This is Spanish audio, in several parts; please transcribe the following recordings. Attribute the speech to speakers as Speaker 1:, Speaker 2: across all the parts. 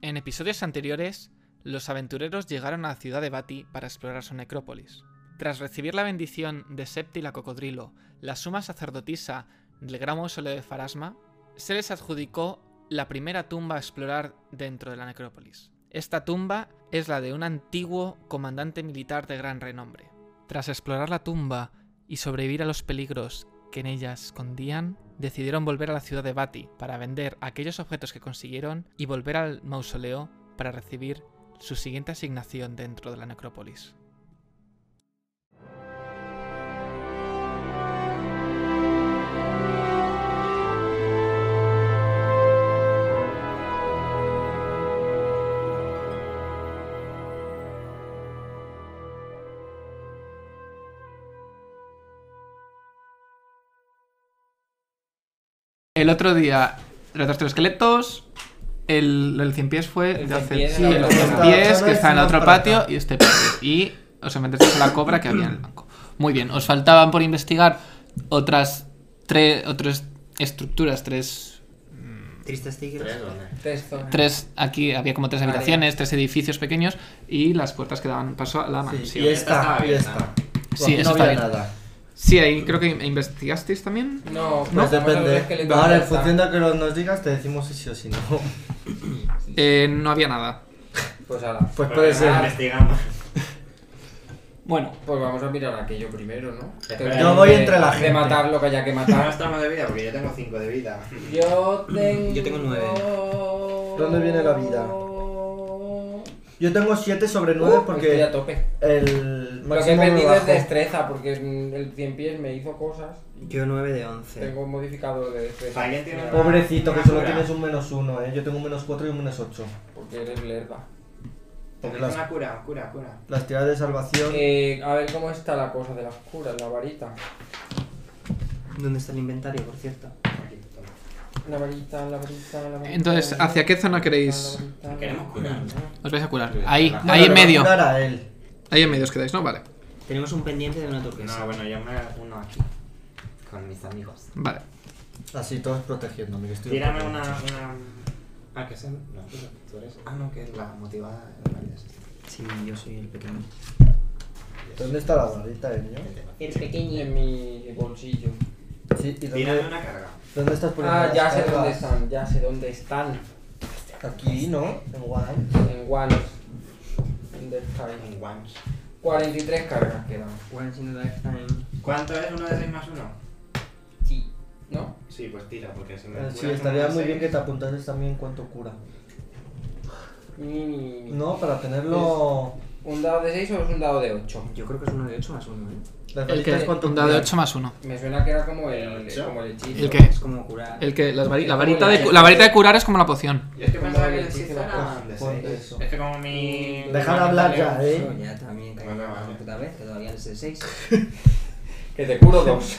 Speaker 1: En episodios anteriores, los aventureros llegaron a la ciudad de Bati para explorar su necrópolis. Tras recibir la bendición de Septi la Cocodrilo, la suma sacerdotisa del gran mausoleo de Farasma, se les adjudicó la primera tumba a explorar dentro de la necrópolis. Esta tumba es la de un antiguo comandante militar de gran renombre. Tras explorar la tumba y sobrevivir a los peligros que en ella escondían, decidieron volver a la ciudad de Bati para vender aquellos objetos que consiguieron y volver al mausoleo para recibir su siguiente asignación dentro de la necrópolis. El otro día, los dos esqueletos, el, el cien pies fue
Speaker 2: El
Speaker 1: de hace
Speaker 2: ciempiés
Speaker 1: sí,
Speaker 2: era
Speaker 1: el
Speaker 2: la
Speaker 1: cien
Speaker 2: otra.
Speaker 1: pies
Speaker 3: Estaba
Speaker 1: que está en el
Speaker 3: encima
Speaker 1: otro
Speaker 3: por
Speaker 1: patio y este patio. Y os enfrentasteis a la cobra que había en el banco. Muy bien, os faltaban por investigar otras tres otras estructuras, tres
Speaker 3: Tristes tigres.
Speaker 2: Tres zonas.
Speaker 1: tres aquí había como tres
Speaker 2: Áreas.
Speaker 1: habitaciones, tres edificios pequeños y las puertas que daban paso a la mansión.
Speaker 3: Sí, y esta, y esta.
Speaker 1: Sí, eso
Speaker 3: no
Speaker 1: está
Speaker 3: había
Speaker 1: bien.
Speaker 3: nada.
Speaker 1: Sí, ahí creo que investigasteis también.
Speaker 2: No,
Speaker 3: Pues
Speaker 2: pero bueno,
Speaker 3: depende.
Speaker 2: es que le
Speaker 3: Ahora, en
Speaker 2: toca
Speaker 3: función de lo que nos digas, te decimos si sí o si no.
Speaker 1: Eh, no había nada.
Speaker 2: esta. Pues ala.
Speaker 3: Pues puede ser.
Speaker 4: Investigamos.
Speaker 1: Bueno,
Speaker 2: Pues vamos a mirar aquello primero, ¿no?
Speaker 4: Espera,
Speaker 3: yo voy
Speaker 2: de-
Speaker 3: entre la
Speaker 2: De
Speaker 3: gente.
Speaker 2: matar lo que haya que
Speaker 4: No
Speaker 2: matar.
Speaker 4: estamos de vida porque yo tengo 5 de vida.
Speaker 2: Yo tengo...
Speaker 5: Yo tengo
Speaker 2: nueve.
Speaker 3: ¿Dónde viene la vida? Yo tengo 7 sobre 9
Speaker 2: Uh, Estoy a
Speaker 3: porque
Speaker 2: tope. Lo que
Speaker 3: el
Speaker 2: he
Speaker 3: máximo me
Speaker 2: perdido es
Speaker 3: bajó.
Speaker 2: destreza, porque mm, el 100 pies me hizo cosas.
Speaker 5: Yo 9 de 11.
Speaker 2: Tengo modificador de destreza.
Speaker 4: ¿Alguien tiene una-
Speaker 3: Pobrecito, que solo
Speaker 4: Una
Speaker 3: tienes un menos 1, eh. Yo tengo un menos 4 y un menos 8.
Speaker 2: Porque eres lerda.
Speaker 3: Porque
Speaker 4: Porque
Speaker 3: las-
Speaker 4: Una cura, cura, cura.
Speaker 3: Las tiradas de salvación.
Speaker 2: Eh, a ver cómo está la cosa de las curas, la varita.
Speaker 5: ¿Dónde está el inventario, por cierto?
Speaker 4: Aquí, toma.
Speaker 2: La varita, la varita, la varita.
Speaker 1: Entonces, ¿hacia qué zona queréis?
Speaker 2: La varita, la
Speaker 4: Queremos curar,
Speaker 2: varita.
Speaker 1: os vais a curar. Ahí,
Speaker 3: Bueno,
Speaker 1: ahí
Speaker 3: le
Speaker 1: en
Speaker 3: va a
Speaker 1: medio.
Speaker 3: curar a él.
Speaker 1: Ahí en medio os quedáis, ¿no? Vale.
Speaker 5: Tenemos un pendiente de una turquesa.
Speaker 4: No, bueno, yo me uno aquí. Con mis amigos.
Speaker 1: Vale.
Speaker 3: Así todos protegiéndome. que estoy
Speaker 4: Tírame una. una... Ah, que sea. No, tú, tú eres. Ah, no, que es la motivada de la vida.
Speaker 5: Sí, yo soy el pequeño.
Speaker 3: ¿Dónde está la varita de niño?
Speaker 5: El
Speaker 2: Y en mi bolsillo.
Speaker 3: Sí, ¿y
Speaker 4: Tírame
Speaker 3: dónde,
Speaker 4: una carga.
Speaker 3: dónde estás poniendo
Speaker 2: Ah,
Speaker 3: las
Speaker 2: ya sé
Speaker 3: cargas?
Speaker 2: dónde están, ya sé dónde están.
Speaker 3: Aquí, ¿no? En One.
Speaker 2: En One. En the Sky.
Speaker 4: En ones.
Speaker 2: 43 cargas quedan.
Speaker 5: Once in a lifetime.
Speaker 4: ¿Cuánto es uno de 6 más 1?
Speaker 2: Sí. ¿No?
Speaker 4: Sí, pues tira, porque si me.
Speaker 3: Eh,
Speaker 4: curas
Speaker 3: Sí,
Speaker 4: uno de
Speaker 3: estaría muy
Speaker 4: seis-
Speaker 3: bien que te apuntases también cuánto cura.
Speaker 2: Ni, ni, ni, ni.
Speaker 3: No, para tenerlo.
Speaker 2: ¿Un dado de 6 o es un dado de 8?
Speaker 5: Yo creo que es uno de 8 más 1, ¿eh?
Speaker 3: Las
Speaker 1: El
Speaker 3: varitas
Speaker 1: que,
Speaker 3: cuánto
Speaker 1: un dado de
Speaker 3: curan.
Speaker 1: 8 más 1.
Speaker 2: Me suena que era como el,
Speaker 4: ¿Ocho?
Speaker 2: como el hechizo.
Speaker 1: El que,
Speaker 5: Es como curar.
Speaker 1: el que las vari- la,
Speaker 2: Como
Speaker 1: varita
Speaker 2: la
Speaker 1: de,
Speaker 2: que-
Speaker 1: la varita de curar es como la poción.
Speaker 4: Yo es que
Speaker 2: Como
Speaker 4: pensaba
Speaker 2: el
Speaker 4: que el
Speaker 2: hechizo
Speaker 4: hechizo
Speaker 2: de
Speaker 4: era
Speaker 3: Paz,
Speaker 4: de
Speaker 3: pon
Speaker 4: seis.
Speaker 3: eso.
Speaker 4: Es que como
Speaker 2: Eh,
Speaker 4: mi.
Speaker 3: Dejar hablar ya,
Speaker 5: Eso
Speaker 3: eh.
Speaker 5: ya también cae
Speaker 4: Vale,
Speaker 5: la
Speaker 4: vale.
Speaker 5: puta vez, que todavía es de 6.
Speaker 2: Que te curo dos.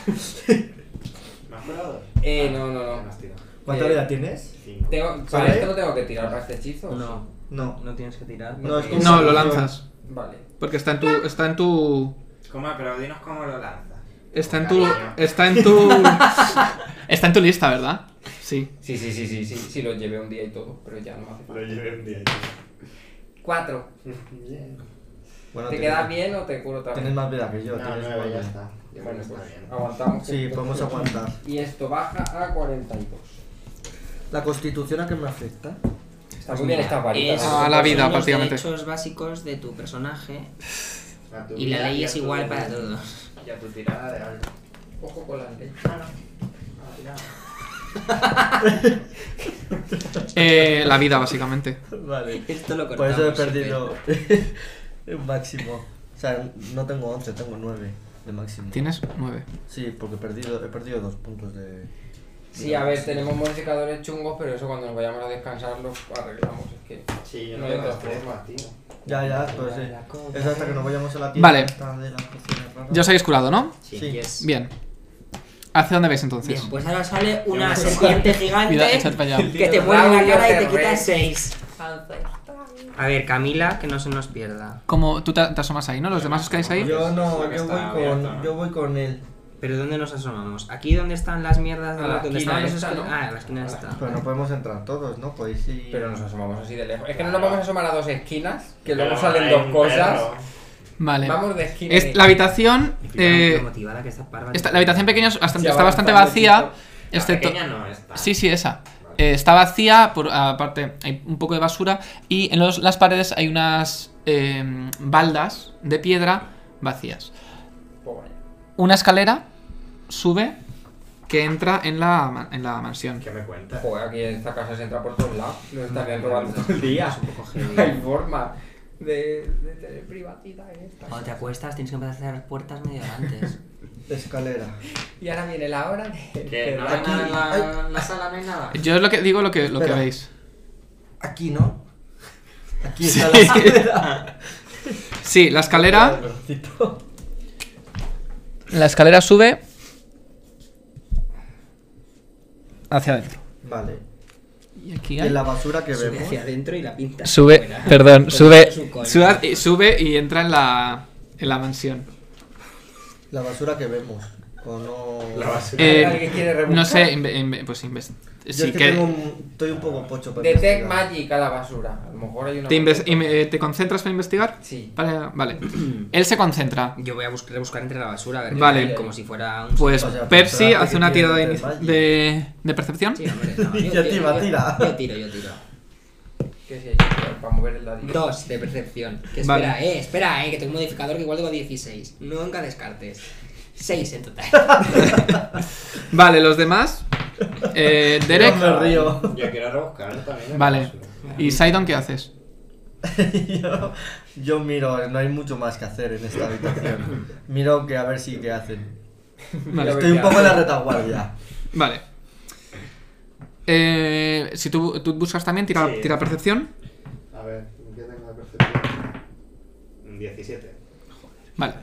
Speaker 4: ¿Me has curado dos?
Speaker 2: Eh, no, no, no.
Speaker 4: Ah, Me has tirado.
Speaker 3: ¿Cuánta
Speaker 2: Eh,
Speaker 3: vida tienes?
Speaker 4: Cinco.
Speaker 2: Tengo, para
Speaker 3: ¿Vale?
Speaker 2: esto no tengo que tirar para este hechizo.
Speaker 5: No,
Speaker 3: No.
Speaker 5: no tienes que tirar.
Speaker 3: No, es
Speaker 5: porque
Speaker 3: como-
Speaker 1: No, lo lanzas.
Speaker 2: Vale.
Speaker 1: Porque está en tu. Está en tu.
Speaker 4: ¿Cómo? Pero dinos cómo lo lanzas.
Speaker 1: Está en
Speaker 4: Con
Speaker 1: tu.
Speaker 4: cariño.
Speaker 1: Está en tu. Está en tu lista, ¿verdad? Sí.
Speaker 2: Sí, sí, sí, sí, sí, sí, lo llevé un día y todo, pero ya no me hace falta.
Speaker 4: Lo llevé un día.
Speaker 2: Cuatro.
Speaker 3: Bueno,
Speaker 2: Ah, ¿Te
Speaker 3: tienes-
Speaker 2: queda bien o te curo otra vez?
Speaker 3: Tienes más vida que yo.
Speaker 4: No,
Speaker 3: tienes
Speaker 4: nueve,
Speaker 3: nueve.
Speaker 4: ya está. Yo creo
Speaker 2: Bueno,
Speaker 4: que está
Speaker 2: pues
Speaker 4: bien.
Speaker 2: aguantamos.
Speaker 3: Sí, podemos aguantar.
Speaker 2: Y esto baja a 42.
Speaker 3: ¿La constitución a qué me afecta?
Speaker 2: Está muy bien estas varitas.
Speaker 5: es-
Speaker 1: Ah, la vida,
Speaker 5: son los
Speaker 1: prácticamente.
Speaker 5: derechos básicos de tu personaje
Speaker 4: A tu
Speaker 5: y la
Speaker 4: vida
Speaker 5: ley
Speaker 4: a
Speaker 5: es
Speaker 4: tu-
Speaker 5: igual para todos.
Speaker 4: Y a tu tirada de alto.
Speaker 2: Ojo con las leyes.
Speaker 4: Ah, no. A la tirada.
Speaker 1: Eh, la vida, básicamente.
Speaker 3: Vale.
Speaker 5: Esto lo
Speaker 3: Por
Speaker 5: cortamos.
Speaker 3: eso he perdido un máximo. O sea, no tengo 11, tengo 9 de máximo.
Speaker 1: Tienes 9.
Speaker 3: Sí, porque he perdido, he perdido dos puntos de.
Speaker 2: Sí, a ver, tenemos modificadores chungos, pero eso cuando nos vayamos a descansar los arreglamos. Es que.
Speaker 4: Sí, yo
Speaker 2: No
Speaker 4: no
Speaker 2: hay
Speaker 4: tengo las
Speaker 2: otra forma.
Speaker 4: formas, tío.
Speaker 3: Ya, ya, pues sí. Es hasta que nos vayamos a la tienda.
Speaker 1: Vale.
Speaker 3: esta de las pociones raras.
Speaker 1: Ya os habéis curado, ¿no?
Speaker 5: Sí,
Speaker 3: Sí.
Speaker 5: yes.
Speaker 1: Bien. ¿Hacia dónde vais entonces?
Speaker 5: Bien, pues ahora sale
Speaker 4: Yo
Speaker 5: una
Speaker 4: me-
Speaker 5: serpiente gigante
Speaker 1: Cuidado, echad para allá.
Speaker 5: que te
Speaker 2: Raúl,
Speaker 5: mueve la
Speaker 2: yo
Speaker 5: cara y
Speaker 2: te
Speaker 5: te quita
Speaker 2: re-
Speaker 5: 6. A ver, Camila, que no se nos pierda.
Speaker 1: Como tú te, te asomas ahí, ¿no? Los demás os quedáis ahí.
Speaker 3: Yo no,
Speaker 4: Creo que
Speaker 3: yo voy
Speaker 4: Pues está
Speaker 3: con,
Speaker 4: abierto, ¿no?
Speaker 3: yo voy con él.
Speaker 5: Pero ¿dónde nos asomamos? ¿Aquí donde están las mierdas?
Speaker 2: A la
Speaker 5: donde
Speaker 2: esquina
Speaker 5: están los
Speaker 2: esta,
Speaker 5: escri-
Speaker 2: ¿no?
Speaker 5: Ah, en la esquina
Speaker 2: A la
Speaker 5: esta.
Speaker 3: Pero no podemos entrar todos, ¿no? Podéis ir.
Speaker 2: Pero nos asomamos así de lejos. Es que no nos
Speaker 4: Claro.
Speaker 2: vamos a asomar a dos esquinas, que luego
Speaker 4: Pero
Speaker 2: salen
Speaker 4: hay
Speaker 2: dos
Speaker 4: un
Speaker 2: cosas.
Speaker 4: perro.
Speaker 1: Vale.
Speaker 2: Vamos eh, de esquina. en
Speaker 1: Es, la habitación.
Speaker 5: Y cuidado,
Speaker 1: eh,
Speaker 5: lo motivada que está Parva.
Speaker 1: esta- la habitación pequeña es bastante-
Speaker 2: Se
Speaker 1: está bastante
Speaker 2: avanza un
Speaker 1: vacía.
Speaker 2: poquito.
Speaker 4: La
Speaker 1: Excepto.
Speaker 4: pequeña no está.
Speaker 1: este Sí, sí, esa. Eh, está vacía, por, aparte hay un poco de basura. Y en los- las paredes hay unas em, baldas de piedra vacías.
Speaker 2: Pues vaya.
Speaker 1: Una escalera sube que entra en la, ma- en la mansión.
Speaker 4: ¿Qué me cuentas?
Speaker 2: Joder, aquí en esta casa se entra por todos lados. Nos estarían
Speaker 5: No,
Speaker 2: robando
Speaker 5: no,
Speaker 2: todo el día.
Speaker 5: Ah, es un poco heavy.
Speaker 2: No hay forma de, de tener privatidad en esta
Speaker 1: Ah.
Speaker 5: Cuando te
Speaker 2: casa.
Speaker 5: acuestas tienes que empezar a cerrar las puertas medio antes.
Speaker 3: Escalera.
Speaker 2: Y ahora viene la hora de.
Speaker 4: Que
Speaker 2: de
Speaker 4: no
Speaker 2: la-
Speaker 4: hay nada en
Speaker 5: Ah,
Speaker 4: la, en la sala, no hay nada.
Speaker 1: Yo es lo que digo lo que, lo que
Speaker 3: Espera.
Speaker 1: veis.
Speaker 3: Aquí, ¿no? Aquí
Speaker 1: Sí.
Speaker 3: está la escalera.
Speaker 1: Sí, la escalera.
Speaker 3: Ladroncito.
Speaker 1: La escalera sube. Hacia adentro.
Speaker 3: Vale.
Speaker 1: Y aquí
Speaker 3: Y
Speaker 1: hay.
Speaker 3: en la basura que
Speaker 5: Sube
Speaker 3: vemos.
Speaker 5: hacia adentro y la pinta.
Speaker 1: Sube,
Speaker 5: fuera.
Speaker 1: perdón,
Speaker 5: Con
Speaker 3: Pues
Speaker 1: sube,
Speaker 5: su cola.
Speaker 1: sube, y- eh, sube y entra en la, en la mansión.
Speaker 3: La basura que vemos. O no.
Speaker 4: La basura.
Speaker 1: Eh,
Speaker 2: ¿Alguien quiere rebuscar?
Speaker 1: no sé, inve- inve- pues inves-
Speaker 3: Yo
Speaker 1: sí,
Speaker 3: es que
Speaker 1: que
Speaker 3: tengo un- estoy un poco pocho para
Speaker 2: Detect
Speaker 3: investigar.
Speaker 2: Magic a la basura. A lo mejor hay una.
Speaker 1: te, inves- im- eh, te concentras para investigar.
Speaker 2: Sí.
Speaker 1: Para- vale. Él se concentra.
Speaker 5: Yo voy a buscar, buscar entre la basura, a ver qué
Speaker 1: Vale.
Speaker 5: hay, como si fuera un...
Speaker 1: Pues
Speaker 3: O sea,
Speaker 1: Pepsi
Speaker 3: pensaba
Speaker 1: hace
Speaker 3: que
Speaker 1: una
Speaker 3: tiene
Speaker 1: tirada de,
Speaker 3: Detect
Speaker 1: inici-
Speaker 3: Magic.
Speaker 1: de- de percepción.
Speaker 5: Sí, hombre, no, yo- yo-
Speaker 3: Iniciativa,
Speaker 5: yo-
Speaker 3: tira.
Speaker 5: Yo tiro, yo tiro.
Speaker 2: ¿Qué sé yo? Para mover el ladrillo.
Speaker 5: Dos de percepción. Que espera,
Speaker 1: Vale.
Speaker 5: eh, espera, eh, que tengo un modificador que igual tengo 16. Nunca descartes. 6 en total.
Speaker 1: Vale, los demás. Eh, Derek
Speaker 3: Yo me río.
Speaker 4: Yo quiero rebuscar también. en
Speaker 1: Vale.
Speaker 4: la basura.
Speaker 1: y Sidon, ¿qué haces?
Speaker 3: yo, yo miro, no hay mucho más que hacer en esta habitación. Miro que a ver si qué hacen.
Speaker 1: Vale.
Speaker 3: Estoy un poco en la retaguardia.
Speaker 1: Vale. Eh, si tú, tú buscas también, tira,
Speaker 4: Sí.
Speaker 1: tira percepción.
Speaker 4: A ver, yo tengo la percepción. Un 17.
Speaker 1: Vale.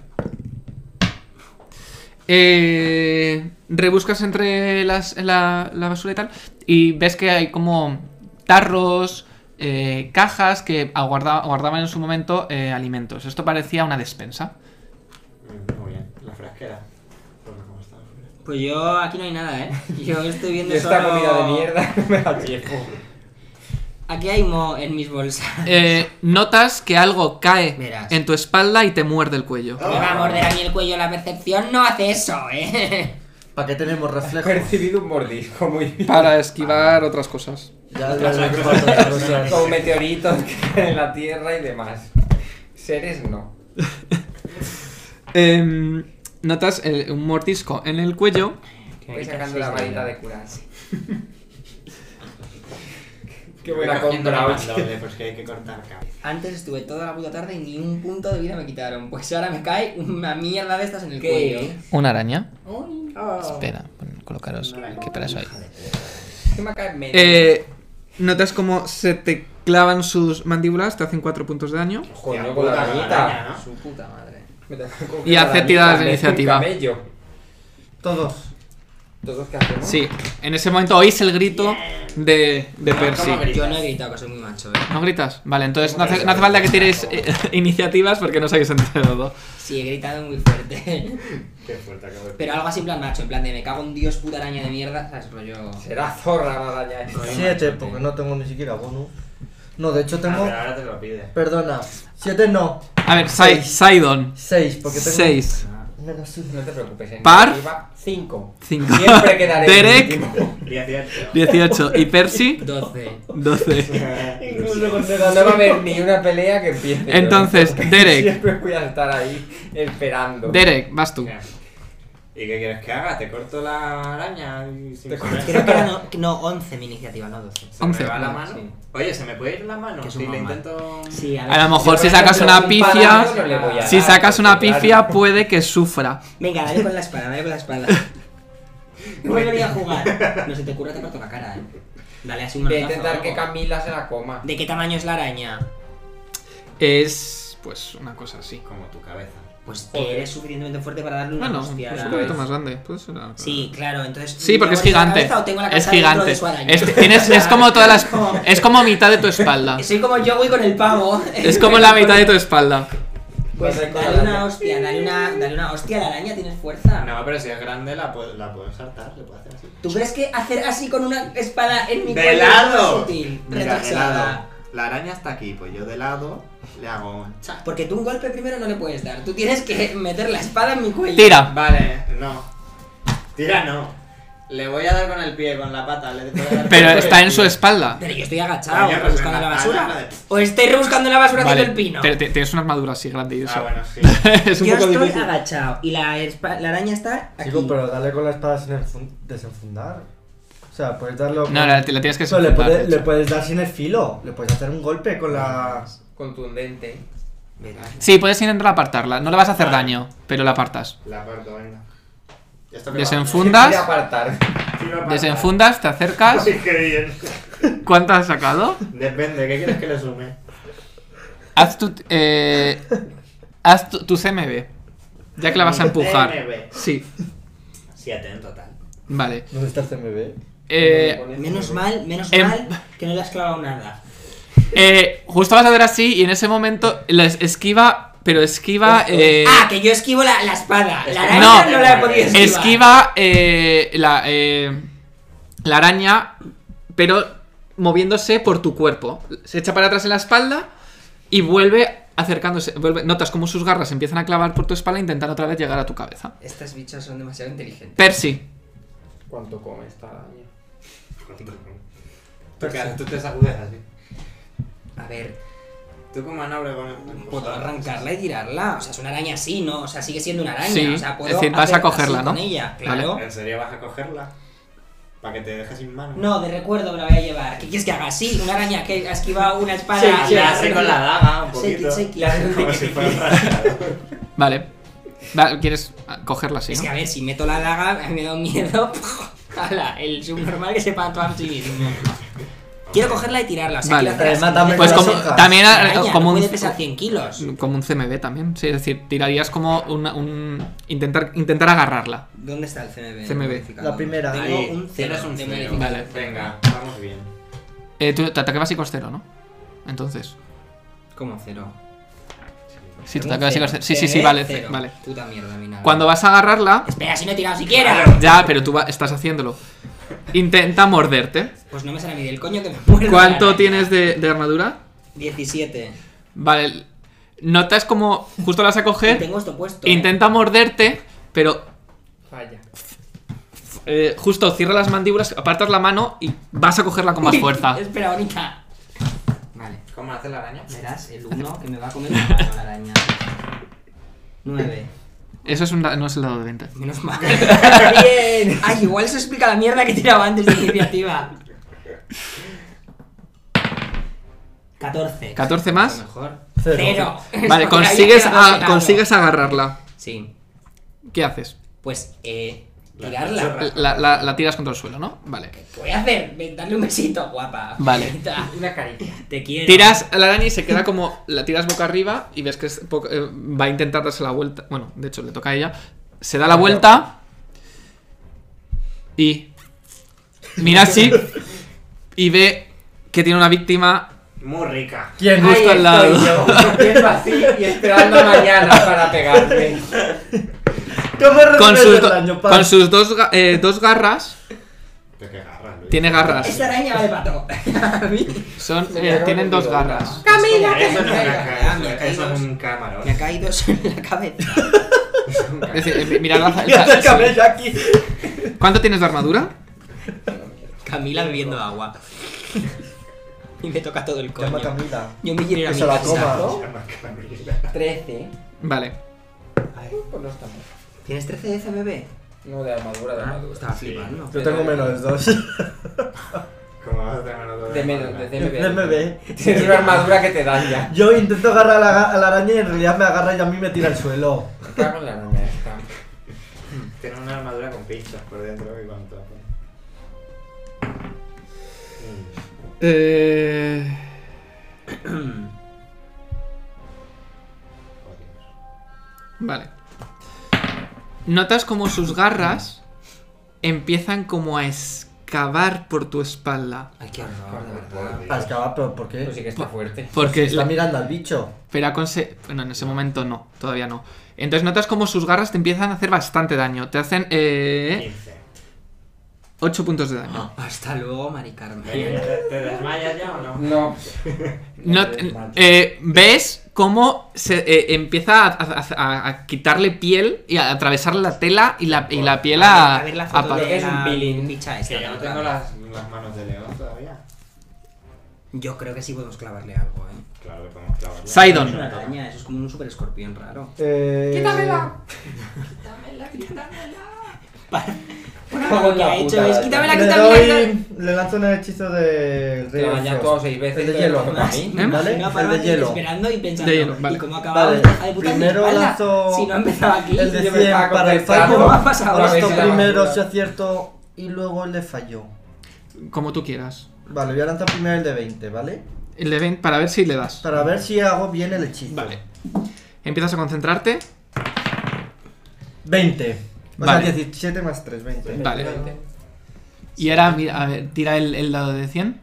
Speaker 1: Eh, rebuscas entre las, la, la basura y tal y ves que hay como tarros, eh, cajas que aguarda- guardaban en su momento eh, alimentos. Esto parecía una despensa.
Speaker 4: Mm, Muy bien. La frasquera. Pues no, ¿cómo está la frasquera?
Speaker 5: Pues yo aquí no hay nada, eh. Yo estoy
Speaker 2: Y
Speaker 5: viendo
Speaker 2: esta
Speaker 5: solo-
Speaker 2: comida de mierda me la llevo.
Speaker 5: Aquí hay mo en mis bolsas.
Speaker 1: Eh, notas que algo cae
Speaker 5: Verás.
Speaker 1: en tu espalda y te muerde el cuello.
Speaker 5: Me va a morder a mí el cuello, la percepción no hace eso, eh.
Speaker 3: ¿Para qué tenemos
Speaker 2: He
Speaker 3: reflejos?
Speaker 2: recibido un mordisco muy bien.
Speaker 1: Para esquivar otras cosas.
Speaker 3: Ya, ya sé cuántas cosas.
Speaker 2: Con meteoritos que caen en la tierra y demás. Seres no.
Speaker 1: Em, notas eh, un mortisco en el cuello.
Speaker 2: Voy sacando la varita de curarse. Qué
Speaker 4: Voy
Speaker 2: buena
Speaker 4: cogiendo la
Speaker 2: compra,
Speaker 4: mano,
Speaker 2: oye.
Speaker 4: de, Pues que hay que cortar cabeza.
Speaker 5: Antes estuve toda la puta tarde y ni un punto de vida me quitaron. Pues ahora me cae una mierda de estas en el
Speaker 2: ¿Qué?
Speaker 5: cuello.
Speaker 1: Una araña.
Speaker 5: Ay,
Speaker 1: Espera, colocaros. ¿Qué para eso hay?
Speaker 2: ¿Qué me cae en medio?
Speaker 1: Eh, notas como se te clavan sus mandíbulas, te hacen 4 puntos de daño.
Speaker 2: Joder,
Speaker 4: Hostia,
Speaker 2: con la
Speaker 4: puta
Speaker 2: arañita.
Speaker 4: araña, ¿no?
Speaker 5: Su puta madre.
Speaker 2: Me tengo que
Speaker 1: Y
Speaker 2: coger
Speaker 1: hace tiradas
Speaker 2: la
Speaker 1: de
Speaker 2: arañita, es un
Speaker 1: iniciativa.
Speaker 2: camello.
Speaker 3: Todos.
Speaker 2: ¿Todos qué hacemos?
Speaker 1: Sí, en ese momento oís el grito de, de Percy.
Speaker 5: Yo no he gritado que soy muy macho, eh.
Speaker 1: ¿No gritas? Vale, entonces no hace, no hace falta que tiréis eh, iniciativas porque no os habéis enterado.
Speaker 5: Sí, he gritado muy fuerte.
Speaker 4: Qué fuerte acabo de
Speaker 5: Pero algo así en plan macho, en plan de me cago en Dios, puta araña de mierda, ¿sabes? Rollo.
Speaker 2: Será zorra la araña esta.
Speaker 3: Siete, porque no tengo ni siquiera bonus. No, de hecho tengo.
Speaker 4: Ah, pero ahora te lo pide.
Speaker 3: Perdona. Siete no.
Speaker 1: A ver, Sai-
Speaker 3: Seis.
Speaker 1: Sidon.
Speaker 3: Seis, porque tengo.
Speaker 1: 6,
Speaker 3: Menos uno.
Speaker 2: No te preocupes, en
Speaker 1: Par.
Speaker 2: iniciativa, Cinco.
Speaker 1: 5,
Speaker 2: Siempre quedaré en
Speaker 1: Derek,
Speaker 2: último.
Speaker 4: 18.
Speaker 1: 18 y Percy,
Speaker 5: 12.
Speaker 1: 12.
Speaker 2: No va a haber ni una pelea que empiece. yo.
Speaker 1: Entonces, Derek,
Speaker 2: Siempre voy a estar ahí esperando.
Speaker 1: Derek, vas tú.
Speaker 4: ¿Y qué quieres que haga? ¿Te corto la araña? y sin
Speaker 2: Te
Speaker 4: comer?
Speaker 5: Creo que era no, no 11 mi iniciativa, no 12.
Speaker 4: ¿Se
Speaker 1: Once.
Speaker 4: me va la mano?
Speaker 5: Sí.
Speaker 4: Oye, ¿se me puede ir la mano?
Speaker 5: Que es
Speaker 4: Si
Speaker 5: un
Speaker 4: le
Speaker 5: mamá.
Speaker 4: intento...
Speaker 5: Sí,
Speaker 1: A lo mejor si sacas una pifia, si
Speaker 5: Ah,
Speaker 1: sacas una pifia puede que sufra.
Speaker 5: Venga, dale con la espada, dale con la espada. No me voy a jugar. No se te ocurra, te parto la cara, eh. Dale así un
Speaker 2: Voy a
Speaker 5: manotazo o
Speaker 2: intentar
Speaker 5: algo.
Speaker 2: que Camila se la coma.
Speaker 5: ¿De qué tamaño es la araña?
Speaker 1: Es pues una cosa así.
Speaker 4: Como tu cabeza.
Speaker 5: Pues que eres suficientemente fuerte para darle una
Speaker 1: Bueno,
Speaker 5: hostia. a
Speaker 1: es
Speaker 5: la
Speaker 1: un poquito
Speaker 5: vez.
Speaker 1: más grande. puede ser algo.
Speaker 5: Sí, claro, entonces.
Speaker 1: Sí, porque
Speaker 5: ¿le
Speaker 1: es
Speaker 5: mordes la
Speaker 1: gigante.
Speaker 5: cabeza o tengo la
Speaker 1: Es
Speaker 5: cabeza dentro
Speaker 1: gigante.
Speaker 5: de su araña?
Speaker 1: Es, tienes- es como toda la, es-
Speaker 5: Como-
Speaker 1: es como mitad de tu espalda.
Speaker 5: Soy como yo voy con el pavo.
Speaker 1: Es como la mitad de tu espalda.
Speaker 5: Pues
Speaker 2: Vas a ir con
Speaker 5: dale
Speaker 2: la
Speaker 5: una
Speaker 2: araña.
Speaker 5: hostia, dale una, dale una hostia a la araña, tienes fuerza.
Speaker 4: No, pero si es grande la puedo, la puedo saltar, le puedo hacer así.
Speaker 5: ¿Tú crees que hacer así con una espada en mi
Speaker 4: ¡De
Speaker 5: cuello es
Speaker 4: lado!
Speaker 5: más útil?
Speaker 4: Mira, de lado.
Speaker 5: Retrasada.
Speaker 4: La araña está aquí, pues yo de lado le hago un chac.
Speaker 5: Porque tú un golpe primero no le puedes dar. Tú tienes que meter la espada en mi cuello.
Speaker 1: Tira.
Speaker 4: Vale, no. Tira no. Le voy a dar con el pie, con la pata. Le puedo dar
Speaker 1: Pero
Speaker 4: con el
Speaker 1: está en su
Speaker 4: pie.
Speaker 1: espalda.
Speaker 5: Pero yo estoy agachado,
Speaker 4: Coño, pues
Speaker 5: buscando
Speaker 4: en
Speaker 5: la
Speaker 4: la pala,
Speaker 5: basura.
Speaker 4: madre.
Speaker 5: O estoy rebuscando la basura
Speaker 1: Vale,
Speaker 5: haciendo el pino.
Speaker 1: pero te- tienes una armadura así grande y eso.
Speaker 4: Ah, bueno, sí.
Speaker 1: es un
Speaker 5: yo
Speaker 1: poco
Speaker 5: estoy
Speaker 1: difícil.
Speaker 5: agachado y la, espa- la araña está aquí.
Speaker 3: Chico, pero dale con la espada sin enfun- desenfundar. O sea, puedes darlo. con-
Speaker 1: No, la, la tienes que
Speaker 3: Pero le,
Speaker 1: desenfundar,
Speaker 3: puede-
Speaker 1: de
Speaker 3: le
Speaker 1: hecho.
Speaker 3: puedes dar sin el filo. Le puedes hacer un golpe con la.
Speaker 2: Contundente.
Speaker 4: Mira,
Speaker 1: Sí, puedes intentar apartarla. No le vas a hacer daño, pero la apartas.
Speaker 4: la aparto, venga. Ya está
Speaker 2: Voy a
Speaker 1: Desenfundas,
Speaker 2: apartar.
Speaker 1: desenfundas, te acercas.
Speaker 4: Uy, qué bien.
Speaker 1: ¿Cuánto has sacado?
Speaker 4: Depende, ¿qué quieres que le sume?
Speaker 1: Haz tu. eh, haz tu, tu CMB. Ya que la vas a empujar.
Speaker 4: CMB.
Speaker 1: Sí,
Speaker 4: Siete en total.
Speaker 1: vale.
Speaker 3: ¿Dónde está el CMB?
Speaker 1: Eh,
Speaker 5: Menos mal, menos
Speaker 1: Em-
Speaker 5: mal que no le has clavado nada.
Speaker 1: eh, justo vas a ver así y en ese momento la es- esquiva, pero esquiva. eh,
Speaker 5: Ah, que yo esquivo la, la espada. La araña
Speaker 1: No.
Speaker 5: no, la he podido esquivar.
Speaker 1: esquiva eh, la, eh, la araña, pero moviéndose por tu cuerpo. Se echa para atrás en la espalda y vuelve acercándose. Vuelve, notas como sus garras se empiezan a clavar por tu espalda e intentan otra vez llegar a tu cabeza.
Speaker 5: Estas bichas son demasiado inteligentes.
Speaker 1: Percy,
Speaker 2: ¿Cuánto come esta araña?
Speaker 4: Porque tú te sacudes así.
Speaker 5: A ver,
Speaker 4: Tú como pues, Anabre con
Speaker 5: puedo arrancarla y tirarla. O sea, es una araña así, ¿no? O sea, sigue siendo una araña.
Speaker 1: Sí,
Speaker 5: o sea, puedo
Speaker 1: es decir, vas
Speaker 5: hacer
Speaker 1: a cogerla,
Speaker 5: así
Speaker 1: ¿no?
Speaker 5: Con ella,
Speaker 1: Vale.
Speaker 5: claro.
Speaker 4: ¿En serio vas a cogerla? Para que te dejes sin mano.
Speaker 5: No, de recuerdo me la voy a llevar. ¿Qué quieres que haga? Sí, una araña que ha esquivado una espada.
Speaker 4: Sí,
Speaker 5: y
Speaker 4: sí,
Speaker 5: ha
Speaker 4: así con la
Speaker 5: arreglado.
Speaker 4: daga, un
Speaker 5: Shake it,
Speaker 4: poquito.
Speaker 5: shake it.
Speaker 4: Como si fuera un rascado.
Speaker 1: vale. Va- ¿Quieres ah, cogerla así?
Speaker 5: Es
Speaker 1: ¿no?
Speaker 5: que a ver, si meto la daga, a mí me da un miedo. Hala, el subnormal que se pantó a sí mismo. Quiero cogerla y tirarla. O sea,
Speaker 1: Vale.
Speaker 5: quiero hacer
Speaker 3: Además,
Speaker 5: así.
Speaker 3: dame
Speaker 1: Pues
Speaker 3: Con las
Speaker 1: como,
Speaker 3: hojas.
Speaker 1: también
Speaker 5: Una
Speaker 1: ah,
Speaker 5: araña,
Speaker 1: como
Speaker 5: no
Speaker 1: un,
Speaker 5: puede pesar 100 kilos.
Speaker 1: como un CMB también, sí, es decir, tirarías como una- un intentar intentar agarrarla.
Speaker 5: ¿Dónde está el CMB?
Speaker 1: CMB.
Speaker 5: Modificador.
Speaker 3: La primera.
Speaker 5: Tengo
Speaker 4: Ahí,
Speaker 5: un cero
Speaker 4: tienes un
Speaker 5: de
Speaker 4: cero.
Speaker 5: modificador.
Speaker 1: Vale.
Speaker 4: Venga, vamos bien.
Speaker 1: Eh, tu, tu ataque básico es cero, ¿no? Entonces,
Speaker 5: ¿Cómo cero?
Speaker 1: sí, tu
Speaker 5: Tengo
Speaker 1: ataque básico es cero. Sí, sí, sí,
Speaker 5: CMB,
Speaker 1: vale,
Speaker 5: cero.
Speaker 1: vale.
Speaker 5: Puta mierda, mi nave.
Speaker 1: Cuando vas a agarrarla,
Speaker 5: Espera, si no he tirado siquiera.
Speaker 1: ya, pero tú va- estás haciéndolo. Intenta morderte.
Speaker 5: Pues no me sale a mí del coño que me muerde.
Speaker 1: ¿Cuánto tienes de, de armadura?
Speaker 5: 17.
Speaker 1: Vale. Notas como justo la vas a
Speaker 5: Y
Speaker 1: coger,
Speaker 5: Tengo esto puesto. ¿eh?
Speaker 1: intenta morderte, pero
Speaker 2: Falla.
Speaker 1: eh, justo cierra las mandíbulas, apartas la mano y vas a cogerla con más fuerza.
Speaker 5: Espera, bonita. Vale.
Speaker 4: ¿Cómo hace la araña?
Speaker 5: Verás el 1 que me va a comer la araña. 9.
Speaker 1: Eso es un da- no es el dado de 20.
Speaker 5: Menos mal. Bien. Ay, igual eso explica la mierda que tiraba antes de iniciativa. 14.
Speaker 1: 14 más.
Speaker 5: A lo mejor.
Speaker 3: Cero.
Speaker 5: Cero.
Speaker 1: Vale,
Speaker 5: Porque
Speaker 1: consigues,
Speaker 5: había quedado
Speaker 1: a-
Speaker 5: pelado.
Speaker 1: consigues agarrarla.
Speaker 5: Sí.
Speaker 1: ¿Qué haces?
Speaker 5: Pues, eh.
Speaker 4: La
Speaker 5: Tirarla.
Speaker 4: chorra.
Speaker 1: La, la- la tiras contra el suelo, ¿no? Vale.
Speaker 5: ¿Qué voy a hacer? Ven, Darle un besito, guapa.
Speaker 1: Vale.
Speaker 5: Bonita.
Speaker 2: Una caricia.
Speaker 5: Te quiero.
Speaker 1: Tiras a la araña y se queda como. La tiras boca arriba y ves que es poco- eh, va a intentar darse la vuelta. Bueno, de hecho, le toca a ella. Se da la vuelta. Y. Mira así. Y ve que tiene una víctima
Speaker 4: Muy rica.
Speaker 3: ¿Quién?
Speaker 1: justo
Speaker 2: Ahí
Speaker 1: al lado.
Speaker 2: estoy yo, haciendo así y esperando a mañana para pegarme.
Speaker 3: Yo me
Speaker 1: Con
Speaker 3: recuerdo
Speaker 1: sus,
Speaker 3: el
Speaker 1: do-
Speaker 3: daño, pa.
Speaker 1: con sus dos, ga- eh, dos garras.
Speaker 4: Te ¿eh? que agarras, Luis.
Speaker 1: Tiene garras.
Speaker 5: Esta araña vale para todo. A mí.
Speaker 1: Son,
Speaker 2: Se
Speaker 1: eh,
Speaker 2: me ha roto
Speaker 1: tienen dos
Speaker 2: el brazo.
Speaker 1: garras.
Speaker 5: Camila, que
Speaker 4: Eso no es una
Speaker 5: caiga. Ah, me ha
Speaker 4: ca- eso-
Speaker 5: caído.
Speaker 4: eso es un
Speaker 5: Me ha
Speaker 4: camarón.
Speaker 5: caído eso en la cabeza.
Speaker 1: Es decir, eh, mira, lanza-
Speaker 3: Y hace el cabello aquí.
Speaker 1: ¿Cuánto tienes de armadura?
Speaker 5: Camila bebiendo agua. Y me toca todo el
Speaker 3: Llama a
Speaker 5: coño.
Speaker 3: Camila.
Speaker 5: Yo me quiero ir a
Speaker 3: Que
Speaker 5: mi
Speaker 3: se la
Speaker 5: casa.
Speaker 3: coma.
Speaker 4: Se llama Camila.
Speaker 2: 13.
Speaker 1: Vale.
Speaker 2: Pues no está mal.
Speaker 5: ¿Tienes 13 de FMB?
Speaker 2: No, de armadura, de
Speaker 5: Ah,
Speaker 2: armadura.
Speaker 5: estaba
Speaker 4: Sí.
Speaker 5: flipando.
Speaker 3: Yo tengo menos dos.
Speaker 4: Como vas a tener otro
Speaker 2: De menos, de CMB.
Speaker 3: CMB.
Speaker 2: Tienes una armadura que te dan ya.
Speaker 3: Yo intento agarrar a la, a la araña y en realidad me agarra y a mí me tira al suelo.
Speaker 2: Me cago en la araña esta.
Speaker 4: Tiene una armadura con pinchos por dentro y con todo. Mm.
Speaker 1: Eh.
Speaker 4: Oh, Dios.
Speaker 1: Vale. Notas como sus garras empiezan como a excavar por tu espalda.
Speaker 5: Ay, qué
Speaker 4: Ah,
Speaker 5: horror, de verdad.
Speaker 3: Ascaba, ah, pero ¿por qué?
Speaker 2: Pues sí que está fuerte.
Speaker 1: Porque
Speaker 3: Está
Speaker 1: la-
Speaker 3: mirando al bicho.
Speaker 1: Pero ha conse- Bueno, en ese momento no, todavía no. Entonces notas como sus garras te empiezan a hacer bastante daño. Te hacen eh,
Speaker 4: 15.
Speaker 1: 8 puntos de daño.
Speaker 5: Hasta luego, Mari Carmen.
Speaker 4: ¿Te, te desmayas ya o no?
Speaker 2: No,
Speaker 1: No- eh, ¿Ves cómo se eh, empieza a, a- a- a quitarle piel y a atravesar la tela y la, y la piel a...
Speaker 5: A ver la
Speaker 1: a
Speaker 5: foto
Speaker 1: pa-
Speaker 5: de
Speaker 2: es un
Speaker 5: la
Speaker 2: peeling.
Speaker 5: bicha
Speaker 4: Es
Speaker 5: esta.
Speaker 4: que yo no
Speaker 5: ¿verdad?
Speaker 4: tengo las, las manos de león todavía.
Speaker 5: Yo creo que sí podemos clavarle algo, eh.
Speaker 4: Claro que podemos clavarlo.
Speaker 1: Saidon.
Speaker 5: Es una araña, eso es como un super escorpión raro.
Speaker 3: Eh...
Speaker 6: ¡Quítamela! ¡Quítamela, quítamela!
Speaker 2: Como
Speaker 5: Lo que ha
Speaker 2: la
Speaker 5: hecho
Speaker 2: puta,
Speaker 5: es
Speaker 2: la-
Speaker 5: quítamela,
Speaker 3: le,
Speaker 5: quítamela, quítamela.
Speaker 3: doy- le lanzo un hechizo de
Speaker 2: te
Speaker 3: Ray
Speaker 2: lo
Speaker 3: of
Speaker 2: bañas
Speaker 3: Frost.
Speaker 2: todo seis veces. ¿eh?
Speaker 3: El de
Speaker 2: pero
Speaker 3: hielo.
Speaker 2: no
Speaker 5: Más,
Speaker 2: para mí.
Speaker 3: ¿Vale?
Speaker 5: me imagino a
Speaker 3: El
Speaker 5: Parma
Speaker 3: de hielo.
Speaker 5: Esperando y pensando.
Speaker 1: De hielo, vale.
Speaker 5: ¿Y cómo acabamos?
Speaker 3: Vale,
Speaker 5: Ay, puta,
Speaker 3: primero
Speaker 5: mi espalda.
Speaker 3: lanzo
Speaker 5: Si no empezaba aquí.
Speaker 3: el de
Speaker 2: Yo me
Speaker 3: 100
Speaker 2: estaba
Speaker 3: para el
Speaker 2: concentrando.
Speaker 5: ¿Cómo
Speaker 3: fallo.
Speaker 5: ha pasado?
Speaker 2: Otra vez
Speaker 3: Esto
Speaker 2: en la
Speaker 3: primero
Speaker 2: basura.
Speaker 3: se acierto y luego el de fallo.
Speaker 1: Como tú quieras.
Speaker 3: Vale, voy a lanzar primero el de 20, ¿vale?
Speaker 1: El de Ven- para ver si le das.
Speaker 3: Para ver si hago bien el hechizo.
Speaker 1: Vale. Empiezas a concentrarte.
Speaker 3: 20. O
Speaker 1: Vale.
Speaker 3: sea, 17 más 3, 20.
Speaker 1: Vale.
Speaker 2: Efectivamente.
Speaker 1: Y ahora, mira, a ver, tira el, el dado de 100.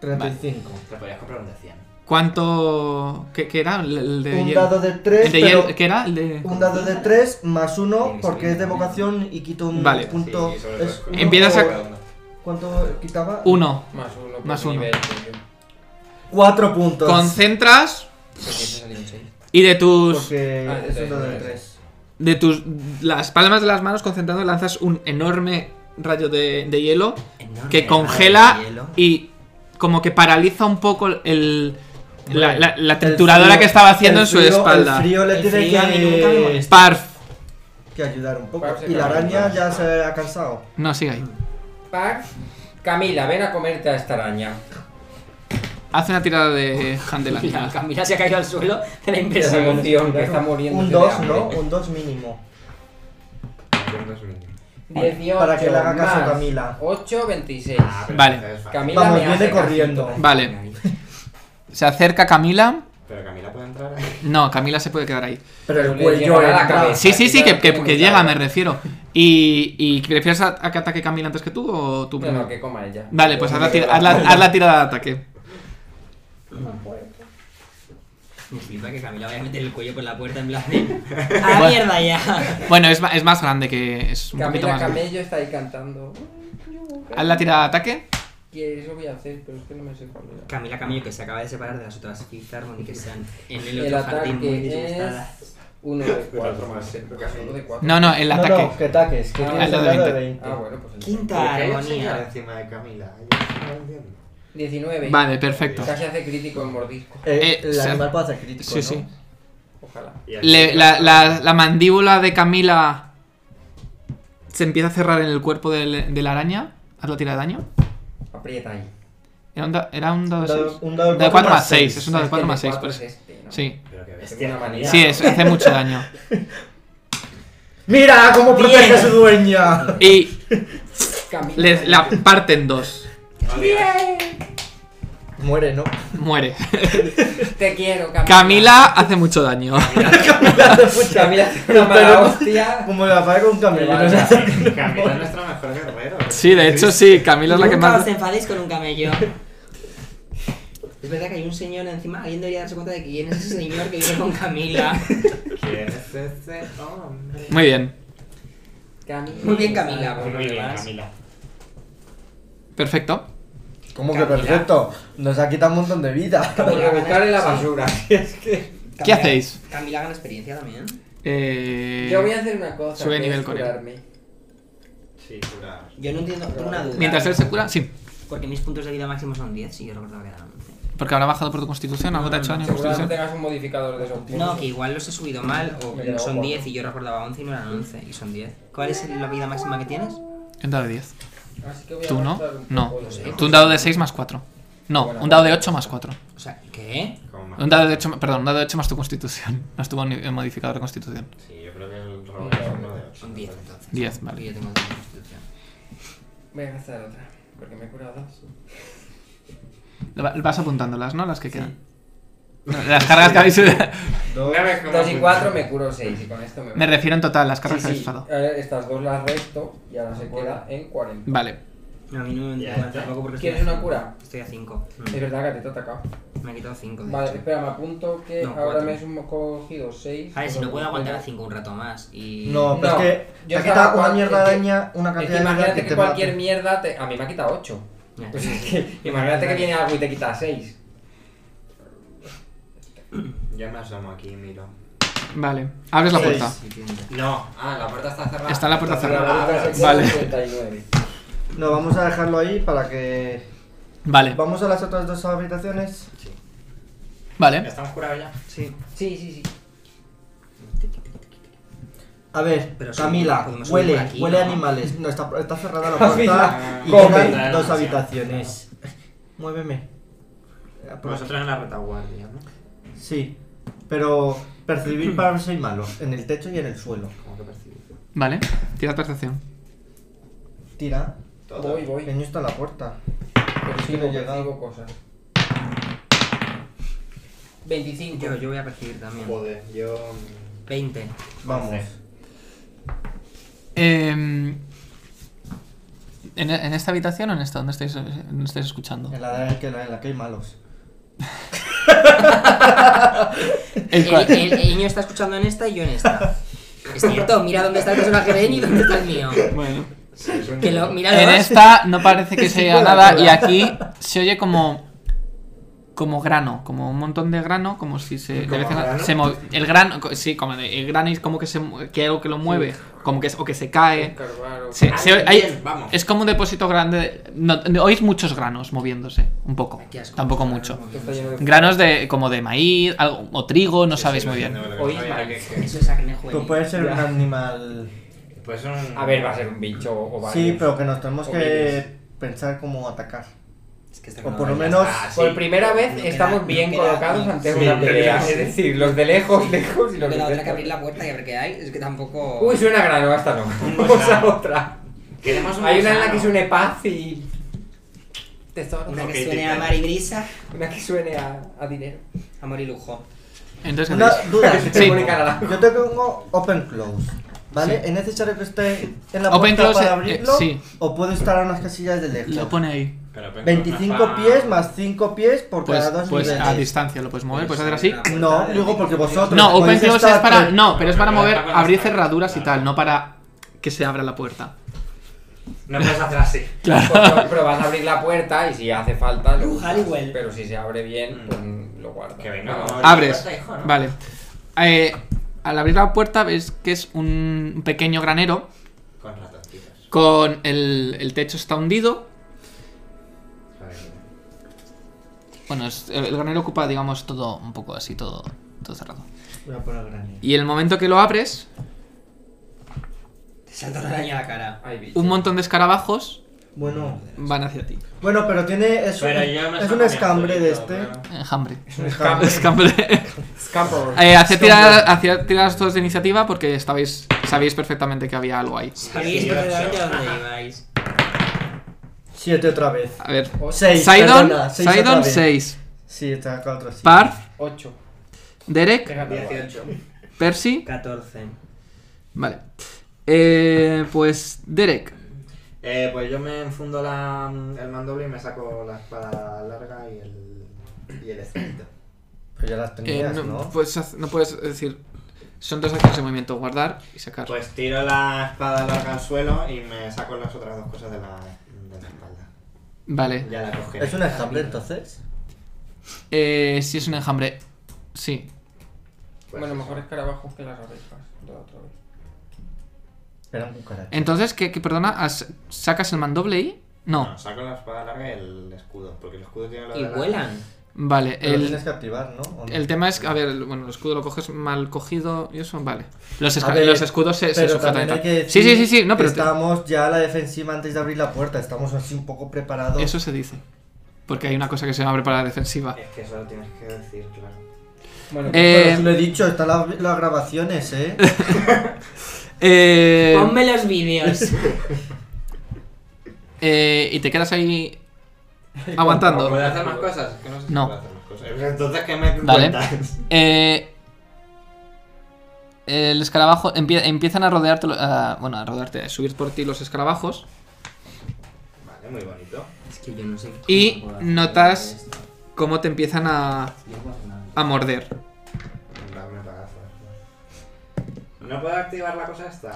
Speaker 3: 35.
Speaker 4: Te podrías comprar un de 100.
Speaker 1: ¿Cuánto... ¿Qué, qué era? El, el de
Speaker 3: Un
Speaker 1: hielo.
Speaker 3: dado de 3,
Speaker 1: El de
Speaker 3: pero
Speaker 1: hielo, ¿Qué era? El de...
Speaker 3: un dado de 3 más 1
Speaker 4: Tienes
Speaker 3: porque es de
Speaker 4: que-
Speaker 3: vocación y quito un
Speaker 1: Vale.
Speaker 3: punto.
Speaker 4: Sí, sobre todo
Speaker 3: es
Speaker 4: con-
Speaker 3: uno
Speaker 1: Empiezas a-
Speaker 3: por- ¿Cuánto quitaba?
Speaker 1: Uno.
Speaker 2: Más uno. por
Speaker 1: Más uno.
Speaker 2: nivel, tío.
Speaker 3: 4 puntos.
Speaker 1: Concentras
Speaker 2: Porque eso salió un seis.
Speaker 1: y de tus...
Speaker 3: Porque
Speaker 2: Ah,
Speaker 3: es un dado de
Speaker 2: entonces,
Speaker 3: 3.
Speaker 1: de tus las palmas de las manos concentrando lanzas un enorme rayo de, de hielo
Speaker 5: Enorme
Speaker 1: que
Speaker 5: rayo
Speaker 1: congela
Speaker 5: de hielo.
Speaker 1: y como que paraliza un poco el la, la- la
Speaker 3: El
Speaker 1: trituradora
Speaker 3: frío-
Speaker 1: que estaba haciendo en
Speaker 3: el
Speaker 1: su
Speaker 3: frío-
Speaker 1: espalda.
Speaker 3: El frío le
Speaker 5: El
Speaker 3: tiene
Speaker 5: frío a mí nunca me
Speaker 3: que,
Speaker 5: molesta.
Speaker 1: Parf.
Speaker 3: que ayudar un poco.
Speaker 2: Para que
Speaker 3: Y la
Speaker 2: se
Speaker 3: araña
Speaker 2: calme.
Speaker 3: ya se ha cansado.
Speaker 1: No, sigue ahí.
Speaker 2: Par. Camila, ven a comerte a esta araña.
Speaker 1: Hace una tirada de handel
Speaker 5: Mira,
Speaker 1: animal.
Speaker 5: Camila se ha caído al suelo de la
Speaker 2: Que se
Speaker 5: impresión.
Speaker 2: emoción, que está muriendo.
Speaker 3: Un 2, ¿no? Un 2 mínimo.
Speaker 4: Un 2000.
Speaker 2: 18
Speaker 3: Para que le haga caso a Camila.
Speaker 2: 8, 26.
Speaker 4: Ah, pero
Speaker 1: Vale.
Speaker 4: entonces es fácil.
Speaker 2: Camila
Speaker 3: Vamos,
Speaker 2: me hace
Speaker 3: viene
Speaker 2: casito.
Speaker 3: corriendo.
Speaker 1: Vale. Se acerca Camila.
Speaker 4: Pero Camila puede entrar. ¿eh?
Speaker 1: No, Camila se puede quedar ahí.
Speaker 3: Pero el
Speaker 2: Le
Speaker 3: cuello
Speaker 2: llegará la
Speaker 3: entra.
Speaker 2: cabeza.
Speaker 1: Sí, sí, sí, que, que- que llega, me
Speaker 2: refiero.
Speaker 1: refiero. ¿Y, y prefieres a, a que ataque Camila antes que tú o tú
Speaker 2: No,
Speaker 1: primero?
Speaker 2: no, que coma ella.
Speaker 1: Vale, pues haz la, tira- haz la- haz la tirada de ataque.
Speaker 6: No puedo.
Speaker 5: Me flipa que Camila vaya a meter el cuello por la puerta en plan de... ¡A la mierda ya!
Speaker 1: Bueno, es, ma- es más grande que. Es un poquito
Speaker 2: Camila
Speaker 1: más grande.
Speaker 2: Camello está ahí cantando.
Speaker 1: Haz la tirada de ataque.
Speaker 2: Que eso voy a hacer, pero es que no me sé cuál era.
Speaker 5: Camila Camillo que se acaba de separar de las otras Fifth Harmony que están en el
Speaker 2: El
Speaker 5: otro jardín muy
Speaker 2: ataque
Speaker 5: disgustadas.
Speaker 2: es. 1 de
Speaker 4: Pero otro
Speaker 2: 4.
Speaker 4: más, eh, sí.
Speaker 1: No, no, el
Speaker 3: No,
Speaker 1: ataque.
Speaker 3: no, que ataques. Que
Speaker 2: Ah,
Speaker 3: tienes
Speaker 1: el dado
Speaker 3: el
Speaker 1: de
Speaker 3: dado de
Speaker 1: 20.
Speaker 3: 20.
Speaker 2: Ah, bueno, pues. el-
Speaker 5: Quinta
Speaker 4: ¿Por qué hay un señor
Speaker 5: armonía.
Speaker 4: encima de Camila? Yo no entiendo.
Speaker 2: 19.
Speaker 1: Vale, perfecto.
Speaker 2: Casi hace crítico en mordisco.
Speaker 3: Eh,
Speaker 1: Eh,
Speaker 3: el
Speaker 1: se-
Speaker 3: animal puede hacer crítico.
Speaker 1: Sí,
Speaker 3: ¿no?
Speaker 1: sí.
Speaker 2: Ojalá.
Speaker 4: Y el-
Speaker 1: Le- la, la- la mandíbula de Camila se empieza a cerrar en el cuerpo del- de la araña. Haz la tirada de daño.
Speaker 2: Aprieta ahí.
Speaker 1: Era un, da- era un dado de 6.
Speaker 3: Un dado
Speaker 1: De 4 más 6, es un
Speaker 3: una
Speaker 1: dado de 4
Speaker 2: que
Speaker 1: más 6.
Speaker 2: el cuatro
Speaker 1: Pues.
Speaker 2: es este, ¿no?
Speaker 1: Sí,
Speaker 4: Pero que ves.
Speaker 2: Tengo una manía.
Speaker 1: sí, es- hace mucho daño.
Speaker 3: ¡Mira cómo
Speaker 5: Bien.
Speaker 3: protege a su dueña!
Speaker 1: Y
Speaker 2: Camila.
Speaker 1: le, la parte en dos.
Speaker 3: Muere, ¿no?
Speaker 1: Muere.
Speaker 2: Te quiero, Camila.
Speaker 1: Camila hace mucho daño.
Speaker 2: Camila, una mala
Speaker 3: Pero-
Speaker 2: hostia.
Speaker 3: Como la paga con Camilo.
Speaker 2: Vale,
Speaker 3: o sea,
Speaker 4: Camila es nuestra mejor guerrero.
Speaker 1: Sí, de hecho sí, Camila es la que
Speaker 5: Nunca
Speaker 1: más...
Speaker 5: os enfadéis con un camello. Es verdad que hay un señor encima, alguien debería darse cuenta de quién es ese señor que vive con Camila.
Speaker 4: ¿Quién es este? ese hombre?
Speaker 1: Muy bien,
Speaker 2: Camila.
Speaker 5: Muy bien, Camila.
Speaker 4: Muy bien, Camila.
Speaker 1: perfecto.
Speaker 3: Como que
Speaker 5: Camila.
Speaker 3: perfecto. Nos ha quitado un montón de vida.
Speaker 2: Como
Speaker 5: Camila,
Speaker 2: rebuscar en la
Speaker 5: sí.
Speaker 2: basura. Es que.
Speaker 1: ¿Qué hacéis?
Speaker 5: Camila gana experiencia también.
Speaker 1: Eh,
Speaker 2: Yo voy a hacer una cosa.
Speaker 1: sube
Speaker 2: que
Speaker 1: nivel
Speaker 2: es
Speaker 1: con él.
Speaker 2: curarme.
Speaker 4: Sí, cura.
Speaker 5: Yo no entiendo, tengo una duda.
Speaker 1: Mientras él se cura, sí.
Speaker 5: Porque mis puntos de vida máximos son 10, si yo recordaba que eran 11.
Speaker 1: Porque habrá bajado por tu constitución, algo te ha hecho daño en
Speaker 2: Seguramente
Speaker 1: constitución.
Speaker 2: tengas un modificador de esos
Speaker 5: No, que igual los he subido mal, o
Speaker 2: Me he quedado
Speaker 5: son
Speaker 2: guapo.
Speaker 5: 10 y yo recordaba 11 y no eran 11, y son 10. ¿Cuál es la vida máxima que tienes?
Speaker 1: Un dado de 10.
Speaker 2: Así que voy a
Speaker 1: ¿Tú no?
Speaker 2: gastar un
Speaker 1: No.
Speaker 2: poco de-
Speaker 1: Tú un dado de 6 más 4. No, un dado de 8 más 4.
Speaker 5: O sea, ¿qué?
Speaker 4: Como más-
Speaker 1: Un dado de 8, ma- perdón, un dado de 8 más tu constitución. No estuvo ni- el modificador de constitución.
Speaker 4: Sí, yo creo que el Robert es uno de ocho.
Speaker 5: Son 10 entonces.
Speaker 1: 10, vale.
Speaker 5: Y yo tengo 10 de constitución.
Speaker 2: Voy a gastar otra. Porque me he curado dos.
Speaker 1: Lo va- Vas apuntándolas, ¿no? Las que quedan. Las cargas que habéis...
Speaker 3: Dos.
Speaker 4: Una vez que
Speaker 2: 2 y
Speaker 4: hemos-
Speaker 2: 4 me curo 6 y con esto me...
Speaker 1: Me refiero en total, las cargas
Speaker 2: Sí,
Speaker 1: que habéis
Speaker 2: sí,
Speaker 1: usado.
Speaker 2: ahora estas dos las resto y ahora se queda en 40.
Speaker 1: Vale.
Speaker 5: No, a mí no me
Speaker 4: Ya
Speaker 5: entra
Speaker 4: está.
Speaker 5: tampoco porque
Speaker 2: ¿Quieres
Speaker 5: estoy
Speaker 2: una
Speaker 5: a cinco.
Speaker 2: cura?
Speaker 5: Estoy a 5.
Speaker 2: Es verdad que a ti te ha atacado.
Speaker 5: Me ha quitado 5.
Speaker 2: Vale, espera, me apunto que
Speaker 5: No,
Speaker 2: ahora
Speaker 5: cuatro.
Speaker 2: me he cogido 6.
Speaker 5: A ver, si no puedo aguantar a 5 un rato más y...
Speaker 3: No, pero
Speaker 2: No,
Speaker 3: es que te
Speaker 2: yo
Speaker 3: ha
Speaker 2: estaba
Speaker 3: quitado una
Speaker 2: cual-
Speaker 3: mierda
Speaker 2: es que-
Speaker 3: araña, una
Speaker 2: Es
Speaker 3: cantidad
Speaker 2: que
Speaker 3: de mierda
Speaker 2: imagínate
Speaker 3: que
Speaker 2: que,
Speaker 3: te
Speaker 2: cualquier
Speaker 3: mata.
Speaker 2: mierda te... A mí me ha quitado 8.
Speaker 5: Ya.
Speaker 2: Pues es que imagínate que viene algo y te quita 6.
Speaker 4: Ya me asomo aquí y miro.
Speaker 1: Vale. Abres la
Speaker 3: Seis.
Speaker 1: puerta.
Speaker 4: No, ah, la puerta está cerrada.
Speaker 1: Está la
Speaker 2: Ah,
Speaker 1: puerta cerrada. Vale.
Speaker 2: Vale.
Speaker 3: No, vamos a dejarlo ahí para que.
Speaker 1: Vale.
Speaker 3: Vamos a las otras dos habitaciones.
Speaker 4: Sí. ¿Ya
Speaker 1: Vale.
Speaker 4: estamos curados ya?
Speaker 3: Sí.
Speaker 2: Sí, sí, sí.
Speaker 3: A ver,
Speaker 5: Pero sí,
Speaker 2: pues
Speaker 3: Camila,
Speaker 5: podemos subir
Speaker 3: huele,
Speaker 5: por aquí,
Speaker 3: huele a
Speaker 5: ¿no?
Speaker 3: animales. No, está, está cerrada la
Speaker 2: Camila,
Speaker 3: puerta y
Speaker 2: come.
Speaker 3: quedan dos
Speaker 4: Sí.
Speaker 3: habitaciones. Muéveme. Eh, por-
Speaker 4: Vosotros en la retaguardia, ¿no?
Speaker 3: Sí, pero percibir para ver si hay malos en el techo y en el suelo.
Speaker 4: Como que percibí.
Speaker 1: Vale. Tira percepción.
Speaker 3: Tira.
Speaker 4: Todo.
Speaker 2: Voy, voy.
Speaker 3: El niño está en la puerta.
Speaker 2: Persigo,
Speaker 3: he llegado.
Speaker 2: persigo cosas. 25.
Speaker 5: Yo, yo voy a percibir también.
Speaker 4: Joder, yo.
Speaker 5: 20.
Speaker 3: Vamos.
Speaker 1: Eh, ¿en, en esta habitación o en esta? ¿Dónde estáis, dónde estáis escuchando?
Speaker 3: En la, de- que la- en la que hay malos.
Speaker 1: El cual-
Speaker 5: El, el, el niño está escuchando en esta y yo en esta. Es cierto, mira dónde está el personaje de Eni y dónde está el mío.
Speaker 1: Bueno.
Speaker 5: Que lo, mira
Speaker 1: En
Speaker 5: los-
Speaker 1: esta no parece que se
Speaker 3: Sí,
Speaker 1: oiga
Speaker 3: claro,
Speaker 1: nada y
Speaker 3: claro.
Speaker 1: aquí se oye como como grano, como un montón de grano, como si se, de
Speaker 4: ¿Como
Speaker 1: vez en cuando
Speaker 4: grano?
Speaker 1: se mov- el grano, co- sí, como de- el grano es como que se mu- que hay algo que lo mueve, como que es- o que se cae.
Speaker 2: Escarbar o-
Speaker 1: Se-
Speaker 4: Ah,
Speaker 1: se oye- hay-
Speaker 4: bien, vamos.
Speaker 1: es como un depósito grande. no- no- oís muchos granos moviéndose, un poco,
Speaker 5: Ay, qué asco.
Speaker 1: tampoco mucho.
Speaker 2: Esto está lleno de-
Speaker 1: Granos de como de maíz, algo, o trigo, no sabéis muy bien.
Speaker 2: Oye,
Speaker 5: Eso es acné
Speaker 3: Pues
Speaker 5: juvenil.
Speaker 3: puede ser un animal.
Speaker 4: Pues un.
Speaker 2: A ver, va a ser un bicho o varios.
Speaker 3: Sí, pero que nos tenemos
Speaker 2: O virus.
Speaker 3: que pensar cómo atacar.
Speaker 5: Es que está
Speaker 3: O
Speaker 5: con
Speaker 3: por lo
Speaker 5: la-
Speaker 3: menos.
Speaker 4: está.
Speaker 2: Por primera vez
Speaker 5: No queda-
Speaker 2: estamos bien
Speaker 5: no queda-
Speaker 2: colocados
Speaker 5: no-
Speaker 2: ante
Speaker 3: sí,
Speaker 2: una
Speaker 3: de
Speaker 2: pelea.
Speaker 3: lejos.
Speaker 2: Es decir, los de lejos, lejos y
Speaker 5: Creo
Speaker 2: los
Speaker 5: que
Speaker 2: de
Speaker 5: la otra
Speaker 2: cerca.
Speaker 5: que abrir la puerta y a ver qué hay. Es que tampoco.
Speaker 2: Uy, suena grano, esta no. Vamos a otra.
Speaker 4: Queremos un
Speaker 2: Hay una en la que
Speaker 4: gusano.
Speaker 2: suene paz y. tesoro.
Speaker 5: una
Speaker 4: ok,
Speaker 5: que suene
Speaker 4: te-
Speaker 5: a mar y brisa,
Speaker 2: Una que suene a, a dinero.
Speaker 5: amor y lujo.
Speaker 1: Entonces, ¿qué
Speaker 3: Una
Speaker 1: hacéis?
Speaker 3: duda.
Speaker 2: Que se te
Speaker 1: Sí.
Speaker 2: pone cara larga.
Speaker 3: Yo tengo open close. ¿Vale? ¿Es necesario que esté en la
Speaker 1: Open
Speaker 3: puerta
Speaker 1: close,
Speaker 3: para
Speaker 1: eh,
Speaker 3: abrirlo?
Speaker 1: sí.
Speaker 3: ¿O puedo estar a unas casillas de lejos?
Speaker 1: lo pone ahí.
Speaker 4: Pero pensó,
Speaker 3: 25
Speaker 4: Rafa,
Speaker 3: pies más 5 pies por
Speaker 1: Pues,
Speaker 3: cada dos
Speaker 1: pues a
Speaker 3: niveles.
Speaker 1: distancia lo puedes mover,
Speaker 5: Pues
Speaker 1: puedes hacer
Speaker 5: abrir
Speaker 1: así
Speaker 5: la puerta
Speaker 3: No,
Speaker 5: de-
Speaker 3: digo porque vosotros.
Speaker 1: No, open
Speaker 3: podéis
Speaker 1: close
Speaker 3: estar
Speaker 1: es para.
Speaker 3: tres-
Speaker 1: No, pero es para
Speaker 4: Pero
Speaker 1: mover,
Speaker 4: está con
Speaker 1: abrir
Speaker 4: las-
Speaker 1: cerraduras y
Speaker 4: claro.
Speaker 1: tal, no para que se abra la puerta.
Speaker 4: No puedes hacer así.
Speaker 2: Pues no, pero vas a abrir la puerta y si hace falta. Lo
Speaker 5: Uh,
Speaker 2: usas.
Speaker 5: Halliwell.
Speaker 2: Pero si se abre bien,
Speaker 4: Mm.
Speaker 2: pues lo guardas.
Speaker 4: Que venga,
Speaker 2: No,
Speaker 4: vamos.
Speaker 1: Abres.
Speaker 4: puerta, hijo, ¿no?
Speaker 1: Vale. Eh, al abrir la puerta ves que es un pequeño granero
Speaker 4: Con ratoncitos.
Speaker 1: con el, el techo está hundido.
Speaker 4: A ver,
Speaker 1: Bueno, es- el, el granero ocupa, digamos, todo un poco así, todo, todo cerrado.
Speaker 3: Voy a poner granero.
Speaker 1: Y el momento que lo abres,
Speaker 5: Te salta una araña a la cara.
Speaker 2: Hay bicho.
Speaker 1: un montón de escarabajos
Speaker 3: Bueno,
Speaker 1: van hacia ti.
Speaker 3: bueno, pero tiene. Es un,
Speaker 4: Pero yo me
Speaker 3: es
Speaker 4: saco
Speaker 3: un
Speaker 4: mi
Speaker 3: escambre de
Speaker 4: azulito,
Speaker 3: este.
Speaker 4: pero-
Speaker 1: Enjambre.
Speaker 2: Escambre.
Speaker 1: Escambre.
Speaker 2: Scamper.
Speaker 1: Eh, hacía tirar, hacía tirar todos de iniciativa porque estabais, sabéis perfectamente que había algo ahí.
Speaker 5: ¿Sabéis
Speaker 4: 18.
Speaker 5: perfectamente a dónde ibais?
Speaker 3: 7 otra vez.
Speaker 1: A ver.
Speaker 3: Seis, perdona,
Speaker 1: Sidon,
Speaker 3: seis otra
Speaker 1: Sidon
Speaker 3: vez.
Speaker 1: 6.
Speaker 3: Sí, está acá otra. sí.
Speaker 1: Parth,
Speaker 2: 8.
Speaker 1: Derek,
Speaker 5: 18.
Speaker 1: Percy.
Speaker 5: 14.
Speaker 1: Vale. Eh, pues Derek.
Speaker 4: Eh, pues yo me enfundo la, el mandoble y me saco la espada larga y el, y el escudito.
Speaker 3: Pero ya las
Speaker 1: eh,
Speaker 3: tenías,
Speaker 1: no,
Speaker 3: ¿no?
Speaker 1: Puedes, hac- no puedes decir. Son dos acciones de movimiento: guardar y sacar.
Speaker 4: Pues tiro la espada larga al suelo y me saco las otras dos cosas de la, de la espalda.
Speaker 1: Vale.
Speaker 4: Ya la cogeré.
Speaker 3: ¿Es un enjambre entonces?
Speaker 1: Eh, si es un enjambre. Sí.
Speaker 4: Pues
Speaker 2: bueno,
Speaker 4: eso.
Speaker 2: mejor escarabajos que las orejas. La otra vez.
Speaker 3: Era un cucaracha.
Speaker 1: Entonces, ¿qué, qué perdona? ¿Has- ¿Sacas el mandoble y.? No.
Speaker 4: No, saco la espada larga y el escudo, porque el escudo tiene lo de
Speaker 5: Y
Speaker 4: la...
Speaker 5: vuelan.
Speaker 1: Vale.
Speaker 3: Pero
Speaker 1: El,
Speaker 3: tienes que activar, ¿no? ¿O no?
Speaker 1: el tema es. que, A ver, el- bueno, el escudo lo coges mal cogido y eso. Vale. Los,
Speaker 3: A
Speaker 1: esca-
Speaker 3: ver,
Speaker 1: los escudos se, se
Speaker 3: Pero
Speaker 1: sujetan
Speaker 3: también
Speaker 1: y
Speaker 3: hay
Speaker 1: tal.
Speaker 3: que decir
Speaker 1: Sí, sí, sí, sí. No,
Speaker 3: que
Speaker 1: pero. te-
Speaker 3: estamos ya a la defensiva antes de abrir la puerta. Estamos así un poco preparados.
Speaker 1: Eso se dice. Porque hay una cosa que se abre para la defensiva.
Speaker 4: Es que eso lo tienes que decir, claro.
Speaker 2: Bueno,
Speaker 3: Pero
Speaker 1: Eh,
Speaker 3: os lo he dicho, están la- las grabaciones, ¿eh?
Speaker 1: eh,
Speaker 5: Ponme los vídeos.
Speaker 1: eh, y te quedas ahí aguantando.
Speaker 4: ¿Puedo hacer más cosas? Es que no sé si
Speaker 1: No.
Speaker 4: puedo hacer más cosas.
Speaker 7: Entonces, ¿qué me
Speaker 1: Vale.
Speaker 7: cuentas?
Speaker 1: Eh, el escarabajo empie- empiezan a rodearte, lo- a- bueno, a rodearte, a subir por ti los escarabajos
Speaker 7: Vale, muy bonito.
Speaker 5: Es que yo no sé. qué
Speaker 1: Y
Speaker 5: puedo hacer
Speaker 1: notas-
Speaker 5: de esto.
Speaker 1: cómo te empiezan a,
Speaker 5: Yo puedo hacer nada.
Speaker 1: a morder.
Speaker 7: Dame pagazo. ¿No puedo activar la cosa esta?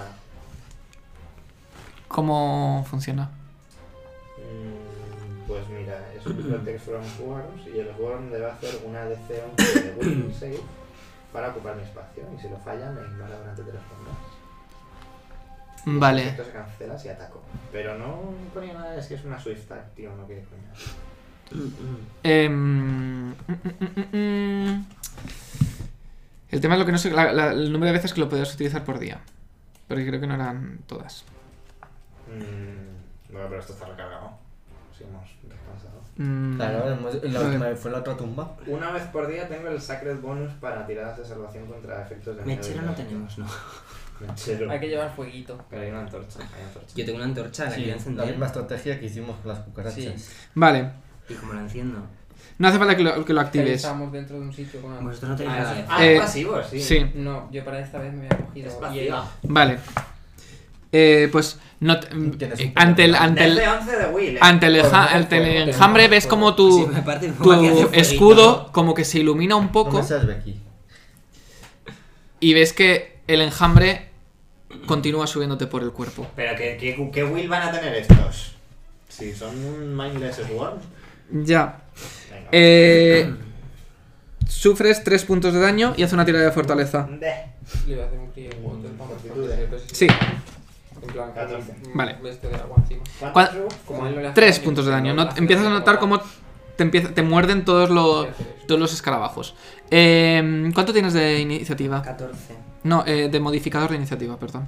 Speaker 1: ¿Cómo funciona?
Speaker 7: Mm, Pues mira, es un Protect from Worms y el Worm debe hacer una DC 11 de Wisdom Save para ocupar mi espacio. Y si lo falla, me ignora durante tres rondas.
Speaker 1: Vale.
Speaker 7: Esto se cancela si ataco. Pero no ponía nada, es que es una Swift Act, tío, no quiere coño.
Speaker 1: Em, mm, mm, mm, mm. El tema es lo que no sé, la- la- el número de veces que lo podías utilizar por día. Porque creo que no eran todas.
Speaker 7: Mm, bueno, pero esto está recargado. Si hemos descansado.
Speaker 1: Mm,
Speaker 3: Claro, hemos- la última vez fue la otra tumba.
Speaker 7: Una vez por día tengo el Sacred Bonus para tiradas de salvación contra efectos de miedo y
Speaker 5: Mechero no
Speaker 7: daño.
Speaker 5: tenemos, no.
Speaker 7: Mechero.
Speaker 2: Hay que llevar fueguito.
Speaker 7: Pero hay una antorcha, hay antorcha.
Speaker 5: Yo tengo una antorcha, la
Speaker 3: Sí,
Speaker 5: quiero
Speaker 3: la
Speaker 5: encender.
Speaker 3: misma estrategia que hicimos con las cucarachas.
Speaker 2: Sí.
Speaker 1: Vale.
Speaker 5: ¿Y cómo la enciendo?
Speaker 1: No hace falta que lo, que lo actives.
Speaker 2: Estamos dentro de un sitio con una...
Speaker 5: Vosotros no tenéis
Speaker 2: Ah,
Speaker 5: nada.
Speaker 7: Ah,
Speaker 1: Eh,
Speaker 7: pasivo, sí.
Speaker 1: Sí,
Speaker 2: No, yo para esta vez me había cogido.
Speaker 7: Es
Speaker 5: Ah,
Speaker 2: y
Speaker 7: pasiva.
Speaker 1: vale. Eh, pues no te- eh,
Speaker 3: Tienes un
Speaker 1: ante el, ante el,
Speaker 7: Desde 11 de Will, eh.
Speaker 1: Ante el,
Speaker 2: Por
Speaker 1: enja-
Speaker 2: debajo
Speaker 1: ante el
Speaker 2: del fuego,
Speaker 1: enjambre
Speaker 2: del
Speaker 1: ves
Speaker 2: fuego.
Speaker 1: como tu,
Speaker 5: Sí, me parece un poco que hace
Speaker 1: tu
Speaker 5: fueguito.
Speaker 1: escudo como que se ilumina un
Speaker 3: No
Speaker 1: poco
Speaker 3: me seas Becky.
Speaker 1: y ves que el enjambre continúa subiéndote por el cuerpo.
Speaker 7: Pero ¿qué, qué, qué Will van a tener estos? Si son un Mindless Swarm.
Speaker 1: Ya.
Speaker 7: Venga.
Speaker 1: Eh, sufres 3 puntos de daño y haz una tirada de fortaleza.
Speaker 7: De.
Speaker 2: Le voy a hacer un crío en water para
Speaker 7: Fortitude.
Speaker 2: que sepa si-
Speaker 1: Sí.
Speaker 2: En plan,
Speaker 7: Catorce.
Speaker 2: como-
Speaker 1: Vale.
Speaker 2: Ves que de agua encima.
Speaker 1: ¿Cuál-
Speaker 7: ¿Cuánto?
Speaker 2: Como a él no le hace
Speaker 1: 3
Speaker 2: daño,
Speaker 1: puntos de daño.
Speaker 2: no
Speaker 1: No-
Speaker 2: hace
Speaker 1: empiezas a
Speaker 2: daño
Speaker 1: notar
Speaker 2: como
Speaker 1: cómo te, empieza- te muerden todos los, todos los escarabajos. Eh, ¿Cuánto tienes de iniciativa?
Speaker 5: 14.
Speaker 1: No, eh, de modificador de iniciativa, perdón.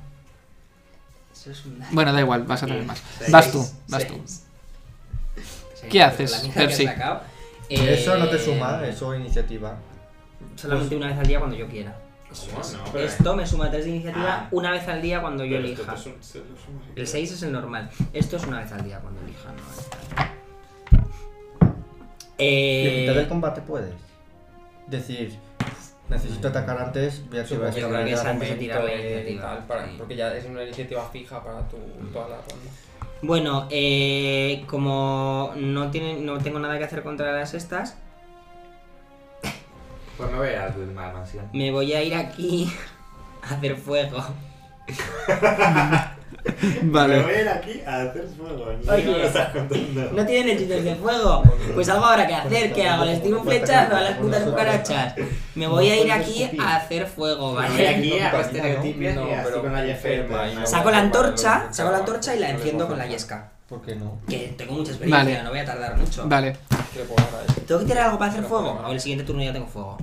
Speaker 5: Eso es un daño.
Speaker 1: Bueno, da igual, vas a tener más.
Speaker 7: Seis,
Speaker 1: Vas tú, vas tú. ¿Qué haces, Percy?
Speaker 5: Percy?
Speaker 3: Eso no te suma, eh. eso es iniciativa.
Speaker 5: eh, Solamente una vez al día cuando yo quiera. Eso
Speaker 7: ¿Cómo?
Speaker 5: es.
Speaker 7: No, pero-
Speaker 5: Esto me suma 3 de iniciativa
Speaker 7: Ah.
Speaker 5: una vez al día cuando yo
Speaker 7: Pero esto
Speaker 5: elija.
Speaker 7: te sum- se lo sumas y
Speaker 5: El
Speaker 7: te-
Speaker 5: 6 es el normal. Esto es una vez al día cuando elija, no es tal.
Speaker 3: Y en mitad del
Speaker 5: Eh,
Speaker 3: combate puedes decir, necesito atacar antes, voy a activar
Speaker 2: Supongo
Speaker 3: esta
Speaker 5: yo creo que es
Speaker 3: habilidad.
Speaker 5: antes de tirar la
Speaker 2: momento y
Speaker 5: iniciativa,
Speaker 2: tal, para-
Speaker 5: sí.
Speaker 2: Porque ya es una iniciativa fija para tu, toda la ronda.
Speaker 5: bueno, eh, como no, tiene, no tengo nada que hacer contra las estas,
Speaker 7: Pues no veas Will mal mansión.
Speaker 5: me voy a ir aquí a hacer fuego.
Speaker 7: Me voy a ir aquí a hacer fuego. No
Speaker 5: Oye.
Speaker 7: me lo estás contando.
Speaker 5: No tienen hechizos de fuego. Pues algo habrá que hacer. ¿Qué hago? Les tiro un flechazo a las putas cucarachas. Me voy a ir aquí a hacer fuego,
Speaker 7: Me voy
Speaker 5: ¿vale?
Speaker 7: aquí a
Speaker 3: No,
Speaker 7: estereotipias y así
Speaker 2: pero
Speaker 7: con la
Speaker 2: enferma y no-
Speaker 7: Jefferma.
Speaker 5: Saco la antorcha, saco la antorcha y la enciendo con la yesca.
Speaker 3: ¿Por qué no?
Speaker 5: Que tengo mucha experiencia,
Speaker 1: Vale.
Speaker 5: no voy a tardar mucho.
Speaker 1: Vale.
Speaker 2: Que le puedo dar a él.
Speaker 5: ¿Tengo que tirar algo para hacer fuego? O el siguiente turno ya tengo fuego.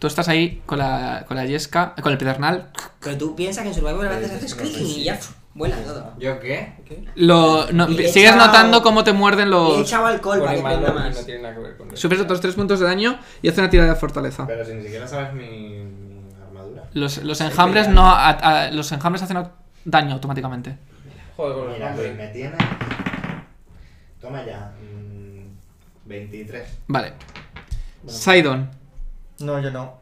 Speaker 1: Tú estás ahí con la, con la yesca, con el pedernal.
Speaker 5: Pero tú piensas que en Survivor a veces haces clicking y ya pf, vuela todo.
Speaker 7: ¿Yo qué?
Speaker 1: Lo, no-
Speaker 5: Y le he
Speaker 1: sigues
Speaker 5: echado-
Speaker 1: notando cómo te muerden
Speaker 5: Le he
Speaker 1: los...
Speaker 5: echado alcohol para
Speaker 2: Pone
Speaker 5: que
Speaker 2: malo
Speaker 5: prenda
Speaker 2: y no
Speaker 5: más.
Speaker 2: tiene nada que ver con eso.
Speaker 1: Sufres otros 3 puntos de daño y hace una tirada de fortaleza.
Speaker 7: Pero si ni siquiera sabes mi, mi armadura.
Speaker 1: Los, los enjambres no... a- a- los enjambres hacen au- daño automáticamente.
Speaker 2: Joder con los
Speaker 7: Mira, Will,
Speaker 2: nombres.
Speaker 7: me tiene. Toma ya. mm, 23.
Speaker 1: Vale. Sidon.
Speaker 3: No, yo no.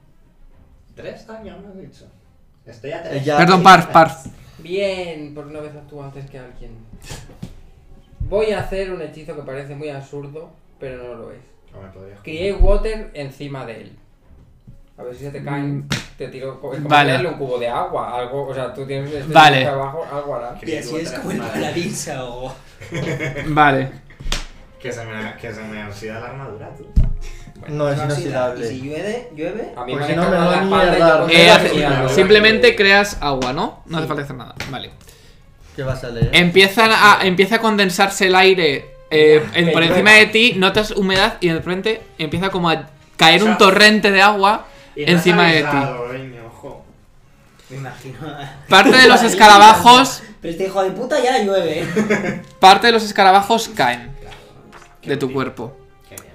Speaker 7: ¿Tres daños me has dicho? Estoy a
Speaker 3: Eh,
Speaker 7: tres.
Speaker 3: ya-
Speaker 1: Perdón, Parf, Parf.
Speaker 2: Bien, por una vez actúa antes que alguien. Voy a hacer un hechizo que parece muy absurdo, pero no lo es.
Speaker 7: No me podría joder.
Speaker 2: Crié water encima de él. A ver si se te caen, te tiro. Es como
Speaker 1: Vale.
Speaker 2: tirarle un cubo de agua, algo. O sea, tú tienes este
Speaker 1: Vale.
Speaker 2: de abajo, algo hará.
Speaker 5: Y así es como el paladín se ahogó.
Speaker 1: Vale.
Speaker 7: Que se me, que se me oxida la armadura, tú.
Speaker 3: no, es
Speaker 5: No oxida. Y si
Speaker 3: inoxidable.
Speaker 5: llueve, llueve.
Speaker 2: A mí
Speaker 3: Porque
Speaker 2: me
Speaker 3: si no,
Speaker 2: han
Speaker 3: me
Speaker 2: cagado
Speaker 3: va
Speaker 2: la
Speaker 3: a
Speaker 2: espalda y yo
Speaker 3: mierda.
Speaker 2: con
Speaker 1: Eh,
Speaker 2: la
Speaker 1: hace-
Speaker 2: mierda.
Speaker 1: simplemente creas agua, ¿no? No hace falta hacer nada. Vale.
Speaker 3: ¿Qué vas a leer?
Speaker 1: Empiezan a, empieza a condensarse el aire eh, en- por
Speaker 5: Pero-
Speaker 1: encima de ti, notas humedad y de repente empieza como a caer un
Speaker 7: Chao.
Speaker 1: torrente de agua
Speaker 7: Y no
Speaker 1: encima de
Speaker 7: has
Speaker 1: ti.
Speaker 7: avisado, Leño, ojo.
Speaker 5: Me imagino.
Speaker 1: Parte de los escarabajos,
Speaker 5: Pero este hijo de puta ya llueve.
Speaker 1: parte de los escarabajos caen de tu
Speaker 7: Qué
Speaker 1: cuerpo.
Speaker 7: Qué bien.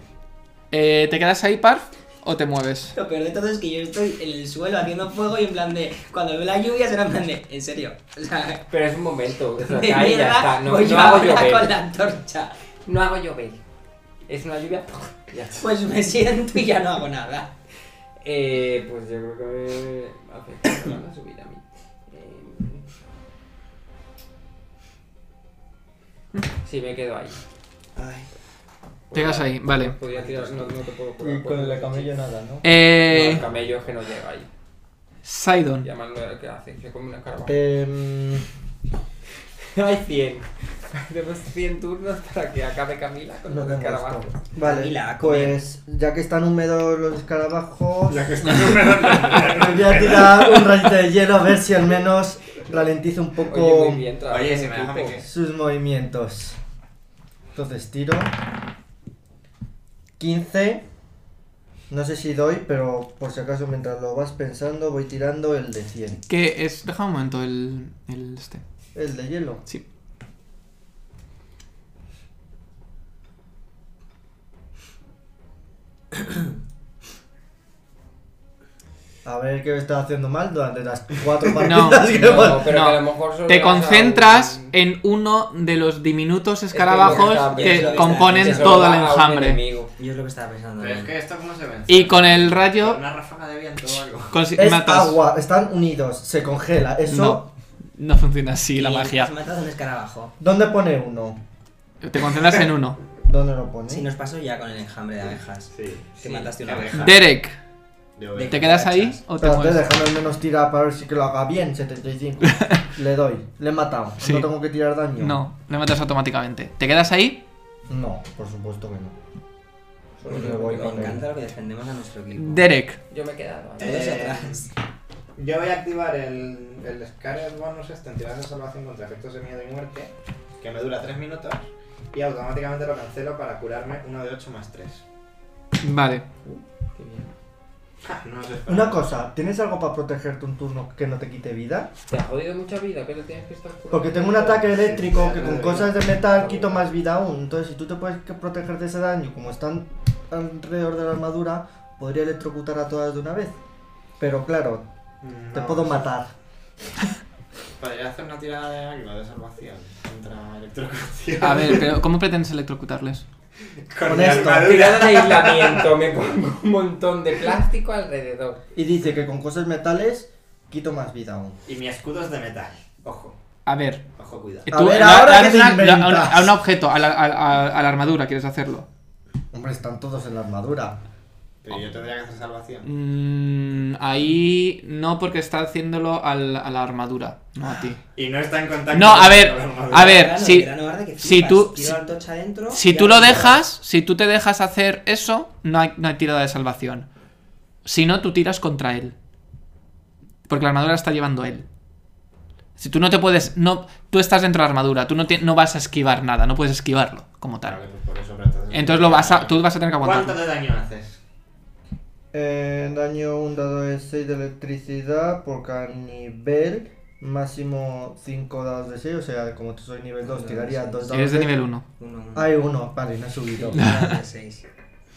Speaker 1: Eh, ¿Te quedas ahí, Parf, o te mueves?
Speaker 5: Lo peor de todo es que yo estoy en el suelo haciendo fuego y en plan de. Cuando veo la lluvia será en plan de. En serio. O sea.
Speaker 2: Pero es un momento, o sea, cae
Speaker 5: De
Speaker 2: y ya
Speaker 5: mierda,
Speaker 2: está. No,
Speaker 5: voy yo
Speaker 2: no hago
Speaker 5: ahora con
Speaker 2: llover.
Speaker 5: la antorcha.
Speaker 2: No hago llover. es una lluvia. Ya.
Speaker 5: Pues me siento y ya no hago nada.
Speaker 2: Eh, pues yo creo que afecta me van a subir a mí. Eh, Sí, me quedo ahí.
Speaker 1: Llegas ahí, vale.
Speaker 2: Podría tirar, no, no te puedo curar.
Speaker 3: Y con el camello nada, ¿no?
Speaker 2: No, el
Speaker 1: Eh.
Speaker 2: camello es que no llega ahí.
Speaker 1: Sidon.
Speaker 2: Llamarlo que hace, se come una carabajal.
Speaker 3: Eh,
Speaker 2: Hay 100. Tenemos 100 turnos para que acabe Camila con
Speaker 3: no
Speaker 2: los
Speaker 3: tengo
Speaker 2: escarabajos.
Speaker 3: esto. Vale,
Speaker 5: Camila, come.
Speaker 3: pues ya que están húmedos los escarabajos,
Speaker 7: Ya que está número
Speaker 3: voy a tirar un rayito de hielo a ver si al menos ralentiza un poco
Speaker 2: Oye, muy bien, trabajo
Speaker 7: Oye,
Speaker 2: en
Speaker 7: si me dejan
Speaker 2: equipo.
Speaker 7: que-
Speaker 3: sus movimientos. Entonces tiro. 15. No sé si doy, pero por si acaso mientras lo vas pensando voy tirando el de 100.
Speaker 1: Que es. Deja un momento el. el este.
Speaker 3: El de hielo.
Speaker 1: Sí.
Speaker 3: A ver qué está haciendo mal durante las cuatro
Speaker 1: No,
Speaker 3: partidas que hemos-
Speaker 2: No, pero
Speaker 1: no.
Speaker 2: que a lo mejor solo
Speaker 1: Te
Speaker 2: le vas a
Speaker 1: concentras
Speaker 2: un-
Speaker 1: en uno de los diminutos
Speaker 2: Es que es lo
Speaker 1: escarabajos
Speaker 2: estaba
Speaker 1: que
Speaker 2: pensando,
Speaker 1: componen
Speaker 2: que solo
Speaker 1: todo
Speaker 2: va
Speaker 1: el
Speaker 3: Ah,
Speaker 2: a un
Speaker 1: enjambre.
Speaker 2: enemigo.
Speaker 5: Yo es lo que estaba pensando.
Speaker 7: Pero es
Speaker 5: también.
Speaker 7: que esto cómo se vence.
Speaker 1: Y con el rayo
Speaker 7: Una ráfaga de viento o algo.
Speaker 1: consi-
Speaker 3: Es
Speaker 1: matas.
Speaker 3: agua, están unidos, se congela. Eso.
Speaker 1: No, no funciona así la
Speaker 5: Y
Speaker 1: magia.
Speaker 5: Has matado un escarabajo.
Speaker 3: ¿Dónde pone uno?
Speaker 1: Te concentras en uno.
Speaker 3: ¿Dónde lo pone?
Speaker 5: Si nos pasó ya con el enjambre de abejas.
Speaker 7: Sí.
Speaker 5: Que mataste una
Speaker 7: abeja.
Speaker 5: abeja.
Speaker 1: Derek,
Speaker 7: De oveja.
Speaker 1: ¿te quedas ahí o te
Speaker 3: Espérate,
Speaker 1: mueves?
Speaker 3: déjame al menos tirar para ver si que lo haga bien, 75. le doy, le he matado.
Speaker 1: Sí.
Speaker 3: No tengo que tirar daño.
Speaker 1: No, le matas automáticamente. ¿Te quedas ahí?
Speaker 3: No, por supuesto que no.
Speaker 5: Pues
Speaker 2: Solo
Speaker 3: Me
Speaker 2: yo
Speaker 3: voy
Speaker 2: me
Speaker 5: Me
Speaker 3: con
Speaker 2: quedo.
Speaker 3: él.
Speaker 5: encanta lo que defendemos a nuestro equipo.
Speaker 1: Derek,
Speaker 2: Yo me he quedado. ahí.
Speaker 5: Todos
Speaker 7: Eh,
Speaker 5: atrás.
Speaker 7: Yo voy a activar el, el Scarlet Bonus este en tiradas de salvación contra efectos de miedo y muerte, que me dura 3 minutos, y automáticamente lo cancelo para curarme 1 de 8 más 3.
Speaker 1: vale.
Speaker 2: Qué bien.
Speaker 7: No os espero.
Speaker 3: Una cosa, ¿tienes algo para protegerte un turno que no te quite vida?
Speaker 2: Te ha jodido mucha vida, que le tienes que estar curando.
Speaker 3: Porque tengo un ataque eléctrico que con cosas de metal quito más vida aún. Entonces, si tú te puedes que proteger de ese daño, como están alrededor de la armadura, podría electrocutar a todas de una vez. Pero claro,
Speaker 7: Mm,
Speaker 3: te
Speaker 7: no,
Speaker 3: puedo matar.
Speaker 7: Podría hacer una tirada de algo de salvación contra electrocución.
Speaker 1: A ver, pero ¿cómo pretendes electrocutarlos?
Speaker 7: con,
Speaker 3: con
Speaker 7: mi
Speaker 3: esto.
Speaker 7: armadura.
Speaker 2: Tirada de aislamiento, me pongo un montón de plástico alrededor.
Speaker 3: Y dice que con cosas metales quito más vida aún.
Speaker 7: Y mi escudo es de metal. Ojo,
Speaker 1: A ver,
Speaker 7: ojo, cuidado.
Speaker 1: tú
Speaker 3: A ver,
Speaker 1: le-
Speaker 3: ahora
Speaker 1: le haces
Speaker 3: que te
Speaker 1: una- le- a un-
Speaker 3: inventas.
Speaker 1: a un objeto, a la, a- a- a la armadura quieres hacerlo.
Speaker 3: Hombre, están todos en la armadura.
Speaker 7: Pero yo tendría que hacer salvación.
Speaker 1: Mm, ahí no, porque está haciéndolo al- a la armadura, no a ti.
Speaker 7: Y no está en contacto
Speaker 1: No, a
Speaker 7: con
Speaker 1: ver,
Speaker 7: la armadura.
Speaker 1: a ver,
Speaker 5: Grano,
Speaker 1: si-
Speaker 5: grano verde que
Speaker 1: si
Speaker 5: flipas.
Speaker 1: tú-
Speaker 5: Tiro
Speaker 1: si-
Speaker 5: al tocha adentro y
Speaker 1: Si tú lo
Speaker 5: ahora-
Speaker 1: dejas, si tú te dejas hacer eso, no hay, no hay tirada de salvación. Si no, tú tiras contra él. Porque la armadura la está llevando él. Si tú no te puedes. No, tú estás dentro de la armadura, tú no, te- no vas a esquivar nada, no puedes esquivarlo como
Speaker 7: Vale,
Speaker 1: tal.
Speaker 7: pues por eso, pero entonces.
Speaker 1: Entonces lo vas a, tú vas a tener que
Speaker 7: ¿Cuánto
Speaker 1: aguantar.
Speaker 7: de daño haces?
Speaker 3: Eh, daño un dado de 6 de electricidad por cada nivel. Máximo 5 dados de 6, o sea, como tú soy nivel 2, tiraría 2 dados
Speaker 1: Eres de nivel 1.
Speaker 5: Uno, uno.
Speaker 3: Hay uno, vale, no he subido.
Speaker 5: Uno de seis.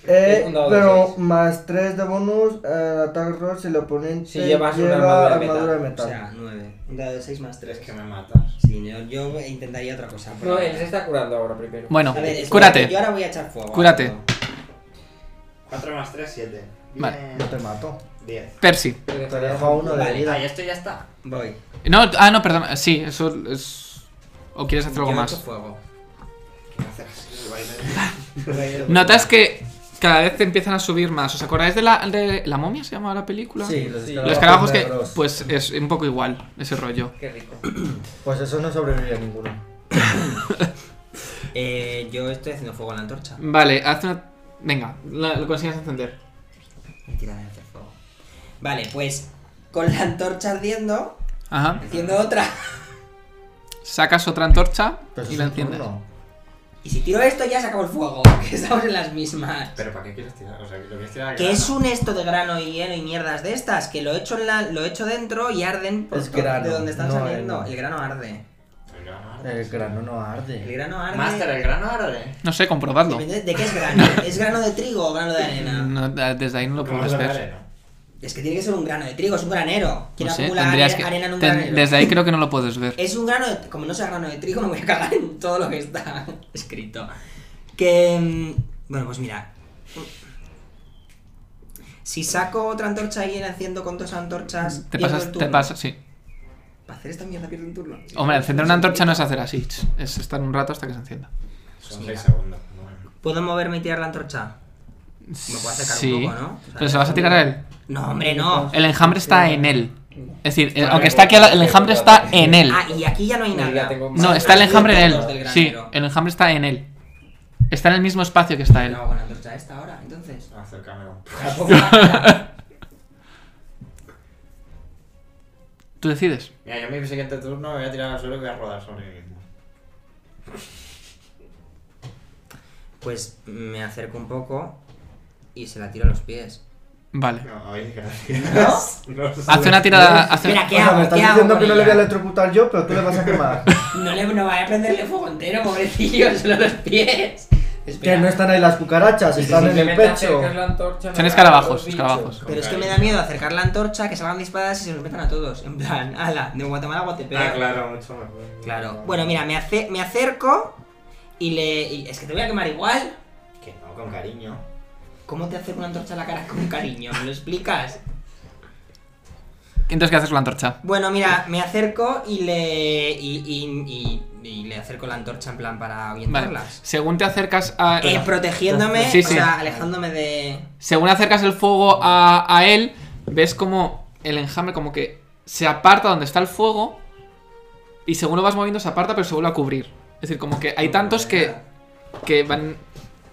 Speaker 3: Eh,
Speaker 2: Es un dado de
Speaker 3: pero
Speaker 2: seis.
Speaker 3: más 3 de bonus al ataque roll si el oponente
Speaker 2: Si llevas una
Speaker 3: lleva
Speaker 2: armadura de
Speaker 3: armadura de
Speaker 5: O
Speaker 3: metal.
Speaker 5: sea, nueve. Un dado de seis más
Speaker 7: Tres
Speaker 5: tres.
Speaker 7: que me matas.
Speaker 5: Sí, yo, yo intentaría otra cosa. pero-
Speaker 2: No, él se está curando ahora primero.
Speaker 1: Bueno,
Speaker 5: A ver, espérate, Yo
Speaker 1: cúrate.
Speaker 5: ahora voy a echar fuego.
Speaker 1: Cúrate.
Speaker 5: algo.
Speaker 7: 4 más 3, 7.
Speaker 1: Vale.
Speaker 3: Yo te mato.
Speaker 7: 10.
Speaker 1: Percy.
Speaker 2: Te
Speaker 3: Te
Speaker 2: dejaría-
Speaker 3: dejo a uno de
Speaker 5: Vale,
Speaker 3: vida.
Speaker 7: Ah, y esto ya está.
Speaker 5: Voy.
Speaker 1: No, ah, no, perdón. Sí, eso es. ¿O quieres hacer algo
Speaker 5: Yo
Speaker 1: más?
Speaker 5: echo fuego.
Speaker 7: ¿Qué hacer así? El baile.
Speaker 1: Notas que cada vez te empiezan a subir más. ¿Os acordáis de la, de la momia? ¿Se llamaba la película?
Speaker 3: Sí, los
Speaker 2: Sí.
Speaker 1: Los
Speaker 3: escarabajos
Speaker 1: carabajos que.
Speaker 3: negros. Pues...
Speaker 1: Pues es un poco igual, ese rollo.
Speaker 2: Qué rico.
Speaker 3: Pues eso no sobrevive a ninguno.
Speaker 5: Eh, yo estoy haciendo fuego en la antorcha.
Speaker 1: Vale, haz una. Venga, la- lo consigues encender.
Speaker 5: Mentira, voy a hacer fuego. Vale, pues con la antorcha ardiendo,
Speaker 1: Ajá.
Speaker 5: haciendo otra.
Speaker 1: Sacas otra antorcha
Speaker 3: Pero eso
Speaker 1: y
Speaker 3: es
Speaker 1: la
Speaker 3: un
Speaker 1: enciendes.
Speaker 3: turno.
Speaker 5: Y si tiro esto ya se acabó el fuego, que estamos en las mismas.
Speaker 7: Pero ¿para qué quieres tirar? O sea, que lo quieres tirar al
Speaker 5: Que
Speaker 7: grano.
Speaker 5: es un esto de grano y hielo y mierdas de estas, que lo echo en la, lo echo dentro y arden por
Speaker 3: Es
Speaker 5: todo-
Speaker 3: grano,
Speaker 5: de donde están
Speaker 3: no
Speaker 5: saliendo.
Speaker 3: arena.
Speaker 5: El grano arde.
Speaker 7: El grano arde.
Speaker 3: El grano no
Speaker 5: El
Speaker 3: arde.
Speaker 5: grano arde.
Speaker 7: Master, el grano arde.
Speaker 1: No sé, comprobadlo.
Speaker 5: Depende ¿De qué es grano? ¿Es grano de trigo o grano de arena?
Speaker 1: No, da- desde ahí no lo
Speaker 7: ¿Cómo
Speaker 1: puedes
Speaker 7: es el
Speaker 1: ver.
Speaker 7: arena?
Speaker 5: Es que tiene que ser un grano de trigo, es un granero. ¿Quién
Speaker 1: No sé,
Speaker 5: acumula
Speaker 1: tendrías
Speaker 5: arena,
Speaker 1: que.
Speaker 5: arena en un
Speaker 1: ten-
Speaker 5: granero?
Speaker 1: desde ahí creo que no lo puedes ver.
Speaker 5: Es un grano de... Como no sea grano de trigo, me voy a cagar en todo lo que está escrito. Que... mm, Bueno, pues mira. Si saco otra antorcha y viene haciendo con dos antorchas.
Speaker 1: Te
Speaker 5: pierdo
Speaker 1: pasas, te
Speaker 5: el turno.
Speaker 1: pasas, sí.
Speaker 5: Para hacer esta mierda pierdo un turno.
Speaker 1: Hombre, encender una antorcha no es hacer así, ch, es estar un rato hasta que se encienda.
Speaker 7: Son
Speaker 5: Mira.
Speaker 7: 6 segundos. bueno.
Speaker 5: ¿Puedo moverme y tirar la antorcha? Me puedo acercar un
Speaker 1: Sí.
Speaker 5: poco, ¿no? O sea,
Speaker 1: Pero se vas a tirar a él.
Speaker 5: No, hombre, no.
Speaker 1: El enjambre está en él. Es decir, eh,
Speaker 4: Vale,
Speaker 1: aunque está aquí, al- el enjambre está en él.
Speaker 5: Ah, y aquí ya no hay
Speaker 2: Ya
Speaker 5: nada.
Speaker 2: tengo
Speaker 1: No,
Speaker 2: más.
Speaker 1: está el enjambre en
Speaker 5: Los del
Speaker 1: él. Sí,
Speaker 5: granero.
Speaker 1: el enjambre está en él. Está en el mismo espacio que está él.
Speaker 5: No, bueno, antorcha esta ahora, entonces.
Speaker 7: Acércamelo.
Speaker 5: Tampoco va a quedar.
Speaker 1: Tú decides.
Speaker 7: Mira, yo en mi siguiente turno voy a tirar al suelo y voy a rodar sobre mí mismo.
Speaker 5: Pues me acerco un poco y se la tiro a los pies.
Speaker 1: Vale.
Speaker 7: No, oye, gracias. No sé.
Speaker 1: Hace una tirada. hace-
Speaker 5: Mira,
Speaker 3: O
Speaker 5: ¿qué
Speaker 3: sea,
Speaker 5: hago?
Speaker 3: me estás
Speaker 5: ¿Qué hago
Speaker 3: diciendo
Speaker 5: con
Speaker 3: que no le voy a
Speaker 5: ella?
Speaker 3: electrocutar yo, pero tú le vas a quemar.
Speaker 5: No le no vaya a prenderle fuego entero, pobrecillo, solo los pies.
Speaker 3: que
Speaker 5: Espera.
Speaker 3: no están ahí las cucarachas, están en el
Speaker 2: Simplemente
Speaker 3: pecho.
Speaker 2: acercas la antorcha,
Speaker 1: Son
Speaker 2: no
Speaker 1: escarabajos,
Speaker 2: los bichos.
Speaker 1: escarabajos.
Speaker 5: Pero es que me da miedo acercar la antorcha, que salgan disparadas y se nos metan a todos. En plan, ala, de Guatemala a Guatepec.
Speaker 7: Ah, claro, mucho mejor.
Speaker 5: Claro. Bueno, mira, me, ace- me acerco y le. y- es que te voy a quemar igual.
Speaker 7: Que no, con cariño.
Speaker 5: ¿Cómo te acerco una antorcha a la cara con cariño? ¿Me lo explicas?
Speaker 1: Entonces, ¿qué haces con la antorcha?
Speaker 5: Bueno, mira, me acerco y le. y, y- y- y le acerco la antorcha en plan para
Speaker 1: Vale.
Speaker 5: orientarlas.
Speaker 1: Según te acercas a.
Speaker 5: Eh, protegiéndome,
Speaker 1: Sí,
Speaker 5: o
Speaker 1: sí.
Speaker 5: sea, alejándome de.
Speaker 1: Según acercas el fuego a, a él, ves como el enjambre como que se aparta donde está el fuego y según lo vas moviendo se aparta pero se vuelve a cubrir. Es decir, como que hay tantos que, que van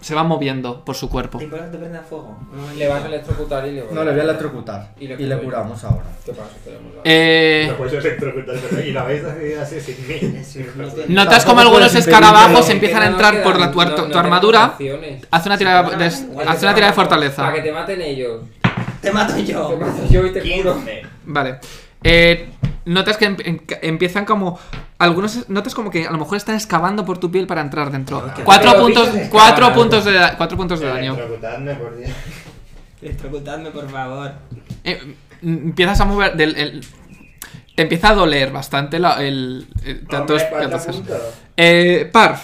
Speaker 1: se van moviendo por su cuerpo.
Speaker 5: ¿Te importa que te prenda fuego?
Speaker 2: Le vas a electrocutar y le
Speaker 3: No, le voy a electrocutar.
Speaker 2: pues, Y
Speaker 3: Y
Speaker 2: le
Speaker 3: le,
Speaker 2: curo yo.
Speaker 3: curamos ahora.
Speaker 2: ¿Qué pasa? Tenemos la-
Speaker 1: Eh,
Speaker 7: No puedes electrocutarse y lo habéis decidido así sin mí.
Speaker 1: notas como
Speaker 3: Tampoco
Speaker 1: algunos
Speaker 3: puedes
Speaker 1: escarabajos
Speaker 3: impedirlo.
Speaker 1: empiezan
Speaker 2: Que
Speaker 1: a
Speaker 2: no nos
Speaker 1: entrar por
Speaker 2: quedan-
Speaker 1: la, tu, ar-
Speaker 2: no-
Speaker 1: tu
Speaker 2: no tenemos
Speaker 1: armadura.
Speaker 2: opciones.
Speaker 1: Haz una tirada de,
Speaker 2: Para que
Speaker 1: haz
Speaker 2: te
Speaker 1: una tirada de
Speaker 2: maten-
Speaker 1: fortaleza.
Speaker 2: Para que te maten ellos.
Speaker 5: Te mato
Speaker 3: Oh.
Speaker 2: Te
Speaker 5: yo.
Speaker 2: mato yo y te curo.
Speaker 1: Vale. Eh, notas que em- em- empiezan como. Algunos. Notas como que a lo mejor están excavando por tu piel para entrar dentro.
Speaker 5: Ok.
Speaker 1: Cuatro
Speaker 7: Pero
Speaker 1: puntos.
Speaker 7: bichos
Speaker 1: Cuatro
Speaker 7: excavan.
Speaker 1: puntos de, da- cuatro puntos Pues de daño.
Speaker 7: Electrocutadme, por Dios.
Speaker 5: Electrocutadme, por favor.
Speaker 1: Eh, mm, empiezas a mover. del- el- te empieza a doler bastante la- el. eh, el- tantos-
Speaker 7: Hombre, cuatro
Speaker 1: tantos-
Speaker 7: puntos.
Speaker 1: Eh, Parf.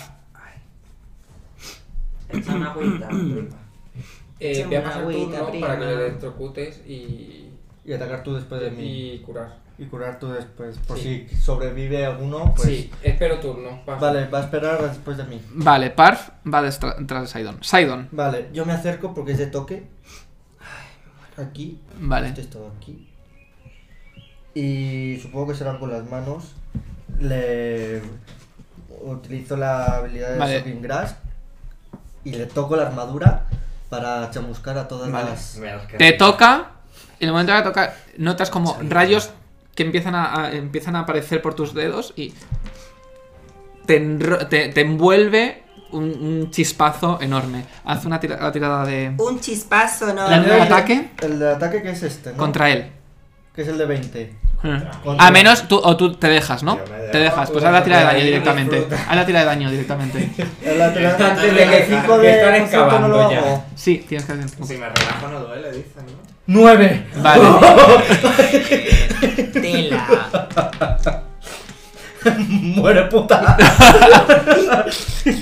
Speaker 5: Echa una agüita.
Speaker 2: Eh,
Speaker 5: Echa
Speaker 2: voy a
Speaker 5: una
Speaker 2: pasar
Speaker 5: agüita,
Speaker 2: turno
Speaker 5: prima.
Speaker 2: para que le electrocutes y,
Speaker 3: Y atacar tú después de mí.
Speaker 2: y curar.
Speaker 3: Y curar tú después. Por
Speaker 2: Sí.
Speaker 3: si sobrevive alguno, pues.
Speaker 2: Sí, espero turno. paso.
Speaker 3: Vale, va a esperar después de mí.
Speaker 1: Vale, Parf va destra- tras de Sidon. Sidon.
Speaker 3: Vale, yo me acerco porque es de toque. Aquí.
Speaker 1: Vale.
Speaker 3: Este es todo aquí. Y supongo que serán con las manos. Le utilizo la habilidad de
Speaker 1: Vale.
Speaker 3: Shocking Grasp y le toco la armadura para chamuscar a todas
Speaker 1: Vale.
Speaker 3: las.
Speaker 7: Me las
Speaker 1: Te
Speaker 7: quedo.
Speaker 1: toca. En el momento que te toca, notas como rayos que empiezan a, a- empiezan a aparecer por tus dedos y te, enro- te- te envuelve un, un chispazo enorme. Haz una tira- la tirada de
Speaker 5: Un chispazo, no.
Speaker 1: ¿La- ¿El ataque?
Speaker 3: Ah, El de ataque que es este, ¿no?
Speaker 1: contra él.
Speaker 3: Que es el de 20.
Speaker 1: A menos tú o tú te dejas, ¿no?
Speaker 7: Yo me dejo.
Speaker 1: Te dejas, pues
Speaker 3: Tú
Speaker 1: haz la tira de
Speaker 3: déjate
Speaker 1: daño
Speaker 3: ahí,
Speaker 1: directamente.
Speaker 3: disfruta.
Speaker 1: Haz la tira de daño directamente.
Speaker 3: El ataque
Speaker 2: que-
Speaker 3: de que 5
Speaker 2: que están
Speaker 3: de concepto no lo
Speaker 2: excavando ya.
Speaker 3: hago.
Speaker 1: Sí, tienes que hacer.
Speaker 7: Si me relajo no duele, dicen, ¿no?
Speaker 3: 9.
Speaker 1: Vale. ¿Eh?
Speaker 5: Tela.
Speaker 3: Muere puta.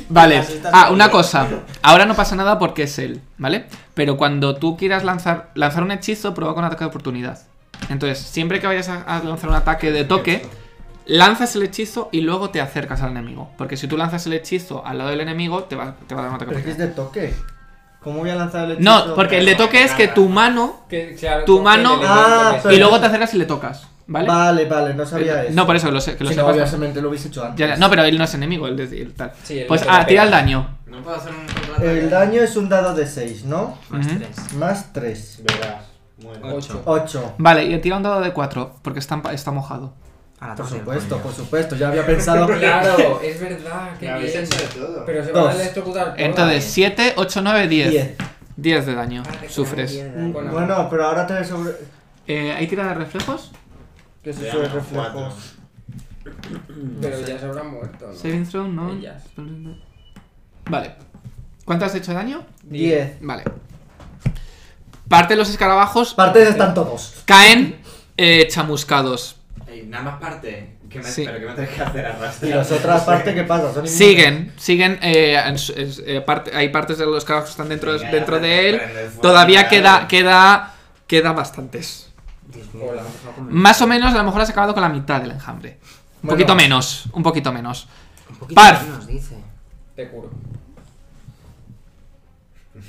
Speaker 1: Vale.
Speaker 5: Así estás
Speaker 1: Ah,
Speaker 5: bien.
Speaker 1: una cosa. Ahora no pasa nada porque es él, ¿vale? Pero cuando tú quieras lanzar, lanzar un hechizo, prueba con ataque de oportunidad. Entonces, siempre que vayas a, a lanzar un ataque de toque, lanzas el hechizo y luego te acercas al enemigo. Porque si tú lanzas el hechizo al lado del enemigo, te va, te va a dar un ataque. de
Speaker 3: Pero es que es
Speaker 1: oportunidad.
Speaker 3: de toque. ¿Cómo voy a lanzar el hechizo?
Speaker 1: No, porque el de toque es que tu mano
Speaker 2: Que, claro,
Speaker 1: Tu
Speaker 2: con que
Speaker 1: mano-
Speaker 2: le-
Speaker 3: Ah,
Speaker 2: le-
Speaker 1: y luego te acercas y le tocas, ¿vale? Eh,
Speaker 3: Vale, vale, no sabía eso.
Speaker 1: No, por eso que lo sé, que lo
Speaker 3: si no,
Speaker 1: sepas.
Speaker 3: obviamente lo hubiese hecho antes.
Speaker 1: Ya, ya. No, pero él no es enemigo, él es el tal.
Speaker 2: Sí, él
Speaker 1: Pues
Speaker 2: te la
Speaker 1: ah, tira el
Speaker 2: pega.
Speaker 1: daño.
Speaker 7: No puedo hacer un contrato.
Speaker 3: El daño es un dado de 6, ¿no?
Speaker 5: Más
Speaker 1: Ujú.
Speaker 5: tres.
Speaker 3: Más 3.
Speaker 7: Verás, muero.
Speaker 5: Ocho.
Speaker 3: 8.
Speaker 1: Vale, y tira un dado de 4, porque está, empa- está mojado.
Speaker 5: A la
Speaker 3: Por
Speaker 5: torre del
Speaker 3: supuesto,
Speaker 5: coño.
Speaker 3: por supuesto. Ya había pensado.
Speaker 2: Claro, es verdad,
Speaker 7: Me
Speaker 2: qué
Speaker 7: habéis
Speaker 2: bien.
Speaker 7: hecho de todo.
Speaker 2: Pero se van a
Speaker 3: Dos.
Speaker 2: electrocutar. todas.
Speaker 1: Entonces, 7, 8, 9, 10.
Speaker 3: 10.
Speaker 1: 10 de daño.
Speaker 5: Ah, te
Speaker 1: Sufres.
Speaker 5: cago en la mierda.
Speaker 3: Bueno, pero ahora te sobre.
Speaker 1: Eh, ¿Hay tirada de reflejos?
Speaker 3: Que se
Speaker 7: Ya,
Speaker 3: sube
Speaker 7: no,
Speaker 3: reflejos.
Speaker 2: Pero ya se habrán muerto. ¿no?
Speaker 1: Saving throw, no.
Speaker 2: Ellas.
Speaker 1: Vale. ¿Cuánto has hecho de daño?
Speaker 3: 10.
Speaker 1: Vale. Parte de los escarabajos
Speaker 3: Partes están todos.
Speaker 1: caen eh, chamuscados.
Speaker 7: Ey, nada más parte. ¿eh? ¿Qué me,
Speaker 1: Sí.
Speaker 7: ¿Pero qué me tenés que hacer
Speaker 3: Y
Speaker 7: arrastrar?
Speaker 3: las otras partes, ¿qué pasa? Son inmunes.
Speaker 1: Siguen, siguen. eh, en su- es- eh, parte- hay partes de los carros que están dentro, de-
Speaker 7: Venga,
Speaker 1: dentro
Speaker 7: ya,
Speaker 1: de él.
Speaker 7: prende el fuego,
Speaker 1: Todavía
Speaker 7: ya,
Speaker 1: queda,
Speaker 7: ya.
Speaker 1: queda, queda bastantes.
Speaker 5: Dios mío,
Speaker 2: Hola.
Speaker 1: Más o menos, a lo mejor has acabado con la mitad del enjambre. Un
Speaker 3: Bueno.
Speaker 1: poquito menos, un poquito menos.
Speaker 5: Un poquito
Speaker 1: Parf.
Speaker 5: menos, dice.
Speaker 2: Te curo.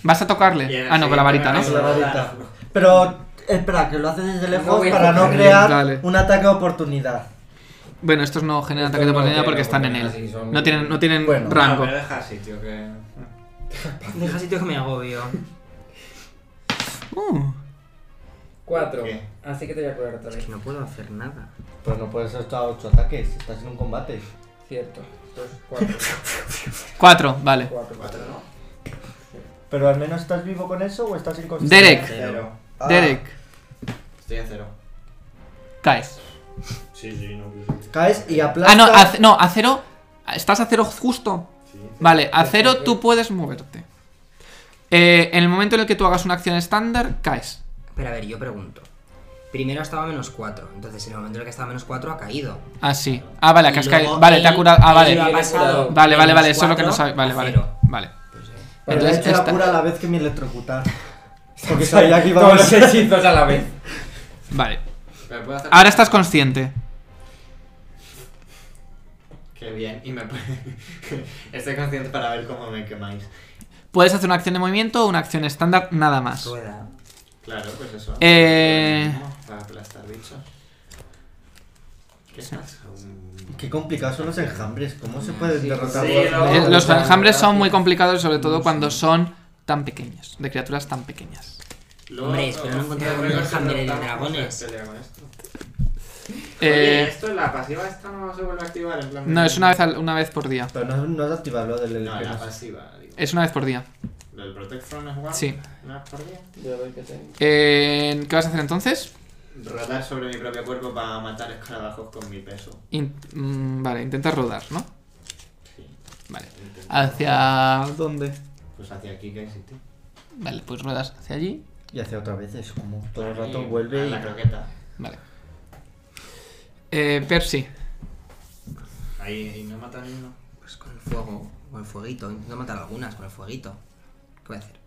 Speaker 1: ¿Vas a
Speaker 7: Y en
Speaker 1: tocarle?
Speaker 7: el
Speaker 1: Ah, no, con la varita,
Speaker 7: siguiente
Speaker 1: ¿no?
Speaker 3: Con la varita. Pero espera, que lo haces desde
Speaker 2: No
Speaker 3: lejos
Speaker 2: voy a
Speaker 3: para no
Speaker 2: tocar.
Speaker 3: crear
Speaker 1: Dale.
Speaker 3: un ataque de oportunidad.
Speaker 1: Bueno, estos no generan
Speaker 2: Estos
Speaker 1: ataque de
Speaker 2: no
Speaker 1: oportunidad
Speaker 2: tienen
Speaker 1: porque están en
Speaker 2: oportunidad, sí,
Speaker 1: él.
Speaker 2: son-
Speaker 1: No tienen, no tienen
Speaker 3: Bueno.
Speaker 1: rango.
Speaker 7: No, pero deja sitio que...
Speaker 5: Deja sitio que me agobio.
Speaker 1: Uh,
Speaker 2: Cuatro.
Speaker 7: ¿Qué?
Speaker 2: Así que te voy a curar otra
Speaker 5: Es
Speaker 2: vez.
Speaker 5: que no puedo hacer nada.
Speaker 3: Pero Pues no puedes estar a 8 ataques, estás en un combate.
Speaker 2: Cierto. Dos, cuatro.
Speaker 1: cuatro, vale.
Speaker 2: Cuatro.
Speaker 7: Cuatro, ¿no?
Speaker 3: Pero al menos estás vivo con eso o estás inconsciente.
Speaker 1: Derek,
Speaker 7: Cero.
Speaker 3: Ah,
Speaker 1: Derek,
Speaker 7: Estoy a cero.
Speaker 1: caes.
Speaker 7: Sí, sí, no.
Speaker 3: Caes y aplastas.
Speaker 1: Ah, no, a, ce- no, a cero. Estás a cero justo. Vale, a cero tú puedes moverte. Eh, en el momento en el que tú hagas una acción estándar, caes.
Speaker 5: Pero a ver, yo pregunto. Primero estaba a menos 4, entonces en el momento en el que estaba a menos 4 ha caído.
Speaker 1: Ah, sí. Ah, vale, que
Speaker 5: Y
Speaker 1: has caído.
Speaker 5: luego
Speaker 1: Vale, te ha
Speaker 5: él-
Speaker 1: curado. Ah,
Speaker 5: él
Speaker 1: vale.
Speaker 5: lo ha pasado
Speaker 1: Vale,
Speaker 5: de
Speaker 1: vale, vale.
Speaker 5: menos
Speaker 1: Eso es lo que no
Speaker 5: 4
Speaker 1: sabes. Vale,
Speaker 5: a
Speaker 1: vale.
Speaker 5: cero.
Speaker 1: Vale.
Speaker 5: Pues, eh,
Speaker 3: Pero le he
Speaker 1: Entonces
Speaker 3: hecho la
Speaker 1: esta-
Speaker 3: cura a la vez que me electrocutar. Porque sabía que iba a
Speaker 2: Todos los hechizos a la vez.
Speaker 1: Vale.
Speaker 7: Pero puedo hacer...
Speaker 1: Ahora estás consciente.
Speaker 7: Qué bien. Y me... Estoy consciente para ver cómo me quemáis.
Speaker 1: Puedes hacer una acción de movimiento o una acción estándar, nada más.
Speaker 5: rueda.
Speaker 7: Claro, pues eso.
Speaker 1: Eh.
Speaker 7: Para aplastar bichos. ¿Qué pasa? Un-
Speaker 3: Qué complicados son los enjambres, ¿cómo se
Speaker 5: Sí,
Speaker 3: pueden derrotar
Speaker 7: Ah, sí,
Speaker 3: los
Speaker 7: no.
Speaker 1: Eh,
Speaker 3: los
Speaker 1: Los
Speaker 3: enjambres?
Speaker 1: enjambres son muy complicados, sobre todo cuando son tan pequeños, de criaturas tan pequeñas.
Speaker 7: Luego-
Speaker 5: Hombre, espero no encontrar un enjambre de
Speaker 7: Estamos
Speaker 5: dragones.
Speaker 7: en pelea con esto. Oye,
Speaker 1: Eh,
Speaker 7: esto la pasiva esta no se vuelve a activar en plan.
Speaker 1: no, es una vez, al- una vez por día.
Speaker 3: Pero no, no has activado lo del
Speaker 7: No, la
Speaker 3: electrocutar.
Speaker 7: pasiva, digo.
Speaker 1: Es una vez por día.
Speaker 7: ¿Lo del Protect From es igual?
Speaker 1: Sí.
Speaker 7: ¿No es por día?
Speaker 2: Yo a ver qué tengo.
Speaker 1: Eh, ¿Qué vas a hacer entonces?
Speaker 7: Rodar sobre mi propio cuerpo para matar escarabajos con mi peso.
Speaker 1: In- mm, vale, intentas rodar, ¿no?
Speaker 7: Sí.
Speaker 1: Vale.
Speaker 7: intento.
Speaker 1: ¿Hacia dónde?
Speaker 7: Pues hacia aquí que existe.
Speaker 1: Vale, pues ruedas hacia allí.
Speaker 3: Y hace otra vez, es como todo el rato
Speaker 7: Ahí,
Speaker 3: vuelve
Speaker 7: a
Speaker 3: y...
Speaker 7: la croqueta.
Speaker 1: Vale. Eh, Percy.
Speaker 7: Ahí, ahí no mata ni uno.
Speaker 5: Pues con el fuego, con el fueguito. Intento matar algunas con el fueguito. ¿Qué voy a hacer?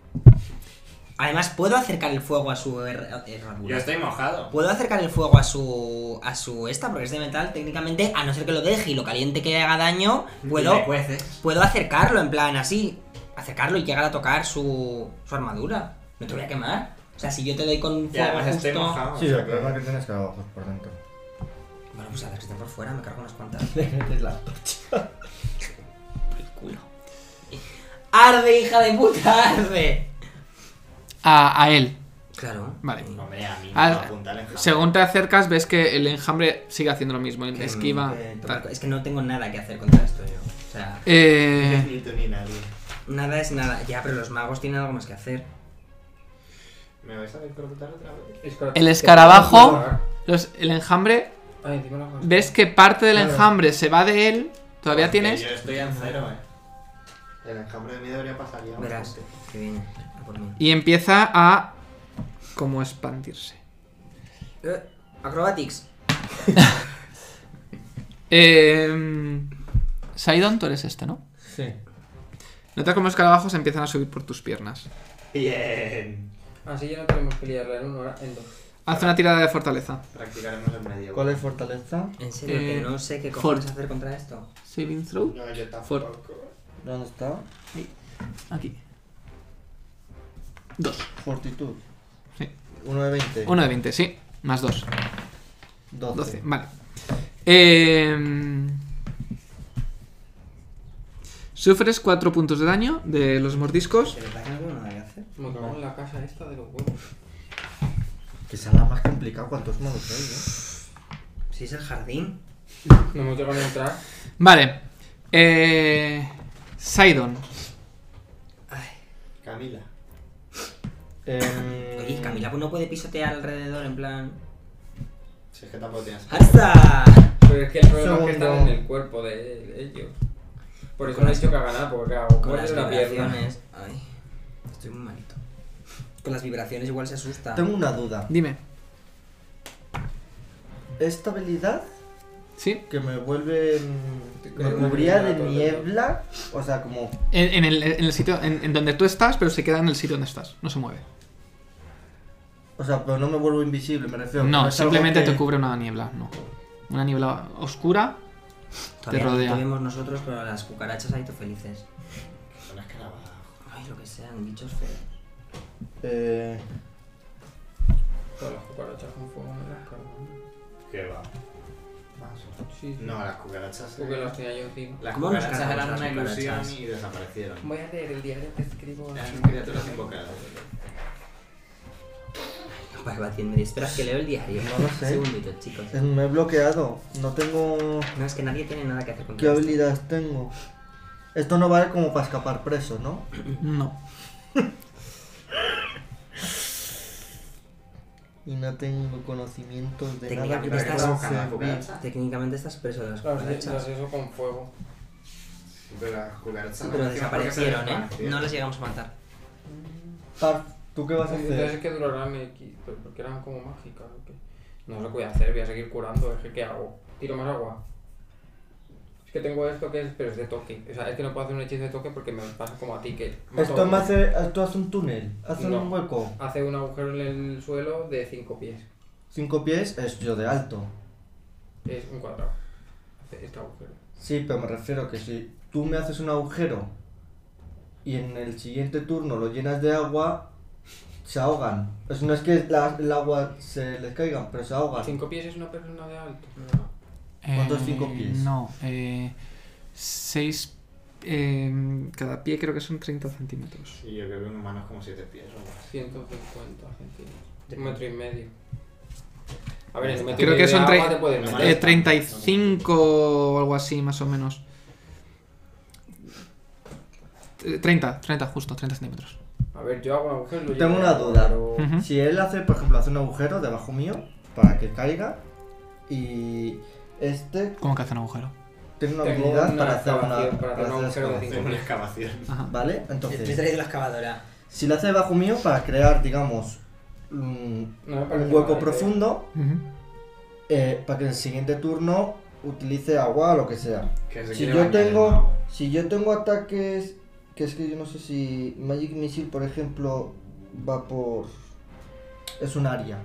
Speaker 5: Además, ¿puedo acercar el fuego a su her- herradura?
Speaker 7: Yo estoy mojado.
Speaker 5: ¿Puedo acercar el fuego a su. a su esta? Porque es de metal, técnicamente, a no ser que lo deje y lo caliente que haga daño, puedo.
Speaker 7: Me cueces.
Speaker 5: Puedo acercarlo, en plan así. Acercarlo y llegar a tocar su. su armadura. No te voy a quemar. O sea, si yo te doy con
Speaker 7: Ya,
Speaker 5: fuego
Speaker 7: además estoy
Speaker 5: justo.
Speaker 7: mojado.
Speaker 3: Sí,
Speaker 7: o
Speaker 3: el
Speaker 7: sea que-
Speaker 3: problema que tienes que abajo por dentro.
Speaker 5: Bueno, pues a la que esté por fuera, me cargo unas cuantas.
Speaker 3: Es la-
Speaker 5: Por el culo. ¡Arde, hija de puta! ¡Arde!
Speaker 1: A, a él.
Speaker 5: Claro.
Speaker 1: Vale.
Speaker 7: Hombre, a mí no
Speaker 1: Ah,
Speaker 7: me apunta el enjambre.
Speaker 1: Según te acercas, ves que el enjambre sigue haciendo lo mismo.
Speaker 5: Que-
Speaker 1: Esquiva.
Speaker 5: que toca-
Speaker 1: tal.
Speaker 5: Eh, es que no tengo nada que hacer contra esto yo. O sea,
Speaker 1: Eh,
Speaker 7: Ni tú ni nadie.
Speaker 5: nada es nada. Ya, pero los magos tienen algo más que hacer.
Speaker 7: ¿Me vais a electrocutar otra vez?
Speaker 1: El escarabajo. los- el enjambre
Speaker 2: Ay, Ah, encima la cosa.
Speaker 1: ves que parte del
Speaker 3: Claro.
Speaker 1: enjambre se va de él, todavía
Speaker 7: Porque
Speaker 1: tienes,
Speaker 7: Yo estoy en cero, eh. El enjambre de mí debería pasar ya.
Speaker 5: Verás, que viene. A por mí.
Speaker 1: y empieza a como expandirse.
Speaker 5: Eh, acrobatics.
Speaker 1: Eh, Saidon, tú eres este, ¿no?
Speaker 3: Sí.
Speaker 1: Notas como escarabajos empiezan a subir por tus piernas.
Speaker 7: Bien.
Speaker 2: Así ya no tenemos que liarla en uno, ahora en dos.
Speaker 1: Haz una tirada de fortaleza.
Speaker 7: Practicaremos el medio.
Speaker 3: ¿Cuál es fortaleza?
Speaker 5: En serio,
Speaker 1: Eh,
Speaker 5: que no sé qué cojones
Speaker 1: fort.
Speaker 5: hacer contra esto.
Speaker 1: Saving throw.
Speaker 7: No, yo tampoco.
Speaker 1: For-
Speaker 3: ¿Dónde está?
Speaker 1: Aquí. Dos.
Speaker 3: Fortitud.
Speaker 1: Sí.
Speaker 3: 1 de 20.
Speaker 1: Uno de 20, sí. Más dos.
Speaker 3: 12.
Speaker 1: 12, vale. Eh, sufres 4 puntos de daño de los mordiscos.
Speaker 5: ¿Pero para algo no hay que hacer?
Speaker 2: Me cago en la casa esta de los huevos.
Speaker 3: Que sea la más complicada, ¿cuántos modos hay, ¿eh?
Speaker 5: Si es el jardín.
Speaker 2: No hemos llegado a entrar.
Speaker 1: Vale. Eh, Sidon.
Speaker 7: Camila.
Speaker 3: eh? eh?
Speaker 5: Oye, Camila pues no puede pisotear alrededor en plan.
Speaker 7: Si es que tampoco tienes.
Speaker 5: ¡Hasta!
Speaker 2: Pero es que el problema es que
Speaker 3: Segundo.
Speaker 2: están en el cuerpo de ellos. Por eso
Speaker 5: Con
Speaker 2: no he
Speaker 5: las-
Speaker 2: dicho que haga nada, porque claro,
Speaker 5: Con
Speaker 2: muerde
Speaker 5: las
Speaker 2: una pierna.
Speaker 5: vibraciones. Ay, estoy muy malito. Con las vibraciones igual se asusta.
Speaker 3: Tengo una duda.
Speaker 1: Dime.
Speaker 3: ¿Esta habilidad
Speaker 1: Sí.
Speaker 3: que me vuelve. mm, Me
Speaker 2: Con
Speaker 3: cubría
Speaker 2: una
Speaker 3: de
Speaker 2: niebla,
Speaker 3: niebla, o sea, como.
Speaker 1: En, en el, en el sitio en, en donde tú estás, pero se queda en el sitio donde estás. No se mueve.
Speaker 3: O sea, pero no me vuelvo invisible, me refiero.
Speaker 1: No,
Speaker 3: es algo
Speaker 1: simplemente
Speaker 3: que-
Speaker 1: te cubre una niebla. No. Una niebla oscura.
Speaker 5: Todavía
Speaker 1: rodea.
Speaker 5: no te vemos nosotros, pero las cucarachas ahí te felices.
Speaker 7: Son las calabazas.
Speaker 5: Ay, lo que sean, bichos feos.
Speaker 3: Eh,
Speaker 2: Todas las cucarachas con fuego no las cargan.
Speaker 7: ¿Qué va?
Speaker 2: Sí, sí.
Speaker 7: No, las cucarachas. eh.
Speaker 2: Porque las tenía yo encima.
Speaker 7: Las
Speaker 5: ¿Cómo nos
Speaker 7: cucarachas
Speaker 5: cazamos
Speaker 7: eran
Speaker 5: las
Speaker 7: una ilusión
Speaker 5: cucarachas?
Speaker 7: y desaparecieron.
Speaker 2: Voy a leer el diario que escribo.
Speaker 7: Eran criaturas invocadas.
Speaker 5: Vale, va, tío, me esperas que leo el diario.
Speaker 3: No lo sé.
Speaker 5: Un segundito, chicos.
Speaker 3: eh, me he bloqueado, no tengo.
Speaker 5: No, es que nadie tiene nada que hacer con
Speaker 3: ¿Qué habilidades tengo? Esto no vale como para escapar preso, ¿no?
Speaker 1: No.
Speaker 3: Y no tengo conocimientos de nada que
Speaker 5: Técnicamente
Speaker 3: me
Speaker 5: estás
Speaker 3: puedan
Speaker 7: buscando la
Speaker 3: servir.
Speaker 7: cucaracha.
Speaker 5: Técnicamente estás preso de
Speaker 2: Las
Speaker 5: las
Speaker 2: las
Speaker 5: cucarachas.
Speaker 2: eso con fuego.
Speaker 7: Pero las cucarachas.
Speaker 5: Pero
Speaker 7: no hacían por qué se
Speaker 5: desaparecieron, ¿eh?
Speaker 7: desaparecieron.
Speaker 5: No las llegamos a matar.
Speaker 3: Parf, ¿tú qué vas a
Speaker 2: Entonces es
Speaker 3: hacer?
Speaker 2: Este, que durarán X, pero porque eran como mágicas. ¿o qué? No sé qué voy a hacer, voy a seguir curando. Es que, ¿qué hago? Tiro más agua. Es que tengo esto que es, pero es de toque. O sea, es que no puedo hacer un hechizo de toque porque me pasa como a ti que.
Speaker 3: Esto
Speaker 2: todo-
Speaker 3: me hace. Esto hace un túnel, hace
Speaker 2: No.
Speaker 3: un hueco.
Speaker 2: hace un agujero en el suelo de 5 pies.
Speaker 3: Cinco pies es yo de alto.
Speaker 2: Es un cuadrado. Hace este agujero.
Speaker 3: Sí, pero me refiero que si tú me haces un agujero y en el siguiente turno lo llenas de agua, se ahogan. Pues no es que la- el agua se les caigan, pero se ahogan.
Speaker 2: 5 pies es una persona de alto.
Speaker 3: ¿Cuántos cinco pies?
Speaker 1: No. Eh, seis. eh, cada pie creo que son 30 centímetros.
Speaker 7: Sí, yo creo que un humano es como siete pies o algo así.
Speaker 2: 150 centímetros. Un metro y medio. A ver, en un metro
Speaker 1: Creo
Speaker 2: y
Speaker 1: que
Speaker 2: medio de
Speaker 1: son
Speaker 2: agua
Speaker 1: tre-
Speaker 2: te puedes
Speaker 7: eh,
Speaker 2: meter.
Speaker 1: Eh, 35 o algo así, más o menos. Eh, 30, 30 justo, 30 centímetros.
Speaker 2: A ver, yo hago un agujero. y lo
Speaker 3: Tengo
Speaker 2: lleno
Speaker 3: una
Speaker 2: de agua,
Speaker 3: duda.
Speaker 2: pero-
Speaker 1: Ujú.
Speaker 3: Si él hace, por ejemplo, hace un agujero debajo mío para que caiga y este
Speaker 1: ¿Cómo que hace un agujero?
Speaker 3: tiene una
Speaker 2: Tengo
Speaker 3: habilidad
Speaker 2: una
Speaker 3: para hacer una,
Speaker 2: excavación, para hacer un
Speaker 3: hacer
Speaker 2: agujero de
Speaker 3: excavación.
Speaker 7: Es una excavación.
Speaker 1: Ajá.
Speaker 3: ¿Vale?
Speaker 5: Te he
Speaker 3: Entonces,
Speaker 5: traído la excavadora.
Speaker 3: si lo hace debajo mío para crear, digamos, un,
Speaker 2: No me parece
Speaker 3: un
Speaker 2: mala
Speaker 3: hueco
Speaker 2: idea.
Speaker 3: profundo,
Speaker 1: Ujú.
Speaker 3: eh, para que en el siguiente turno utilice agua o lo que sea.
Speaker 7: Que se
Speaker 3: Si
Speaker 7: quiere
Speaker 3: yo
Speaker 7: bañar en
Speaker 3: tengo.
Speaker 7: agua.
Speaker 3: Si yo tengo ataques. Que es que yo no sé si. Magic Missile, por ejemplo, va por. Es un área.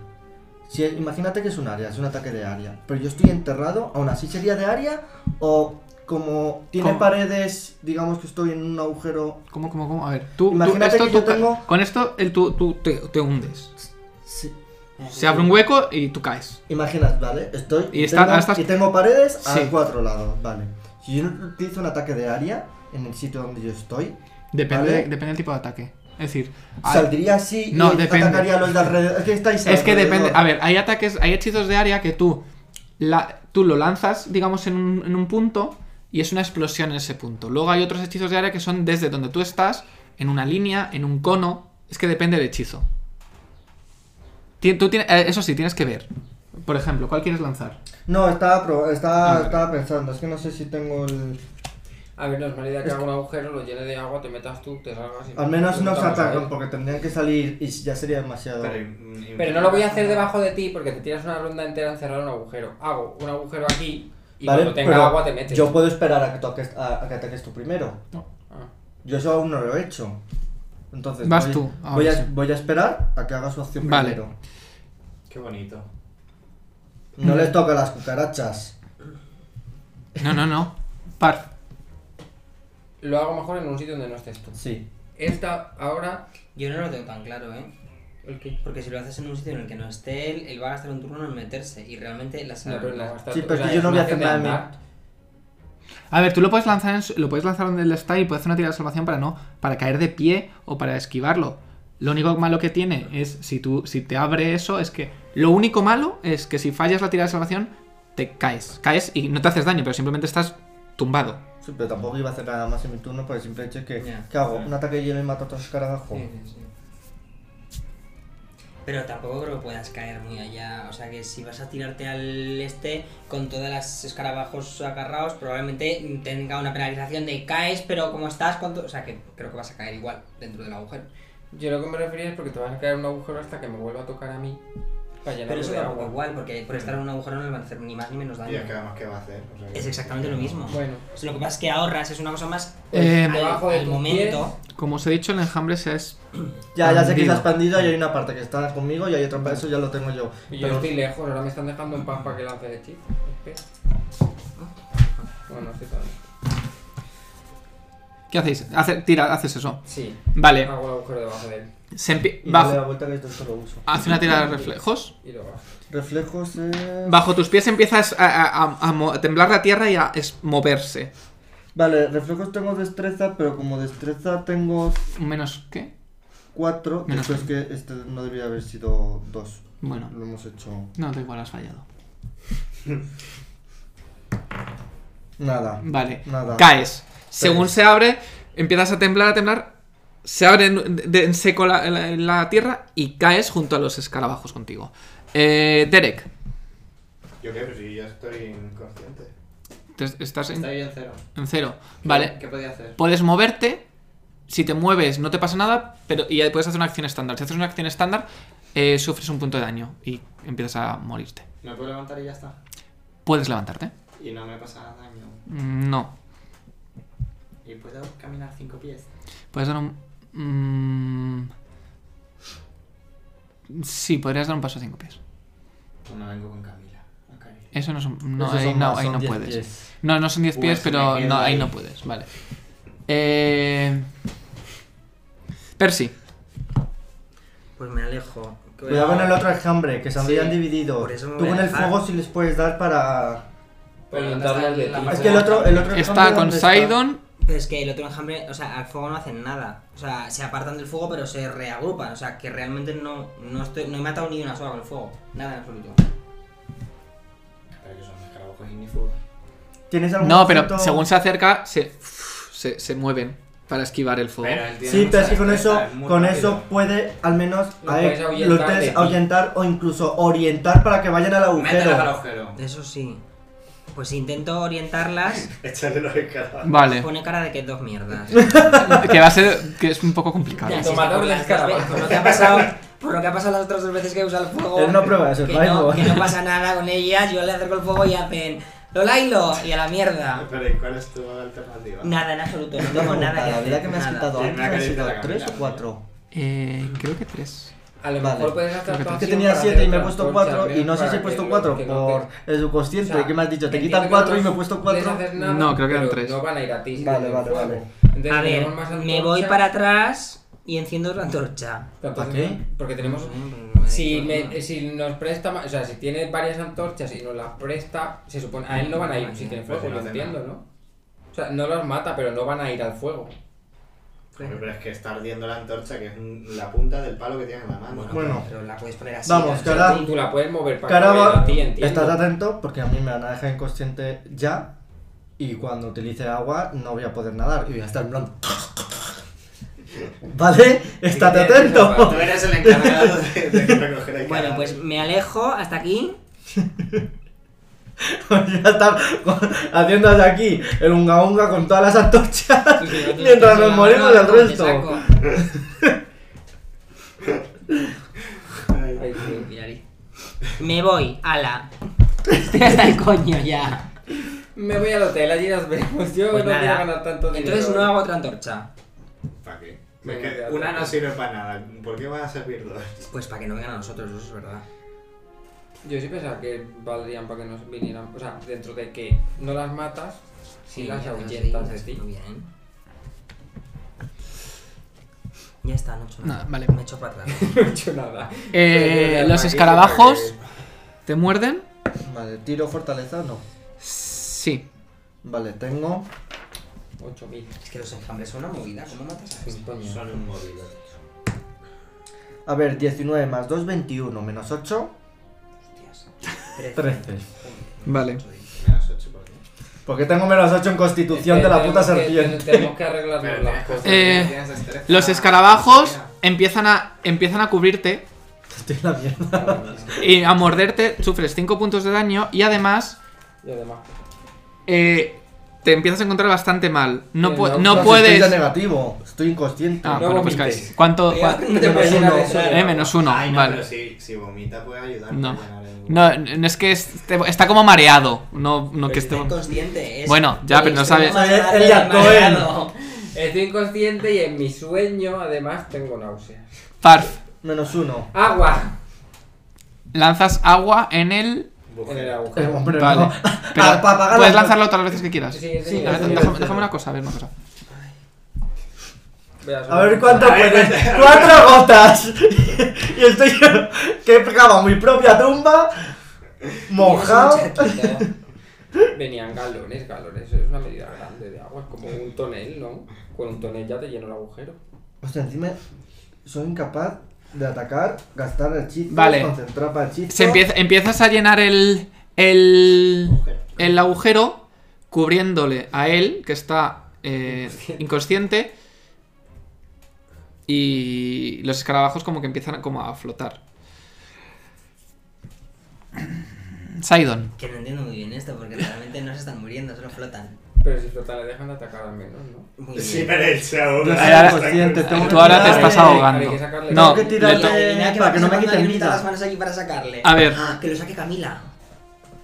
Speaker 3: Si, imagínate que es un área, es un ataque de área. Pero yo estoy enterrado, aún así sería de área. O como tiene
Speaker 1: ¿Cómo?
Speaker 3: paredes, digamos que estoy en un agujero.
Speaker 1: ¿Cómo, cómo, cómo? A ver, tú, tú-
Speaker 3: Imagínate
Speaker 1: esto
Speaker 3: que yo
Speaker 1: tú ca-
Speaker 3: tengo-
Speaker 1: con esto el, tú, tú te, te hundes.
Speaker 3: Sí.
Speaker 1: Se abre un hueco y tú caes.
Speaker 3: Imaginas, ¿vale? Estoy.
Speaker 1: Y está-
Speaker 3: tengo,
Speaker 1: estás-
Speaker 3: y tengo paredes
Speaker 1: Sí.
Speaker 3: a cuatro lados, ¿vale? Si yo utilizo un ataque de área en el sitio donde yo estoy,
Speaker 1: Depende,
Speaker 3: Vale.
Speaker 1: depende del tipo de ataque. Es decir, hay-
Speaker 3: saldría así
Speaker 1: No,
Speaker 3: y
Speaker 1: depende.
Speaker 3: atacaría a los de alrededor. Es que estáis
Speaker 1: es que
Speaker 3: alrededor.
Speaker 1: depende. A ver, hay ataques, hay hechizos de área que tú, la, tú lo lanzas, digamos, en un, en un punto y es una explosión en ese punto. Luego hay otros hechizos de área que son desde donde tú estás, en una línea, en un cono. Es que depende del hechizo. Tien- tú tienes- eh, eso sí, tienes que ver. Por ejemplo, ¿cuál quieres lanzar?
Speaker 3: No, estaba, pro- estaba,
Speaker 1: Ah, vale.
Speaker 3: estaba pensando, es que no sé si tengo el...
Speaker 2: A ver, no es mala idea que haga un agujero, lo llene de agua, te metas tú, te salgas y.
Speaker 3: Al menos no se
Speaker 2: Vamos a
Speaker 3: atacan
Speaker 2: ver.
Speaker 3: porque tendrían que salir y ya sería demasiado...
Speaker 7: Pero, mm,
Speaker 2: Pero no lo voy a hacer debajo de ti porque te tiras una ronda entera encerrado en un agujero. Hago un agujero aquí y
Speaker 3: Vale,
Speaker 2: cuando tenga
Speaker 3: pero
Speaker 2: agua te metes.
Speaker 3: Yo puedo esperar a que, toques, a, a que ataques tú primero.
Speaker 2: Ah.
Speaker 3: Yo eso aún no lo he hecho. Entonces...
Speaker 1: Vas
Speaker 3: voy,
Speaker 1: tú, ahora
Speaker 3: Voy
Speaker 1: sí.
Speaker 3: a, voy a esperar a que haga su acción
Speaker 1: Vale.
Speaker 3: primero.
Speaker 7: Qué bonito.
Speaker 1: Mm.
Speaker 3: No les toca las cucarachas.
Speaker 1: No, no, no. Par.
Speaker 2: Lo hago mejor en un sitio donde no estés tú.
Speaker 3: Sí.
Speaker 2: Esta ahora.
Speaker 5: Yo no lo tengo tan claro, ¿eh?
Speaker 2: ¿El qué?
Speaker 5: Porque si lo haces en un sitio en el que no esté él, él va a gastar un turno en meterse. Y realmente las
Speaker 2: No, pero no, hasta-
Speaker 3: Sí,
Speaker 2: o
Speaker 3: pero
Speaker 2: sea,
Speaker 3: que yo
Speaker 2: es
Speaker 3: no voy a
Speaker 2: una
Speaker 3: hacer
Speaker 2: acción de
Speaker 3: nada de mí.
Speaker 2: andar.
Speaker 1: A ver, tú lo puedes lanzar en su- lo puedes lanzar donde él está y puedes hacer una tirada de salvación para no para caer de pie o para esquivarlo. Lo único malo que tiene es si tú si te abre eso es que lo único malo es que si fallas la tirada de salvación te caes, caes y no te haces daño, pero simplemente estás tumbado.
Speaker 3: Sí, pero tampoco iba a hacer nada más en mi turno por el simple hecho que...
Speaker 5: Ya.
Speaker 3: ¿Qué hago? ¿Un ataque de hielo y mato a todos los escarabajos?
Speaker 5: Sí, sí, sí. Pero tampoco creo que puedas caer muy allá. O sea que si vas a tirarte al este con todas las escarabajos agarrados, probablemente tenga una penalización de caes, pero como estás, ¿cuánto? O sea que creo que vas a caer igual dentro del agujero.
Speaker 2: Yo lo que me refería es porque te vas a caer en un agujero hasta que me vuelva a tocar a mí. Para
Speaker 5: Pero
Speaker 2: llenarlo
Speaker 5: eso
Speaker 2: de
Speaker 5: tampoco
Speaker 2: agua.
Speaker 5: igual, porque por estar en un agujero no le van a hacer ni más ni menos
Speaker 7: Y
Speaker 5: daño.
Speaker 7: es que además, ¿qué va a hacer? O sea, que-
Speaker 5: Es exactamente lo mismo.
Speaker 2: Bueno,
Speaker 5: O sea, lo que pasa es que ahorras, es una cosa más
Speaker 1: Eh,
Speaker 3: Em,
Speaker 5: al,
Speaker 2: debajo de
Speaker 5: al
Speaker 2: tus
Speaker 5: momento.
Speaker 1: Como os he dicho, el enjambre se ha es-
Speaker 3: Ya, ya sé que
Speaker 1: Bandido.
Speaker 3: está expandido y hay una parte que está conmigo y hay otra parte, eso ya lo tengo yo.
Speaker 2: y yo
Speaker 3: Pero-
Speaker 2: estoy lejos, ahora me están dejando en paz para que lance el hechizo. Espera.
Speaker 5: Ah.
Speaker 2: Bueno, hace tanto.
Speaker 1: ¿Qué hacéis? Hace- tira, haces eso.
Speaker 2: Sí,
Speaker 1: Vale.
Speaker 2: hago el agujero debajo de él
Speaker 1: Se empie-
Speaker 3: Y dale
Speaker 1: bajo,
Speaker 3: la vuelta que esto solo uso.
Speaker 1: hace una tira de reflejos.
Speaker 2: y lo bajo.
Speaker 3: Reflejos eh...
Speaker 1: Bajo tus pies empiezas a, a- a- a mo- a temblar la tierra y a es- moverse.
Speaker 3: Vale, reflejos tengo destreza, pero como destreza tengo
Speaker 1: ¿Menos qué?
Speaker 3: 4,
Speaker 1: Menos
Speaker 3: después que este no debería haber sido 2.
Speaker 1: Bueno,
Speaker 3: Lo hemos hecho.
Speaker 1: no, da igual, has fallado.
Speaker 3: Nada.
Speaker 1: Vale.
Speaker 3: Nada.
Speaker 1: Caes. Según se abre, empiezas a temblar, a temblar. Se abre en, de- en seco la, la- la tierra y caes junto a los escarabajos contigo. Eh, Derek,
Speaker 7: Yo creo que sí, ya estoy inconsciente.
Speaker 1: te- estás en,
Speaker 4: Estoy en cero.
Speaker 1: en cero.
Speaker 4: ¿Qué-
Speaker 1: Vale.
Speaker 4: ¿Qué podía hacer?
Speaker 1: Puedes moverte. Si te mueves, no te pasa nada. Pero, y puedes hacer una acción estándar. Si haces una acción estándar, eh, sufres un punto de daño y empiezas a morirte.
Speaker 4: Me puedo levantar y ya está.
Speaker 1: ¿Puedes levantarte?
Speaker 4: Y no me pasa daño.
Speaker 1: No.
Speaker 4: Y puedo caminar cinco pies.
Speaker 1: Puedes dar un. mm, sí, podrías dar un paso a cinco pies.
Speaker 4: Pues me vengo con Camila. Ok.
Speaker 1: Eso no es un- No,
Speaker 3: Esos
Speaker 1: ahí
Speaker 3: son
Speaker 1: no,
Speaker 3: más,
Speaker 1: ahí
Speaker 3: son
Speaker 1: no
Speaker 3: 10
Speaker 1: puedes.
Speaker 3: pies.
Speaker 1: No, no son 10
Speaker 4: Pues
Speaker 1: pies,
Speaker 4: me
Speaker 1: pero
Speaker 4: quedo
Speaker 1: no, ahí
Speaker 4: ahí.
Speaker 1: no puedes. Vale. Eh, Percy.
Speaker 5: Pues me alejo. Que voy
Speaker 3: Cuidado
Speaker 5: a-
Speaker 3: con el otro enjambre, que se
Speaker 5: Sí,
Speaker 3: habrían dividido.
Speaker 5: por eso me
Speaker 3: Tú
Speaker 5: voy a
Speaker 3: con el
Speaker 5: dejar.
Speaker 3: fuego si les puedes dar para.
Speaker 2: Pero
Speaker 4: ¿dónde
Speaker 2: darle
Speaker 4: está
Speaker 2: al de
Speaker 4: la
Speaker 2: ti.
Speaker 4: parte
Speaker 3: Es que el otro, el otro
Speaker 1: Está
Speaker 3: enjambre,
Speaker 1: con
Speaker 3: ¿dónde está?
Speaker 1: Sidon.
Speaker 5: Pero es que el otro enjambre, o sea, al fuego no hacen nada. O sea, se apartan del fuego pero se reagrupan. O sea, que realmente no, no, estoy, no he matado ni una sola con el fuego. Nada en absoluto.
Speaker 4: Pero que son escarabajos ignífugos.
Speaker 3: ¿Tienes algún
Speaker 1: No, pero
Speaker 3: objeto?
Speaker 1: según se acerca, se, se, se mueven para esquivar el fuego.
Speaker 4: Pero él tiene
Speaker 3: Sí,
Speaker 4: mucha
Speaker 3: pero es que con eso,
Speaker 4: destreza, es muy
Speaker 3: con
Speaker 4: rápido.
Speaker 3: eso puede al menos
Speaker 2: Lo
Speaker 3: a
Speaker 2: puedes
Speaker 3: él,
Speaker 2: ahuyentar
Speaker 3: lo
Speaker 2: de
Speaker 3: puedes
Speaker 2: ti.
Speaker 3: ahuyentar o incluso orientar para que vayan al
Speaker 4: Mételas al
Speaker 3: agujero.
Speaker 4: agujero.
Speaker 5: Eso sí. Pues intento orientarlas.
Speaker 7: Échale los escarabajos.
Speaker 1: Vale.
Speaker 5: Pone cara de que dos mierdas.
Speaker 1: que va a ser. que es un poco complicado.
Speaker 5: Ya, si es que
Speaker 2: Tomador
Speaker 5: por
Speaker 2: de
Speaker 5: las dos
Speaker 2: escarabajo.
Speaker 5: veces- por lo que ha pasado, por lo que ha pasado las otras dos veces que he usado el fuego.
Speaker 3: Es una prueba de
Speaker 5: que no,
Speaker 3: survival.
Speaker 5: que no pasa nada con ellas, yo le acerco el fuego y hacen lo lailo y a la mierda.
Speaker 7: Ah, Pero ¿y cuál es tu alternativa?
Speaker 5: Nada en absoluto, no tengo nada que
Speaker 3: La vida
Speaker 5: hacer,
Speaker 3: que me has
Speaker 5: nada.
Speaker 3: quitado
Speaker 7: Sí, me
Speaker 3: antes
Speaker 7: ha
Speaker 3: han
Speaker 7: caído
Speaker 3: sido
Speaker 7: la
Speaker 3: tres
Speaker 7: cabeza.
Speaker 3: o cuatro.
Speaker 1: Eh, creo que tres.
Speaker 2: A lo
Speaker 3: Vale.
Speaker 2: mejor puedes gastar tu
Speaker 3: Es que
Speaker 2: acción
Speaker 3: tenía
Speaker 2: para
Speaker 3: siete
Speaker 2: hacer
Speaker 3: y me he
Speaker 2: otra
Speaker 3: puesto
Speaker 2: torcha
Speaker 3: cuatro
Speaker 2: también
Speaker 3: y no sé
Speaker 2: para
Speaker 3: si he
Speaker 2: que
Speaker 3: puesto
Speaker 2: lo-
Speaker 3: cuatro
Speaker 2: que no
Speaker 3: por
Speaker 2: te-
Speaker 3: el subconsciente.
Speaker 2: O sea,
Speaker 3: ¿Qué me has dicho? Te
Speaker 2: entiendo
Speaker 3: quitan
Speaker 2: que
Speaker 3: cuatro
Speaker 2: no
Speaker 3: y me he puesto
Speaker 2: puedes
Speaker 3: cuatro.
Speaker 2: hacer nada,
Speaker 1: No, creo que eran
Speaker 2: pero
Speaker 1: tres.
Speaker 2: No van a ir a ti. si
Speaker 3: Vale,
Speaker 2: tienen
Speaker 3: vale,
Speaker 2: fuego.
Speaker 3: vale.
Speaker 2: Entonces,
Speaker 5: A ver,
Speaker 2: tenemos más
Speaker 5: me
Speaker 2: antorcha.
Speaker 5: voy para atrás y enciendo la antorcha.
Speaker 2: Pero
Speaker 3: ¿Para
Speaker 2: entonces,
Speaker 3: qué?
Speaker 2: Porque tenemos. Si, me- si nos presta. ma- O sea, si tiene varias antorchas y nos las presta, se supone. A él no van a ir si tiene fuego,
Speaker 7: Pues
Speaker 2: lo
Speaker 7: no hace
Speaker 2: entiendo,
Speaker 7: nada.
Speaker 2: ¿no? O sea, no los mata, pero no van a ir al fuego.
Speaker 7: Hombre, Pero es que está ardiendo la antorcha, que es un- la punta del palo que tiene en la mano.
Speaker 3: Bueno.
Speaker 5: pero la puedes poner así.
Speaker 3: Vamos,
Speaker 5: la-
Speaker 3: que ahora-
Speaker 2: Tú, tú la puedes mover para que
Speaker 3: Caraba,
Speaker 2: vaya a ti, entiendo.
Speaker 3: estás atento porque a mí me van a dejar inconsciente ya y cuando utilice agua no voy a poder nadar y voy a estar en plan... ¿Vale? ¡Estate
Speaker 2: Tiene-
Speaker 3: atento!
Speaker 7: Tú eres el encargado de, de recoger el
Speaker 5: Bueno,
Speaker 7: cadáver.
Speaker 5: pues me alejo hasta aquí.
Speaker 3: Pues ya estar haciendo de aquí el unga unga con todas las antorchas
Speaker 5: Y si no tienes
Speaker 3: mientras
Speaker 5: que
Speaker 3: nos
Speaker 5: sacar
Speaker 3: morimos
Speaker 5: la
Speaker 3: del
Speaker 5: mano, te
Speaker 3: resto.
Speaker 5: saco.
Speaker 2: Ahí sí.
Speaker 5: Me voy, ala. Estoy hasta el coño ya.
Speaker 2: Me voy al hotel, allí nos vemos. Yo
Speaker 5: Pues
Speaker 2: no quiero
Speaker 5: nada.
Speaker 2: ganar tanto dinero.
Speaker 5: Entonces no hago otra antorcha.
Speaker 7: ¿Para qué?
Speaker 2: Me
Speaker 7: Es que
Speaker 2: quedo
Speaker 7: una no
Speaker 2: atento.
Speaker 7: sirve para nada. ¿Por qué van a servir dos?
Speaker 5: Pues para que no vengan a nosotros, eso es verdad.
Speaker 2: Yo sí pensaba que valdrían para que nos vinieran. O sea, dentro de que no las matas, sí las
Speaker 5: ya,
Speaker 2: ahuyentas
Speaker 5: sí,
Speaker 2: de ti.
Speaker 5: Muy bien. Ya está, no he hecho nada.
Speaker 1: Nada, vale.
Speaker 5: Me echo para atrás.
Speaker 2: No he hecho nada.
Speaker 1: Eh,
Speaker 2: Pero
Speaker 1: los
Speaker 2: aquí
Speaker 1: escarabajos
Speaker 2: se puede-
Speaker 1: te muerden.
Speaker 3: Vale, tiro fortaleza, no.
Speaker 1: Sí.
Speaker 3: Vale, tengo...
Speaker 2: 8000.
Speaker 5: Es que los enjambres son una movida. ¿Cómo matas a este
Speaker 2: Sí,
Speaker 5: esto?
Speaker 2: coño.
Speaker 7: Son un móvil.
Speaker 3: A ver, 19 más 2, 21, menos 8,
Speaker 5: Hostias.
Speaker 3: 13.
Speaker 1: Vale.
Speaker 7: Menos ocho, ¿por qué?
Speaker 3: Porque tengo menos 8 en constitución
Speaker 5: Eh,
Speaker 3: de la
Speaker 2: Eh, Tenemos
Speaker 3: puta
Speaker 2: que-
Speaker 3: serpiente.
Speaker 2: Tenemos que arreglarnos
Speaker 7: Pero
Speaker 2: las
Speaker 7: tienes que
Speaker 2: cosas.
Speaker 7: hacer-
Speaker 1: Eh,
Speaker 7: tienes destreza.
Speaker 1: Los escarabajos empiezan a, empiezan a cubrirte
Speaker 3: Estoy en la mierda.
Speaker 1: y a morderte. Sufres 5 puntos de daño y además
Speaker 2: Y además,
Speaker 1: eh, te empiezas a encontrar bastante mal. No,
Speaker 2: Bien,
Speaker 1: pu-
Speaker 2: no,
Speaker 1: no
Speaker 3: Pues
Speaker 1: puedes.
Speaker 3: Estoy ya negativo, estoy inconsciente.
Speaker 1: Ah,
Speaker 2: No
Speaker 1: bueno, pues
Speaker 2: vomites.
Speaker 1: caes. ¿Cuánto?
Speaker 5: Cuidado,
Speaker 1: cua-
Speaker 5: que no te puedes
Speaker 3: menos
Speaker 5: llenar
Speaker 3: uno.
Speaker 5: eso.
Speaker 1: Eh, menos uno,
Speaker 7: Ay, no,
Speaker 1: vale.
Speaker 7: pero si, si vomita puede ayudar.
Speaker 1: No.
Speaker 7: para llenar el-
Speaker 1: No, no es que esté- está como mareado. No, no que esté.
Speaker 5: Está inconsciente. Es Este
Speaker 1: Bueno, ya, pero no sabes-
Speaker 3: El de Alcohol.
Speaker 2: Estoy inconsciente y en mi sueño además tengo náuseas.
Speaker 1: Parf,
Speaker 3: Menos uno.
Speaker 2: ¡Agua!
Speaker 1: lanzas agua en el.
Speaker 2: En el
Speaker 7: Bujero.
Speaker 3: Eh,
Speaker 2: agujero.
Speaker 3: hombre,
Speaker 1: Vale.
Speaker 3: no.
Speaker 1: Pero
Speaker 3: Ah, pa' apagar
Speaker 1: puedes
Speaker 3: la-
Speaker 1: lanzarlo todas las veces que quieras.
Speaker 2: Sí, sí,
Speaker 3: Sí,
Speaker 2: sí.
Speaker 1: A ver,
Speaker 3: sí,
Speaker 2: sí.
Speaker 1: déjame,
Speaker 3: sí.
Speaker 1: déjame una cosa, a ver una cosa.
Speaker 2: Voy
Speaker 3: A ver
Speaker 2: soplar.
Speaker 3: cuánto puedes. ¡Cuatro gotas! y estoy yo, que he pegado a mi propia tumba, mojado.
Speaker 2: Venían galones, galones. Eso es una medida grande de agua. Es como un tonel, ¿no? Con un tonel ya te lleno el agujero.
Speaker 3: Hostia, encima soy incapaz de atacar, gastar hechizos,
Speaker 1: Vale.
Speaker 3: concentrar para hechizos.
Speaker 1: Se empieza, empiezas a llenar el, el, el agujero cubriéndole a él, que está eh, inconsciente, y los escarabajos como que empiezan como a flotar. Saidon,
Speaker 5: Que no entiendo muy bien esto, porque realmente no se están muriendo, solo flotan.
Speaker 2: Pero si flotan le dejan de atacar al menos, ¿no?
Speaker 5: Muy
Speaker 7: Sí,
Speaker 5: bien.
Speaker 7: pero el chavo.
Speaker 3: Yo soy
Speaker 1: Ahora-
Speaker 3: inconsciente, tengo
Speaker 1: tú ahora te
Speaker 3: que
Speaker 1: estás
Speaker 3: tirarle-
Speaker 1: ahogando.
Speaker 2: Hay que sacarle-
Speaker 1: No,
Speaker 3: Tengo que
Speaker 1: le
Speaker 3: tirarle
Speaker 1: to- eh,
Speaker 5: Adivina que
Speaker 3: para
Speaker 5: va
Speaker 3: que no me
Speaker 5: pasando,
Speaker 3: quiten
Speaker 5: yo meto las
Speaker 3: vida.
Speaker 5: manos aquí para sacarle.
Speaker 1: A ver.
Speaker 5: Ah, que lo saque Camila.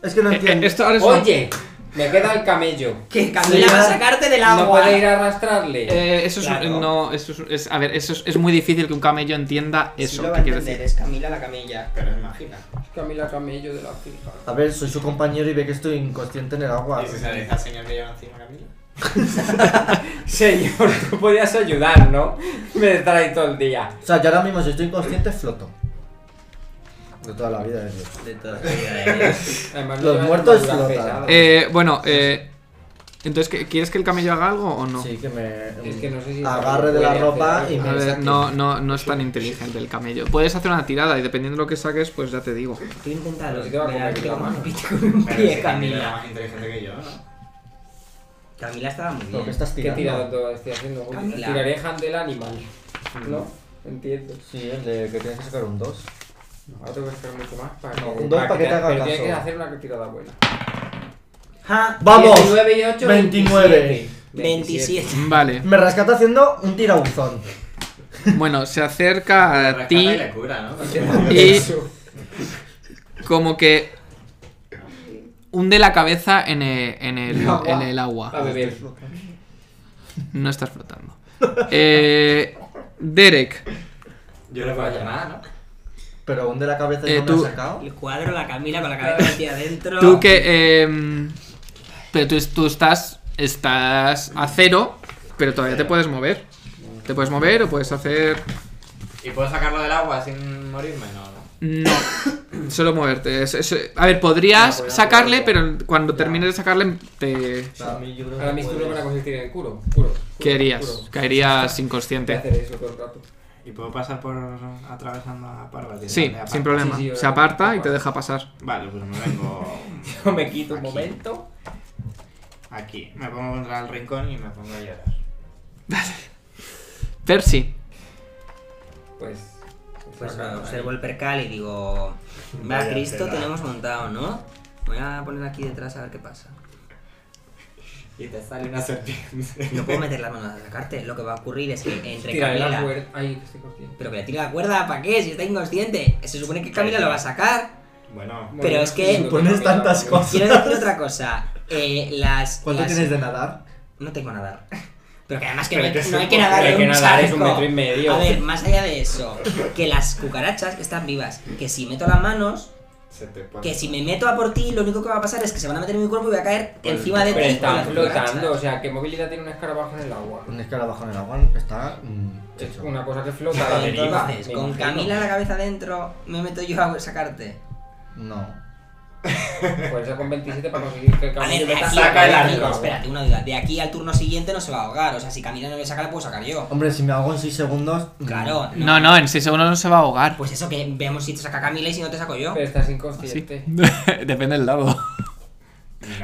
Speaker 3: Es que Pues no
Speaker 1: eh, eh,
Speaker 3: entiendo.
Speaker 1: esto ahora es una-
Speaker 2: ¡Oye! Me queda el camello.
Speaker 5: Que Camila
Speaker 3: Sí,
Speaker 5: va a
Speaker 3: ya.
Speaker 5: sacarte del agua.
Speaker 2: No puede ir a arrastrarle.
Speaker 1: Eh, eso es,
Speaker 5: Claro.
Speaker 1: no, eso es, es- a ver, eso es, es muy difícil que un camello entienda
Speaker 5: Sí,
Speaker 1: eso
Speaker 5: lo va
Speaker 1: que
Speaker 5: a
Speaker 1: quiero
Speaker 5: entender,
Speaker 1: decir.
Speaker 5: es Camila la camilla.
Speaker 7: Pero es mágica.
Speaker 2: Camila Camello de la fija.
Speaker 3: A ver, soy su compañero y ve que estoy inconsciente en el agua.
Speaker 7: ¿Y si se le deja al señor que lleva encima Camila?
Speaker 2: Señor, tú podías ayudar, ¿no? Me trae todo el día.
Speaker 3: O sea, yo ahora mismo si estoy inconsciente floto. De toda la vida, de Dios.
Speaker 5: De toda la vida ¿eh? de Dios.
Speaker 2: Además,
Speaker 3: Los
Speaker 2: llevas
Speaker 3: muertos
Speaker 2: armadura
Speaker 3: flotan.
Speaker 2: pesada.
Speaker 1: Eh, bueno, eh, entonces, ¿qué- ¿quieres que el camello haga algo o no?
Speaker 3: Sí, que me
Speaker 2: Es que no sé si
Speaker 3: agarre de la
Speaker 2: puede
Speaker 3: ropa
Speaker 2: hacer
Speaker 3: y me
Speaker 1: A ver,
Speaker 3: saque.
Speaker 1: no, no, no es tan inteligente el camello. Puedes hacer una tirada y dependiendo de lo que saques, pues ya te digo.
Speaker 5: Tú inténtalo.
Speaker 2: Pero si te va a comer
Speaker 5: verás que
Speaker 2: la
Speaker 5: te come
Speaker 2: mano.
Speaker 5: un pito con un
Speaker 7: Pero
Speaker 5: pie,
Speaker 7: si Camila era
Speaker 5: Camila.
Speaker 7: más inteligente que yo, ¿no?
Speaker 5: Camila estaba muy
Speaker 3: Lo que
Speaker 5: bien.
Speaker 3: estás
Speaker 2: ¿Qué
Speaker 3: tirando.
Speaker 2: tirado todo estoy haciendo? Uy,
Speaker 5: Camila.
Speaker 2: Tiraré Handel Animal.
Speaker 3: Mm.
Speaker 2: ¿No? Entiendo.
Speaker 3: Sí, el de que tienes que sacar un 2.
Speaker 2: Ahora tengo que esperar mucho más para
Speaker 3: No,
Speaker 2: que.
Speaker 3: un dos para que te haga
Speaker 2: pero
Speaker 3: caso.
Speaker 2: Tienes que hacer una tirada buena.
Speaker 5: Ja,
Speaker 3: ¡Vamos!
Speaker 2: 19 y 8,
Speaker 3: 29.
Speaker 5: 27.
Speaker 1: Vale,
Speaker 3: Me rescata haciendo un tirauzón.
Speaker 1: bueno, se acerca a
Speaker 7: Rescata
Speaker 1: ti
Speaker 7: y le cura, ¿no?
Speaker 1: y
Speaker 2: Eso.
Speaker 1: como que hunde la cabeza en el, en el- en el
Speaker 2: A
Speaker 1: agua.
Speaker 2: beber.
Speaker 1: No estás flotando. Eh, Derek,
Speaker 7: Yo le puedo llamar, ¿no?
Speaker 3: Pero aún de la cabeza
Speaker 1: Eh,
Speaker 3: no
Speaker 1: tú-
Speaker 3: me ha sacado.
Speaker 5: El cuadro, la Camila con la cabeza hacia adentro.
Speaker 1: tú que... em, pero tú, tú estás, estás a cero, pero todavía te puedes mover. Te puedes mover o puedes hacer...
Speaker 7: ¿Y puedo sacarlo del agua sin morirme? No, no.
Speaker 1: No, solo moverte. es- es- a ver, podrías
Speaker 2: Ya, voy a
Speaker 1: sacarle,
Speaker 2: probarlo.
Speaker 1: pero cuando termines de sacarle, te
Speaker 3: A mí yo creo
Speaker 2: Ahora mismo
Speaker 3: puedes.
Speaker 2: no me la consistir en el curo. Curo.
Speaker 1: ¿qué harías?
Speaker 2: Curo.
Speaker 1: Caerías
Speaker 2: Voy a
Speaker 1: inconsciente.
Speaker 2: hacer eso todo el rato.
Speaker 7: ¿Y puedo pasar por atravesando a Parvati?
Speaker 1: Sí,
Speaker 7: Vale,
Speaker 1: sin
Speaker 7: aparte.
Speaker 1: problema.
Speaker 2: Sí, sí, yo-
Speaker 1: Se aparta y te deja pasar.
Speaker 7: Vale, pues me vengo
Speaker 2: Yo me quito un
Speaker 7: Aquí.
Speaker 2: momento.
Speaker 7: aquí. Me pongo contra el rincón y me pongo a llorar.
Speaker 1: Percy,
Speaker 2: Pues.
Speaker 5: Pues
Speaker 2: saca-
Speaker 5: nada, observo el percal y digo, va
Speaker 7: Vaya
Speaker 5: Cristo,
Speaker 7: tela.
Speaker 5: tenemos montado, ¿no? Voy a poner aquí detrás a ver qué pasa.
Speaker 7: Y te sale una serpiente.
Speaker 5: No puedo meter las manos a sacarte, lo que va a ocurrir es que entre
Speaker 2: Tiraré la
Speaker 5: Camila...
Speaker 2: cuerda. Ay, que estoy consciente.
Speaker 5: Pero que le tire la cuerda, ¿para qué? Si está inconsciente. Se supone que Camila lo va a sacar.
Speaker 7: Bueno,
Speaker 5: Pero es que
Speaker 3: pones tantas cosas.
Speaker 5: Quiero decir otra cosa. Eh, las...
Speaker 2: Ah,
Speaker 3: ¿Cuánto
Speaker 5: las-
Speaker 3: tienes de nadar?
Speaker 5: No tengo nadar. Pero que además que
Speaker 7: Pero
Speaker 5: no,
Speaker 7: que
Speaker 5: hay,
Speaker 7: es
Speaker 5: no hay
Speaker 7: un-
Speaker 5: que nadar
Speaker 2: pero
Speaker 5: en
Speaker 2: que
Speaker 5: un
Speaker 2: nadar es
Speaker 5: charco.
Speaker 2: un metro y medio.
Speaker 5: A ver, más allá de eso, que las cucarachas que están vivas, que si meto las manos,
Speaker 7: se te pone.
Speaker 5: que si me meto a por ti, lo único que va a pasar es que se van a meter en mi cuerpo y voy a caer
Speaker 7: Pues,
Speaker 5: encima de ti.
Speaker 2: Pero
Speaker 5: con
Speaker 2: está
Speaker 5: las cucarachas.
Speaker 2: flotando, o sea, ¿qué movilidad tiene un escarabajo en el agua?
Speaker 3: Un escarabajo en el agua está. mm,
Speaker 2: Es
Speaker 3: hecho.
Speaker 2: una cosa que flota a la deriva.
Speaker 5: Entonces,
Speaker 2: me
Speaker 5: con
Speaker 2: imagino.
Speaker 5: Camila la cabeza adentro, me meto yo a sacarte.
Speaker 3: No.
Speaker 2: Por eso con 27 para conseguir que el
Speaker 5: A
Speaker 2: Camila
Speaker 5: ver, de
Speaker 2: meta-
Speaker 5: aquí,
Speaker 2: saca el
Speaker 5: de aquí-
Speaker 2: arco.
Speaker 5: espérate, una duda. De aquí al turno siguiente no se va a ahogar. O sea, si Camila no le saca, la puedo sacar yo.
Speaker 3: Hombre, si me hago en 6 segundos. mm,
Speaker 5: Claro.
Speaker 1: Mm, no, no, en 6 segundos no se va a ahogar.
Speaker 5: Pues eso que vemos si te saca Camila y si no te saco yo.
Speaker 2: Pero estás
Speaker 1: Sí.
Speaker 2: inconsciente.
Speaker 1: Depende del dado.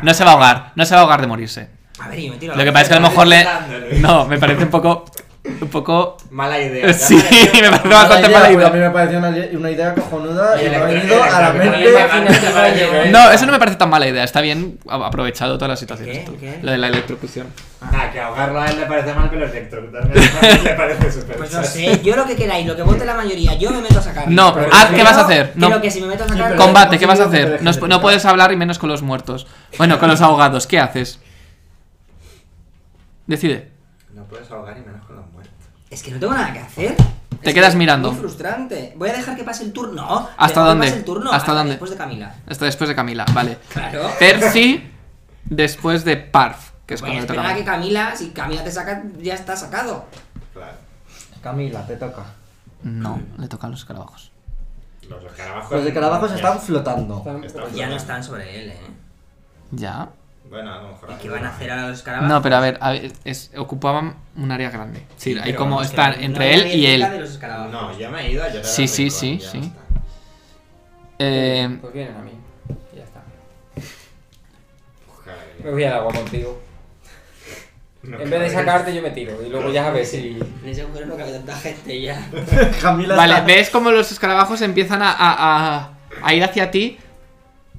Speaker 1: No se va a ahogar, no se va a ahogar de morirse.
Speaker 5: A ver, yo me tiro. a
Speaker 1: Lo
Speaker 5: la-
Speaker 1: que pasa es que a lo mejor le.
Speaker 7: Dándole.
Speaker 1: No, me parece un poco. un poco.
Speaker 7: Mala
Speaker 5: Eh,
Speaker 7: idea. ¿te ha
Speaker 1: Sí,
Speaker 7: parecido?
Speaker 1: me parece bastante mala
Speaker 3: idea, pues, A
Speaker 1: idea.
Speaker 3: mí me pareció una, li- una idea cojonuda
Speaker 7: Y
Speaker 3: y me ha
Speaker 7: electro-
Speaker 3: venido a la
Speaker 7: electro-
Speaker 3: mente.
Speaker 1: No, eso no me parece tan mala idea. Está bien a- aprovechado toda la situación.
Speaker 5: ¿Qué?
Speaker 1: esto.
Speaker 5: ¿Qué?
Speaker 1: Lo de la electrocución.
Speaker 7: Ah, que ahogarlo a él le parece mal, pero electrocutarme a él le parece súper
Speaker 5: Pues no sé, yo lo que queráis, lo que vote la mayoría, yo me meto a sacar.
Speaker 1: No,
Speaker 5: Pero
Speaker 1: haz, ¿qué
Speaker 5: creo-
Speaker 1: vas a hacer? No.
Speaker 5: Creo que si me meto a sacar.
Speaker 3: Sí, pero-
Speaker 1: Combate, ¿qué vas a
Speaker 3: Pero
Speaker 1: hacer? No,
Speaker 3: es que-
Speaker 1: no puedes hablar y menos con los muertos. Bueno, con los ahogados, ¿qué haces? Decide.
Speaker 7: No puedes ahogar y menos con los muertos.
Speaker 5: Es que no tengo nada que hacer.
Speaker 1: Te
Speaker 5: Es
Speaker 1: quedas
Speaker 5: que es
Speaker 1: mirando.
Speaker 5: Muy frustrante. Voy a dejar que pase el turno. No,
Speaker 1: ¿Hasta
Speaker 5: dejo que
Speaker 1: dónde?
Speaker 5: pase el turno
Speaker 1: ¿Hasta dónde?
Speaker 5: Después de Camila.
Speaker 1: Hasta después de Camila, vale.
Speaker 5: Claro.
Speaker 1: Percy, después de Parf, que es
Speaker 5: Voy a
Speaker 1: cuando le
Speaker 5: esperar a que
Speaker 1: toca.
Speaker 5: Camila, si Camila te saca, ya está sacado.
Speaker 7: Claro.
Speaker 3: Camila, te toca.
Speaker 1: No, le tocan los escarabajos.
Speaker 7: Los escarabajos.
Speaker 3: Los de carabajos
Speaker 7: ya-
Speaker 3: están flotando.
Speaker 2: Están- pues,
Speaker 7: están
Speaker 5: Pues Ya no
Speaker 7: flotando.
Speaker 5: están sobre él, ¿eh?
Speaker 1: Ya.
Speaker 5: Ah,
Speaker 7: Bueno, a lo mejor.
Speaker 5: ¿Y qué van a hacer ahora los escarabajos?
Speaker 1: No, pero a ver, a ver, es- ocupaban un área grande. Sí, ahí
Speaker 5: Pero
Speaker 1: como
Speaker 5: vamos, que
Speaker 1: están
Speaker 5: no- no
Speaker 1: entre
Speaker 5: hay
Speaker 1: él y
Speaker 5: nadie cerca de
Speaker 1: él.
Speaker 5: los escarabajos.
Speaker 7: No, ya me he ido a llorar.
Speaker 1: Sí,
Speaker 7: al
Speaker 1: sí,
Speaker 7: rincón,
Speaker 1: sí,
Speaker 7: ya
Speaker 1: sí.
Speaker 7: no está.
Speaker 1: Eh,
Speaker 2: Pues vienen a mí. Y ya está. Me
Speaker 7: Joder.
Speaker 2: voy al agua contigo. en
Speaker 7: No
Speaker 2: vez de
Speaker 7: cabréis.
Speaker 2: sacarte, yo me tiro. Y luego ya a ver si.
Speaker 5: En ese agujero no cabe tanta gente ya.
Speaker 3: Camila
Speaker 1: Vale,
Speaker 3: está-
Speaker 1: ves como los escarabajos empiezan a, a- a- a ir hacia ti.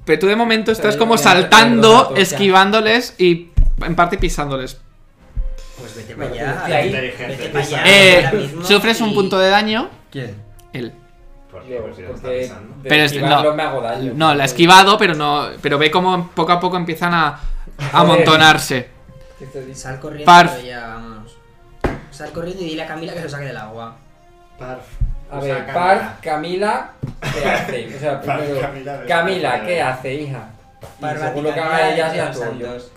Speaker 1: Pero tú de momento estás
Speaker 2: yo
Speaker 1: como
Speaker 2: voy a perder los
Speaker 1: saltando,
Speaker 2: datos ya.
Speaker 1: esquivándoles y en parte pisándoles.
Speaker 5: Pues vete para
Speaker 2: Bueno,
Speaker 5: allá.
Speaker 2: de ahí-
Speaker 7: Inteligente,
Speaker 5: Vete para
Speaker 7: pisa.
Speaker 5: allá.
Speaker 1: Eh,
Speaker 5: Ah, ahora mismo
Speaker 1: sufres un
Speaker 5: y-
Speaker 1: punto de daño.
Speaker 3: ¿Quién?
Speaker 1: Él.
Speaker 7: ¿Por qué?
Speaker 2: Luego,
Speaker 7: Pues si lo está
Speaker 2: porque
Speaker 7: pisando.
Speaker 2: de
Speaker 1: Pero es-
Speaker 2: esquivarlo
Speaker 1: no.
Speaker 2: me hago daño.
Speaker 1: No, la ha esquivado, pero no. Pero ve como poco a poco empiezan a a
Speaker 2: Joder.
Speaker 1: amontonarse.
Speaker 2: Esto es-
Speaker 5: Sal corriendo
Speaker 1: Parf.
Speaker 5: pero ya, vamos. Sal corriendo y dile a Camila que se saque del agua.
Speaker 7: Parf.
Speaker 2: A
Speaker 7: Usa
Speaker 2: ver,
Speaker 7: cámara.
Speaker 2: Parf, Camila, ¿qué hace? O sea,
Speaker 7: Parf,
Speaker 2: primero,
Speaker 7: Camila,
Speaker 2: Camila,
Speaker 7: de-
Speaker 2: ¿qué hace, hija?
Speaker 5: Parf,
Speaker 2: Y según lo que
Speaker 5: Camila,
Speaker 2: haga ella,
Speaker 5: de
Speaker 2: sea
Speaker 5: los
Speaker 2: tuyo.
Speaker 5: santos.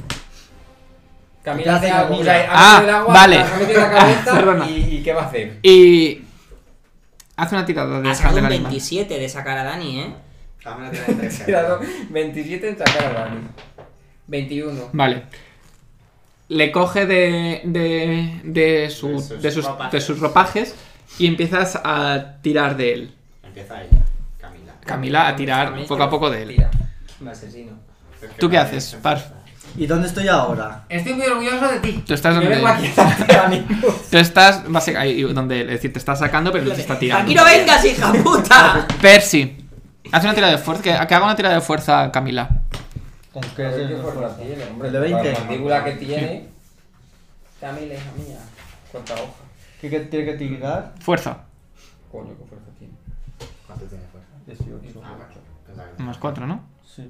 Speaker 2: Camila hace
Speaker 3: ¿Qué hace
Speaker 2: algo, o
Speaker 3: Camila?
Speaker 2: sea,
Speaker 1: Ah,
Speaker 2: ha metido el agua,
Speaker 1: vale.
Speaker 2: la ha metido en la cabeza
Speaker 1: Perdona.
Speaker 2: y, y ¿qué va a hacer?
Speaker 1: Y. Hace una tirada de
Speaker 5: Ha sacado
Speaker 1: del
Speaker 5: un
Speaker 1: animal.
Speaker 5: 27 de sacar a Dani, ¿eh?
Speaker 7: Hazme una tirada de
Speaker 2: Tirado
Speaker 7: inteligente.
Speaker 2: 27 en sacar a Dani. 21.
Speaker 1: Vale. Le coge de, de, de, su-
Speaker 7: De sus
Speaker 1: de sus,
Speaker 7: ropajes.
Speaker 1: de sus ropajes y empiezas a tirar de él.
Speaker 7: Empieza ella, Camila.
Speaker 1: Camila a tirar
Speaker 2: Camila,
Speaker 1: poco a poco de él.
Speaker 2: Tira. Me asesino.
Speaker 7: Es que
Speaker 1: ¿Tú qué
Speaker 7: nadie
Speaker 1: haces,
Speaker 7: se
Speaker 1: Parf?
Speaker 7: empieza.
Speaker 3: ¿Y dónde estoy ahora?
Speaker 2: Estoy muy orgulloso de ti.
Speaker 1: Tú estás
Speaker 2: Me
Speaker 1: donde-
Speaker 2: vengo aquí a darte, amigo.
Speaker 1: Tú estás basi- ahí donde, es decir, te está sacando pero no te está
Speaker 5: ¡Aquí
Speaker 1: tirando.
Speaker 5: no vengas, hija puta!
Speaker 1: Percy. Hace una tirada de fuerza. Que, que haga una tirada de fuerza, Camila.
Speaker 3: ¿Con qué
Speaker 2: A ver
Speaker 3: es
Speaker 2: qué
Speaker 3: el
Speaker 2: forma
Speaker 3: fuerza?
Speaker 2: tiene, hombre.
Speaker 3: El de 20.
Speaker 2: La mandíbula que tiene. Camila, hija mía. Cuánta hoja.
Speaker 3: ¿Qué, qué tiene que tirar?
Speaker 1: Fuerza.
Speaker 2: Coño, qué fuerza tiene.
Speaker 7: ¿Cuánto tiene fuerza?
Speaker 3: 18.
Speaker 7: Ah, bueno, pensaba que-
Speaker 1: Más cuatro, ¿no?
Speaker 3: Sí.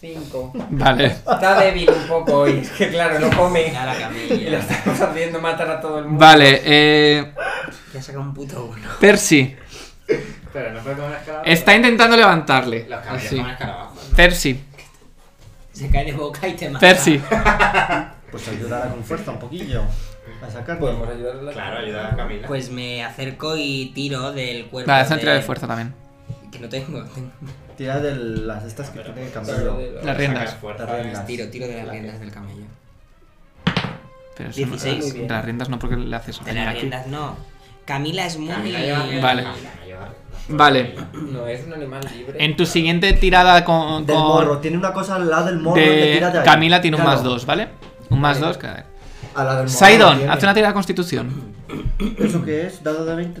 Speaker 2: 5.
Speaker 1: Vale.
Speaker 2: Está débil un poco hoy. Es que claro, no come.
Speaker 5: Ya la
Speaker 2: Y la
Speaker 5: Camila.
Speaker 2: estamos haciendo matar a todo el mundo.
Speaker 1: Vale. eh,
Speaker 5: Ya saca un puto uno.
Speaker 1: Percy.
Speaker 7: Pero no fue con un escarabajo.
Speaker 1: Está intentando levantarle.
Speaker 7: Los camellos
Speaker 1: Así.
Speaker 7: con escarabajos.
Speaker 1: Percy.
Speaker 5: Se cae de boca y te mata.
Speaker 1: Percy.
Speaker 3: Pues ayudará con fuerza un poquillo. A sacar.
Speaker 2: Podemos ayudarle.
Speaker 7: Claro, ayuda a Camila.
Speaker 5: Pues me acerco y tiro del cuerpo.
Speaker 1: Vale, hace una
Speaker 5: de-
Speaker 1: tirada de fuerza también.
Speaker 5: Que no tengo. tengo-
Speaker 3: Tira de las estas que tiene que cambiarlo.
Speaker 1: Las riendas.
Speaker 7: Saca fuerza.
Speaker 3: Las riendas.
Speaker 5: Tiro, tiro de las riendas del camello.
Speaker 1: Pero eso no-
Speaker 5: 16.
Speaker 1: las-
Speaker 5: Muy bien.
Speaker 1: las riendas no porque le haces
Speaker 5: De
Speaker 1: daño
Speaker 5: las
Speaker 1: aquí.
Speaker 5: riendas no. Camila es muy.
Speaker 7: Camila lleva-
Speaker 1: Vale.
Speaker 7: Camila lleva-
Speaker 1: Vale.
Speaker 2: No, es un animal libre.
Speaker 1: En tu siguiente tirada con,
Speaker 3: Del
Speaker 1: con-
Speaker 3: morro. Tiene una cosa al lado del morro.
Speaker 1: de-
Speaker 3: que tira de ahí.
Speaker 1: Camila tiene un
Speaker 3: Tíralo.
Speaker 1: más dos, ¿vale? Un más dos. cada-
Speaker 3: A la del morro.
Speaker 1: Saidon,
Speaker 3: tiene.
Speaker 1: haz una tirada de constitución.
Speaker 3: ¿Eso qué es? ¿Dado de 20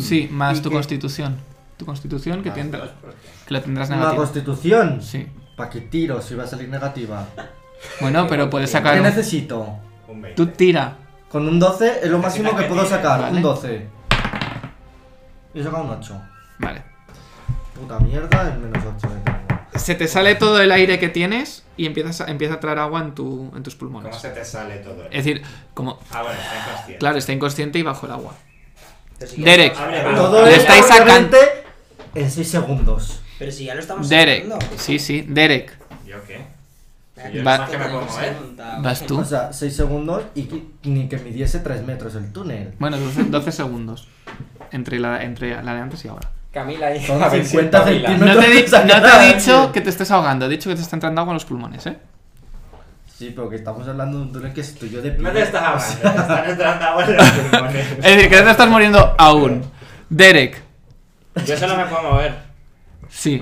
Speaker 1: Sí, más
Speaker 3: Mm. ¿Y
Speaker 1: tu
Speaker 3: qué? Ah,
Speaker 1: constitución. Tu constitución que,
Speaker 7: Más
Speaker 1: tiendrá-
Speaker 7: dos, ¿por qué?
Speaker 1: que la tendrás
Speaker 3: ¿Una
Speaker 1: negativa.
Speaker 3: constitución?
Speaker 1: Sí.
Speaker 3: ¿Para qué tiro si va a salir negativa?
Speaker 1: Bueno, pero puedes
Speaker 3: ¿Qué
Speaker 1: sacar. un-
Speaker 3: necesito?
Speaker 7: Un 20.
Speaker 1: Tú tira.
Speaker 3: Con un 12 es lo máximo que puedo sacar.
Speaker 1: Vale.
Speaker 3: Un 12. Yo he sacado un 8.
Speaker 1: Vale.
Speaker 3: Puta mierda, el menos 8 de tengo.
Speaker 1: Se te sale todo el aire que tienes y empiezas a, empieza a traer agua en, tu, en tus
Speaker 7: ¿Cómo
Speaker 1: pulmones.
Speaker 7: se te sale todo?
Speaker 1: Es decir, como.
Speaker 7: Ah, bueno, está inconsciente.
Speaker 1: Claro, está inconsciente y bajo el agua.
Speaker 5: Pero si ya-
Speaker 1: Derek.
Speaker 7: Abre, va.
Speaker 3: Todo
Speaker 1: Le
Speaker 3: esto
Speaker 1: estáis sacando-
Speaker 3: obviamente, en 6 segundos.
Speaker 5: Pero si ya lo estamos
Speaker 1: Derek.
Speaker 5: sacando.
Speaker 1: Sí, sí, Derek.
Speaker 7: ¿Yo qué?
Speaker 5: Espera,
Speaker 7: Yo
Speaker 5: que
Speaker 1: Va-
Speaker 5: no sé
Speaker 7: que me
Speaker 5: cómo
Speaker 7: pongo,
Speaker 5: se ha
Speaker 7: ¿eh?
Speaker 3: Ah,
Speaker 5: montado.
Speaker 1: Vas tú.
Speaker 3: O sea, 6 segundos y que- ni que midiese 3 metros el túnel.
Speaker 1: Bueno, 12, 12 segundos. Entre la, entre la de antes y ahora.
Speaker 2: Camila, hija.
Speaker 3: Son
Speaker 2: a ver si
Speaker 3: 50
Speaker 2: espabila.
Speaker 3: centímetros.
Speaker 1: No te, he di-
Speaker 3: Saca
Speaker 1: no te
Speaker 3: nada,
Speaker 1: he dicho
Speaker 3: tío.
Speaker 1: que te estés ahogando, he dicho que te está entrando agua en los pulmones, ¿eh?
Speaker 3: Sí, pero que estamos hablando de un túnel que estoy yo de pie.
Speaker 7: No te estás hablando, te están entrando agua en los pulmones.
Speaker 1: Es decir, que no te estás muriendo aún. Derek,
Speaker 7: Yo solo me puedo mover.
Speaker 1: sí.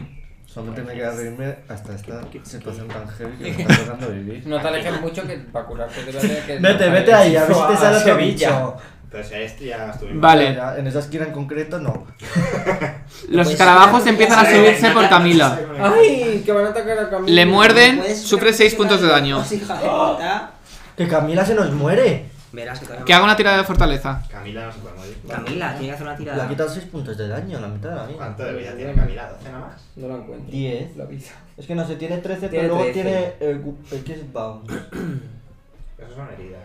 Speaker 7: Solo
Speaker 3: Solamente me queda reírme hasta esta situación tan heavy que me está tocando vivir.
Speaker 2: No te alejes mucho que para curarte te voy a tener que...
Speaker 3: Vete, vete ahí, a ver si te sale otro
Speaker 2: Sevilla.
Speaker 3: bicho.
Speaker 7: Pero si a este ya estuvimos.
Speaker 1: Vale,
Speaker 3: Ya, En esa esquina en concreto, no.
Speaker 2: Pues
Speaker 1: los escarabajos empiezan a subirse por Camila.
Speaker 2: ¡Ay! Que van a atacar a Camila.
Speaker 1: Le muerden,
Speaker 5: Puedes
Speaker 1: sufre 6 puntos de daño.
Speaker 5: Hija de puta.
Speaker 3: ¡Que Camila se nos muere!
Speaker 5: Verás que todavía
Speaker 1: Que haga una tirada de fortaleza.
Speaker 7: Camila no se puede morir.
Speaker 5: Camila, tiene que hacer una
Speaker 3: Le ha
Speaker 5: tirada.
Speaker 3: quitado 6 puntos de daño, la mitad de la vida.
Speaker 7: ¿Cuánto de vida tiene Camila? ¿12 nada más?
Speaker 2: No la encuentro.
Speaker 3: 10.
Speaker 2: La vida.
Speaker 3: Es que no sé, tiene 13,
Speaker 2: Tiene
Speaker 3: pero luego
Speaker 2: 13.
Speaker 3: tiene el, gu- el que es bounce.
Speaker 7: Esas son heridas.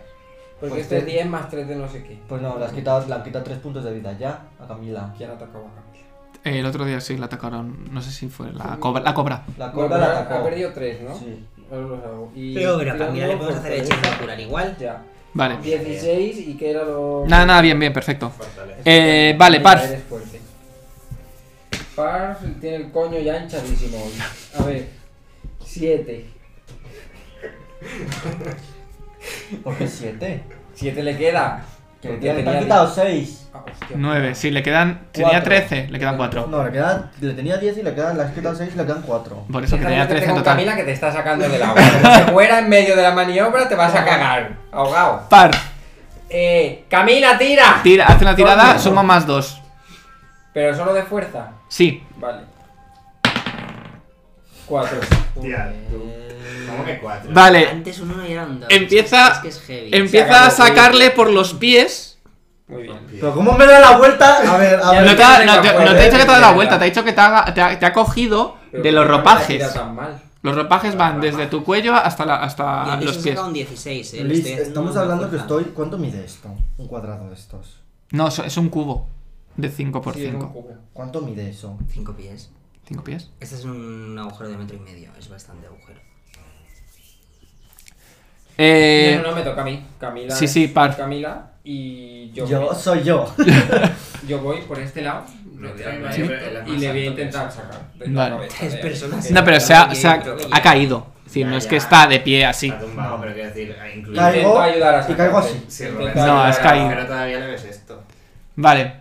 Speaker 2: Porque
Speaker 3: Pues
Speaker 2: este
Speaker 3: te-
Speaker 2: 10 más 3 de no sé qué.
Speaker 3: Pues no, le has quitado, le han quitado 3 puntos de vida ya a Camila.
Speaker 2: ¿Quién atacaba a Camila?
Speaker 1: El otro día sí la atacaron, no sé si fue la cobra. La cobra.
Speaker 3: La
Speaker 2: Bueno,
Speaker 3: cobra la
Speaker 2: ha- Ha
Speaker 3: atacó.
Speaker 2: perdido 3, ¿no?
Speaker 3: Sí.
Speaker 2: Ahora los hago. Y
Speaker 5: Pero mira,
Speaker 2: tirando
Speaker 5: Camila le podemos hacer el hechizo
Speaker 2: fortaleza.
Speaker 5: de curar igual.
Speaker 2: Ya.
Speaker 1: Vale.
Speaker 2: 16 y que era lo...
Speaker 1: Nada, nada, bien, bien, perfecto.
Speaker 7: Fortaleza.
Speaker 1: Eh, vale,
Speaker 2: Mira,
Speaker 1: Parf.
Speaker 2: Eres fuerte. Parf tiene el coño ya hinchadísimo hoy. A ver. 7.
Speaker 3: ¿Por qué 7?
Speaker 2: 7 le queda.
Speaker 3: Que
Speaker 2: Porque
Speaker 3: le han- le
Speaker 2: tenía
Speaker 3: han quitado 6.
Speaker 2: Ah, hostia.
Speaker 1: 9, sí, le quedan. Tenía
Speaker 2: Cuatro.
Speaker 1: 13, le quedan 4.
Speaker 3: No, le, queda, le tenía 10 y le, queda, le has quitado 6 y le quedan 4.
Speaker 1: Por eso que
Speaker 2: Déjame
Speaker 1: tenía
Speaker 2: te
Speaker 1: 13 en
Speaker 2: con
Speaker 1: total.
Speaker 2: Camila que te está sacando del agua. Como te fuera en medio de la maniobra te vas a cagar. Ahogado.
Speaker 1: Par,
Speaker 2: Eh, Camila, tira.
Speaker 1: tira, hace una tirada,
Speaker 2: Coño.
Speaker 1: suma más 2.
Speaker 2: Pero solo de fuerza.
Speaker 1: Sí,
Speaker 2: Vale. 4.
Speaker 7: Tía, tú. ¿Cómo que 4?
Speaker 1: vale.
Speaker 5: Antes un 1 y era un 2.
Speaker 1: Empieza-
Speaker 5: Es que es heavy.
Speaker 1: Empieza a sacarle por los pies.
Speaker 2: Muy bien.
Speaker 3: Pero ¿cómo me da la vuelta? A ver, a
Speaker 2: Ya
Speaker 1: No
Speaker 3: ver.
Speaker 1: te, ha- no te- no te he dicho que te ha dado la vuelta, te he dicho que te ha, te ha- te ha cogido
Speaker 2: Pero
Speaker 1: de los
Speaker 2: ¿por qué
Speaker 1: ropajes.
Speaker 2: no la tira tan mal?
Speaker 1: Los ropajes van desde tu cuello hasta, la- hasta los
Speaker 5: Los
Speaker 1: pies.
Speaker 5: un 16, eh. le
Speaker 3: Liz,
Speaker 5: estoy haciendo
Speaker 3: estamos
Speaker 5: una
Speaker 3: hablando que
Speaker 5: fuerza.
Speaker 3: estoy. ¿Cuánto mide esto? Un cuadrado de estos.
Speaker 1: No, so- es un cubo de 5 por
Speaker 2: Sí, es un
Speaker 1: 5.
Speaker 2: cubo.
Speaker 3: ¿Cuánto mide eso?
Speaker 5: 5 pies.
Speaker 1: 5 pies.
Speaker 5: Este es un agujero de metro y medio. Es bastante agujero.
Speaker 1: Eh,
Speaker 2: No, no, no, me toca a mí. Camila.
Speaker 1: Sí, sí, par.
Speaker 2: Camila y yo.
Speaker 3: Yo
Speaker 2: voy-
Speaker 3: soy yo.
Speaker 2: yo voy por este lado. lo tiro al
Speaker 7: Sí.
Speaker 2: maestro Y le voy a intentar sacar. de la
Speaker 1: Vale.
Speaker 2: cabeza,
Speaker 5: Tres
Speaker 2: de ahí.
Speaker 5: personas.
Speaker 1: No, pero se ha, se ha- ha caído. Es decir, no es que está de pie así.
Speaker 7: Está tumbado,
Speaker 3: No.
Speaker 7: pero quiero decir, ha incluido.
Speaker 3: Caigo
Speaker 2: Intento ayudar a
Speaker 3: y caigo
Speaker 2: sacarte.
Speaker 3: así.
Speaker 7: Sí,
Speaker 2: Intento
Speaker 7: Robert.
Speaker 2: ayudar
Speaker 1: oh, No, has
Speaker 2: a-
Speaker 1: caído.
Speaker 7: Pero todavía le ves esto.
Speaker 1: Vale.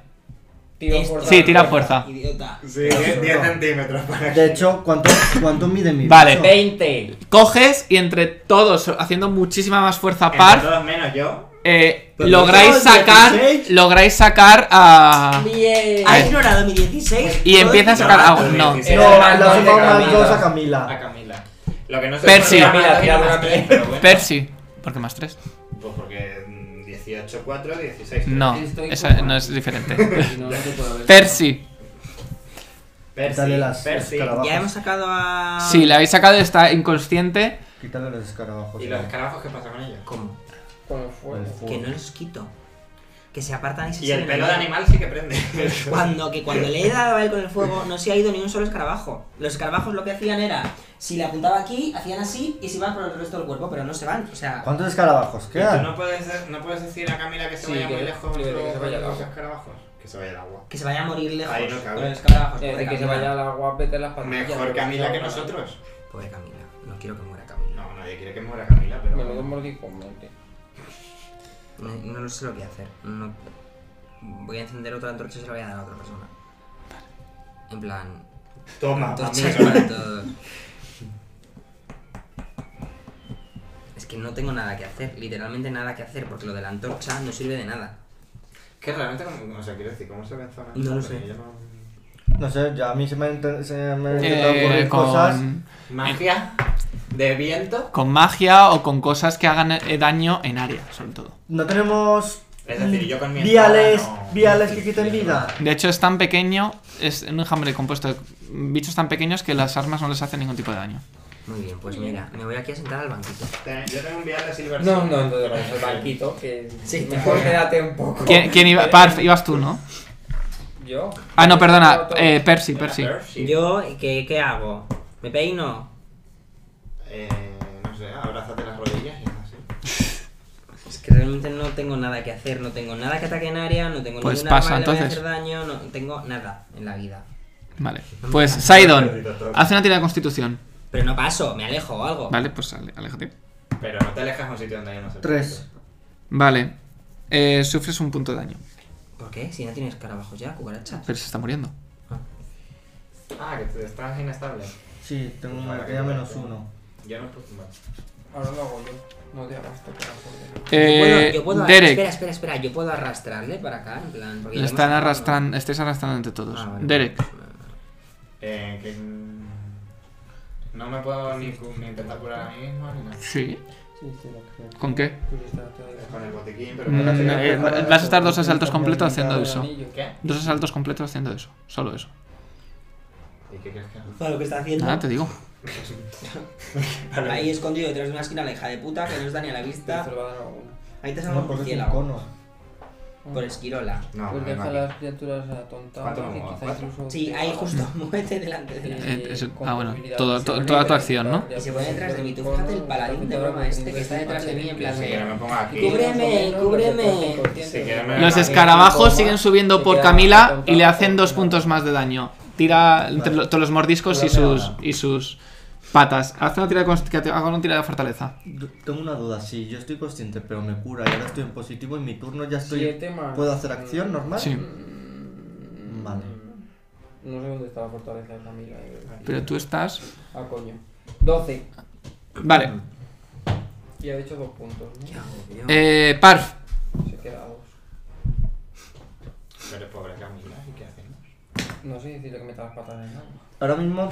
Speaker 2: Tiro
Speaker 5: Sí,
Speaker 2: fuerza.
Speaker 1: Sí, tira fuerza.
Speaker 5: Idiota.
Speaker 7: Sí, 10 centímetros para
Speaker 3: De hecho, ¿cuánto, cuánto mide mi
Speaker 1: Vale.
Speaker 3: brazo?
Speaker 2: 20.
Speaker 1: Coges y entre todos, haciendo muchísima más fuerza
Speaker 7: Entre
Speaker 1: par,
Speaker 7: todos menos yo.
Speaker 1: eh,
Speaker 3: Pero
Speaker 1: lográis
Speaker 3: yo,
Speaker 1: sacar.
Speaker 3: 16.
Speaker 1: Lográis sacar a.
Speaker 2: Bien.
Speaker 5: Ha
Speaker 1: Ay.
Speaker 5: ignorado mi 16.
Speaker 1: Y empieza a sacar
Speaker 7: No,
Speaker 1: agua.
Speaker 7: tú
Speaker 1: No.
Speaker 7: dices,
Speaker 3: No,
Speaker 2: Era
Speaker 3: le
Speaker 2: más
Speaker 3: ha sumado
Speaker 2: de
Speaker 3: más
Speaker 2: Camila.
Speaker 3: dos a
Speaker 7: A
Speaker 3: Camila.
Speaker 7: Camila. Lo que no se
Speaker 1: Percy.
Speaker 7: puede llamar
Speaker 2: Camila,
Speaker 7: más
Speaker 2: tira
Speaker 7: tres,
Speaker 2: una
Speaker 7: pero bueno.
Speaker 1: Percy. ¿Por qué más 3?
Speaker 7: Pues porque mm, 18, 4, 16.
Speaker 1: No,
Speaker 2: Estoy
Speaker 1: esa
Speaker 2: como-
Speaker 1: no es diferente.
Speaker 2: Si no, no te puedo ver.
Speaker 1: Percy.
Speaker 7: Percy.
Speaker 3: Dale las
Speaker 7: Percy.
Speaker 3: escarabajos.
Speaker 5: Ya hemos sacado a.
Speaker 1: Si la habéis sacado, está inconsciente.
Speaker 3: Quítale los escarabajos.
Speaker 7: ¿Y los escarabajos qué pasa con ellos?
Speaker 5: ¿Cómo?
Speaker 2: Con el fuego.
Speaker 3: El fuego.
Speaker 5: Que no los quito. Que se apartan y se
Speaker 7: Y el
Speaker 5: siguen
Speaker 7: pelo de
Speaker 5: andando.
Speaker 7: animal sí que prende.
Speaker 5: Cuando que cuando le he dado a él con el fuego no se ha ido ni un solo escarabajo. Los escarabajos lo que hacían era, si le apuntaba aquí, hacían así y se iban por el resto del cuerpo, pero no se van. O sea,
Speaker 3: ¿Cuántos escarabajos
Speaker 7: ¿Y tú
Speaker 3: quedan?
Speaker 7: no puedes, no puedes decir a Camila que se
Speaker 2: Sí,
Speaker 7: vaya
Speaker 2: que-
Speaker 7: muy lejos
Speaker 2: que se vaya al
Speaker 7: los
Speaker 2: agua. Ah,
Speaker 7: escarabajos? Que se vaya al agua.
Speaker 5: que se vaya a morir lejos
Speaker 7: Ahí no cabe.
Speaker 5: con los escarabajos.
Speaker 2: Eh,
Speaker 5: Pobre
Speaker 2: de que se
Speaker 5: Camila.
Speaker 2: vaya al agua, vete las patillas.
Speaker 7: Mejor Camila que nosotros.
Speaker 5: Pobre Camila, no quiero que muera Camila.
Speaker 7: No, nadie quiere que muera Camila, pero.
Speaker 2: Menudo mordisco, mate.
Speaker 5: No, no sé lo que hacer. No- Voy a encender otra antorcha y se la voy a dar a otra persona. En plan,
Speaker 7: Toma,
Speaker 5: antorchas
Speaker 7: amigo.
Speaker 5: para todos. Es que no tengo nada que hacer, literalmente nada que hacer, porque lo de la antorcha no sirve de nada.
Speaker 7: Que realmente, como- o sea, quiero decir, ¿cómo se lanzó una
Speaker 5: No lo sé.
Speaker 7: Yo no-
Speaker 3: No sé, ya a mí se me han inter- se me han intentado
Speaker 1: eh,
Speaker 3: ocurrir cosas.
Speaker 1: con,
Speaker 7: Magia de viento.
Speaker 1: con magia o con cosas que hagan eh, daño en área, sobre todo.
Speaker 3: No tenemos mm,
Speaker 7: Es decir, yo con mi
Speaker 3: viales,
Speaker 7: espada no-
Speaker 3: viales que quiten vida.
Speaker 1: De hecho, es tan pequeño, es un enjambre compuesto de bichos tan pequeños que las armas no les hacen ningún tipo de daño.
Speaker 5: Muy bien, pues mira, me voy aquí a sentar al banquito.
Speaker 7: Te- Yo tengo un vial de Silver
Speaker 2: No,
Speaker 7: Sun.
Speaker 2: no, no, no, el banquito, que
Speaker 5: Sí,
Speaker 2: mejor
Speaker 5: te-
Speaker 2: quédate un poco.
Speaker 1: ¿Quién, quién
Speaker 2: Eh,
Speaker 1: iba? Parf, ibas tú, ¿no?
Speaker 2: Yo.
Speaker 1: Ah, no, perdona,
Speaker 2: Yo, todo.
Speaker 1: eh, Percy, Percy.
Speaker 5: Yo, ¿qué, qué hago? ¿Me peino?
Speaker 7: Eh, no sé, abrázate las rodillas y así.
Speaker 5: Es que realmente no tengo nada que hacer, no tengo nada que ataque en área, no tengo
Speaker 1: Pues
Speaker 5: ninguna
Speaker 1: pasa,
Speaker 5: arma que le vaya a
Speaker 1: entonces.
Speaker 5: hacer daño, no tengo nada en la vida.
Speaker 1: Vale. Pues Sidon, hace una tirada de constitución.
Speaker 5: Pero no paso, me alejo o
Speaker 2: Oh.
Speaker 5: algo.
Speaker 1: Vale, pues ale- aléjate.
Speaker 7: Pero no te alejas a un sitio donde yo no sé.
Speaker 3: Tres.
Speaker 1: Vale. Eh, sufres un punto de daño.
Speaker 5: ¿Por qué? Si no tienes carabajos ya, cucarachas.
Speaker 1: Pero se está muriendo.
Speaker 7: Ah, que te estás inestable.
Speaker 3: Sí, tengo una
Speaker 7: Para que
Speaker 3: ya
Speaker 7: no
Speaker 3: menos
Speaker 7: te-
Speaker 3: uno.
Speaker 7: Yo no puse mal.
Speaker 2: Ahora lo hago yo. No te hagas te quedas por dentro.
Speaker 1: Eh,
Speaker 5: yo puedo, yo puedo- Espera,
Speaker 1: Derek,
Speaker 5: espera, espera. Yo puedo arrastrarle para acá, en plan. porque
Speaker 1: lo
Speaker 5: ya
Speaker 1: están
Speaker 5: hemos-
Speaker 1: arrastrando, estáis arrastrando entre todos.
Speaker 5: Ah, vale.
Speaker 1: Derek,
Speaker 7: Eh, que. mm, No me puedo ni, cu- ni intentar curar a mí mismo ni nada.
Speaker 1: sí,
Speaker 3: Sí, sí, lo creo.
Speaker 1: ¿con qué?
Speaker 2: Tú ya estás, te da igual.
Speaker 7: Con el botiquín, pero.
Speaker 1: Mm,
Speaker 7: me parece que-
Speaker 1: eh, va- vas a estar dos asaltos
Speaker 3: Cambiar
Speaker 1: completos
Speaker 3: de
Speaker 1: haciendo
Speaker 3: lado.
Speaker 1: eso.
Speaker 2: Anillo.
Speaker 7: ¿Qué?
Speaker 1: Dos asaltos completos haciendo eso, solo eso.
Speaker 7: ¿Y qué crees que hago?
Speaker 5: Para lo que está haciendo.
Speaker 1: Nada, te digo.
Speaker 5: Ahí escondido detrás de una esquina la hija de puta que no os da ni a la
Speaker 2: Te
Speaker 5: vista.
Speaker 2: lo va a dar alguno.
Speaker 5: Ahí te salva
Speaker 3: No,
Speaker 5: un
Speaker 3: porque es un
Speaker 5: murciélago.
Speaker 3: cono.
Speaker 5: Por esquirola.
Speaker 7: No,
Speaker 2: Pues
Speaker 7: no,
Speaker 2: deja a
Speaker 7: no.
Speaker 2: las criaturas atontadas
Speaker 7: ¿Cuánto me
Speaker 2: y
Speaker 7: muevo?
Speaker 2: quizá
Speaker 7: ¿Cuatro?
Speaker 2: incluso
Speaker 5: Sí,
Speaker 2: te
Speaker 5: ahí
Speaker 2: hagan-
Speaker 5: justo. Muévete delante de la.
Speaker 1: Eh, eso-
Speaker 2: con
Speaker 1: ah, bueno,
Speaker 2: posibilidad
Speaker 1: todo-
Speaker 2: de
Speaker 1: todo-
Speaker 2: ser
Speaker 1: toda tu
Speaker 2: libre,
Speaker 1: acción, ¿no?
Speaker 5: Y se pone detrás de mí. Tú fíjate el paladín de broma este que está detrás de mí en plan
Speaker 7: Si
Speaker 5: de-
Speaker 7: quieres me pongo aquí.
Speaker 5: ¡Cúbreme, cúbreme!
Speaker 7: Si quieres me-
Speaker 1: Los escarabajos siguen subiendo por Camila y le hacen dos puntos más de daño. Tira entre lo- todos los mordiscos y sus, y sus patas. Haz una tira de, const- que te- haga una tira de fortaleza.
Speaker 3: Yo Tengo una duda, sí, yo estoy consciente, pero me cura y ahora estoy en positivo y mi turno ya estoy...
Speaker 2: Siete más.
Speaker 3: ¿Puedo hacer acción normal? Mm,
Speaker 1: Sí.
Speaker 3: Vale.
Speaker 2: No sé dónde está la fortaleza de Camila. eh.
Speaker 1: Pero tú estás.
Speaker 2: Ah, coño. 12.
Speaker 1: Vale.
Speaker 2: Y ha dicho dos puntos, ¿no?
Speaker 1: Eh, Parf.
Speaker 2: Se queda a dos.
Speaker 7: Pero pobre Camila, ¿y qué hacemos?
Speaker 2: No sé decirle que meta las patas en el agua.
Speaker 3: Ahora mismo...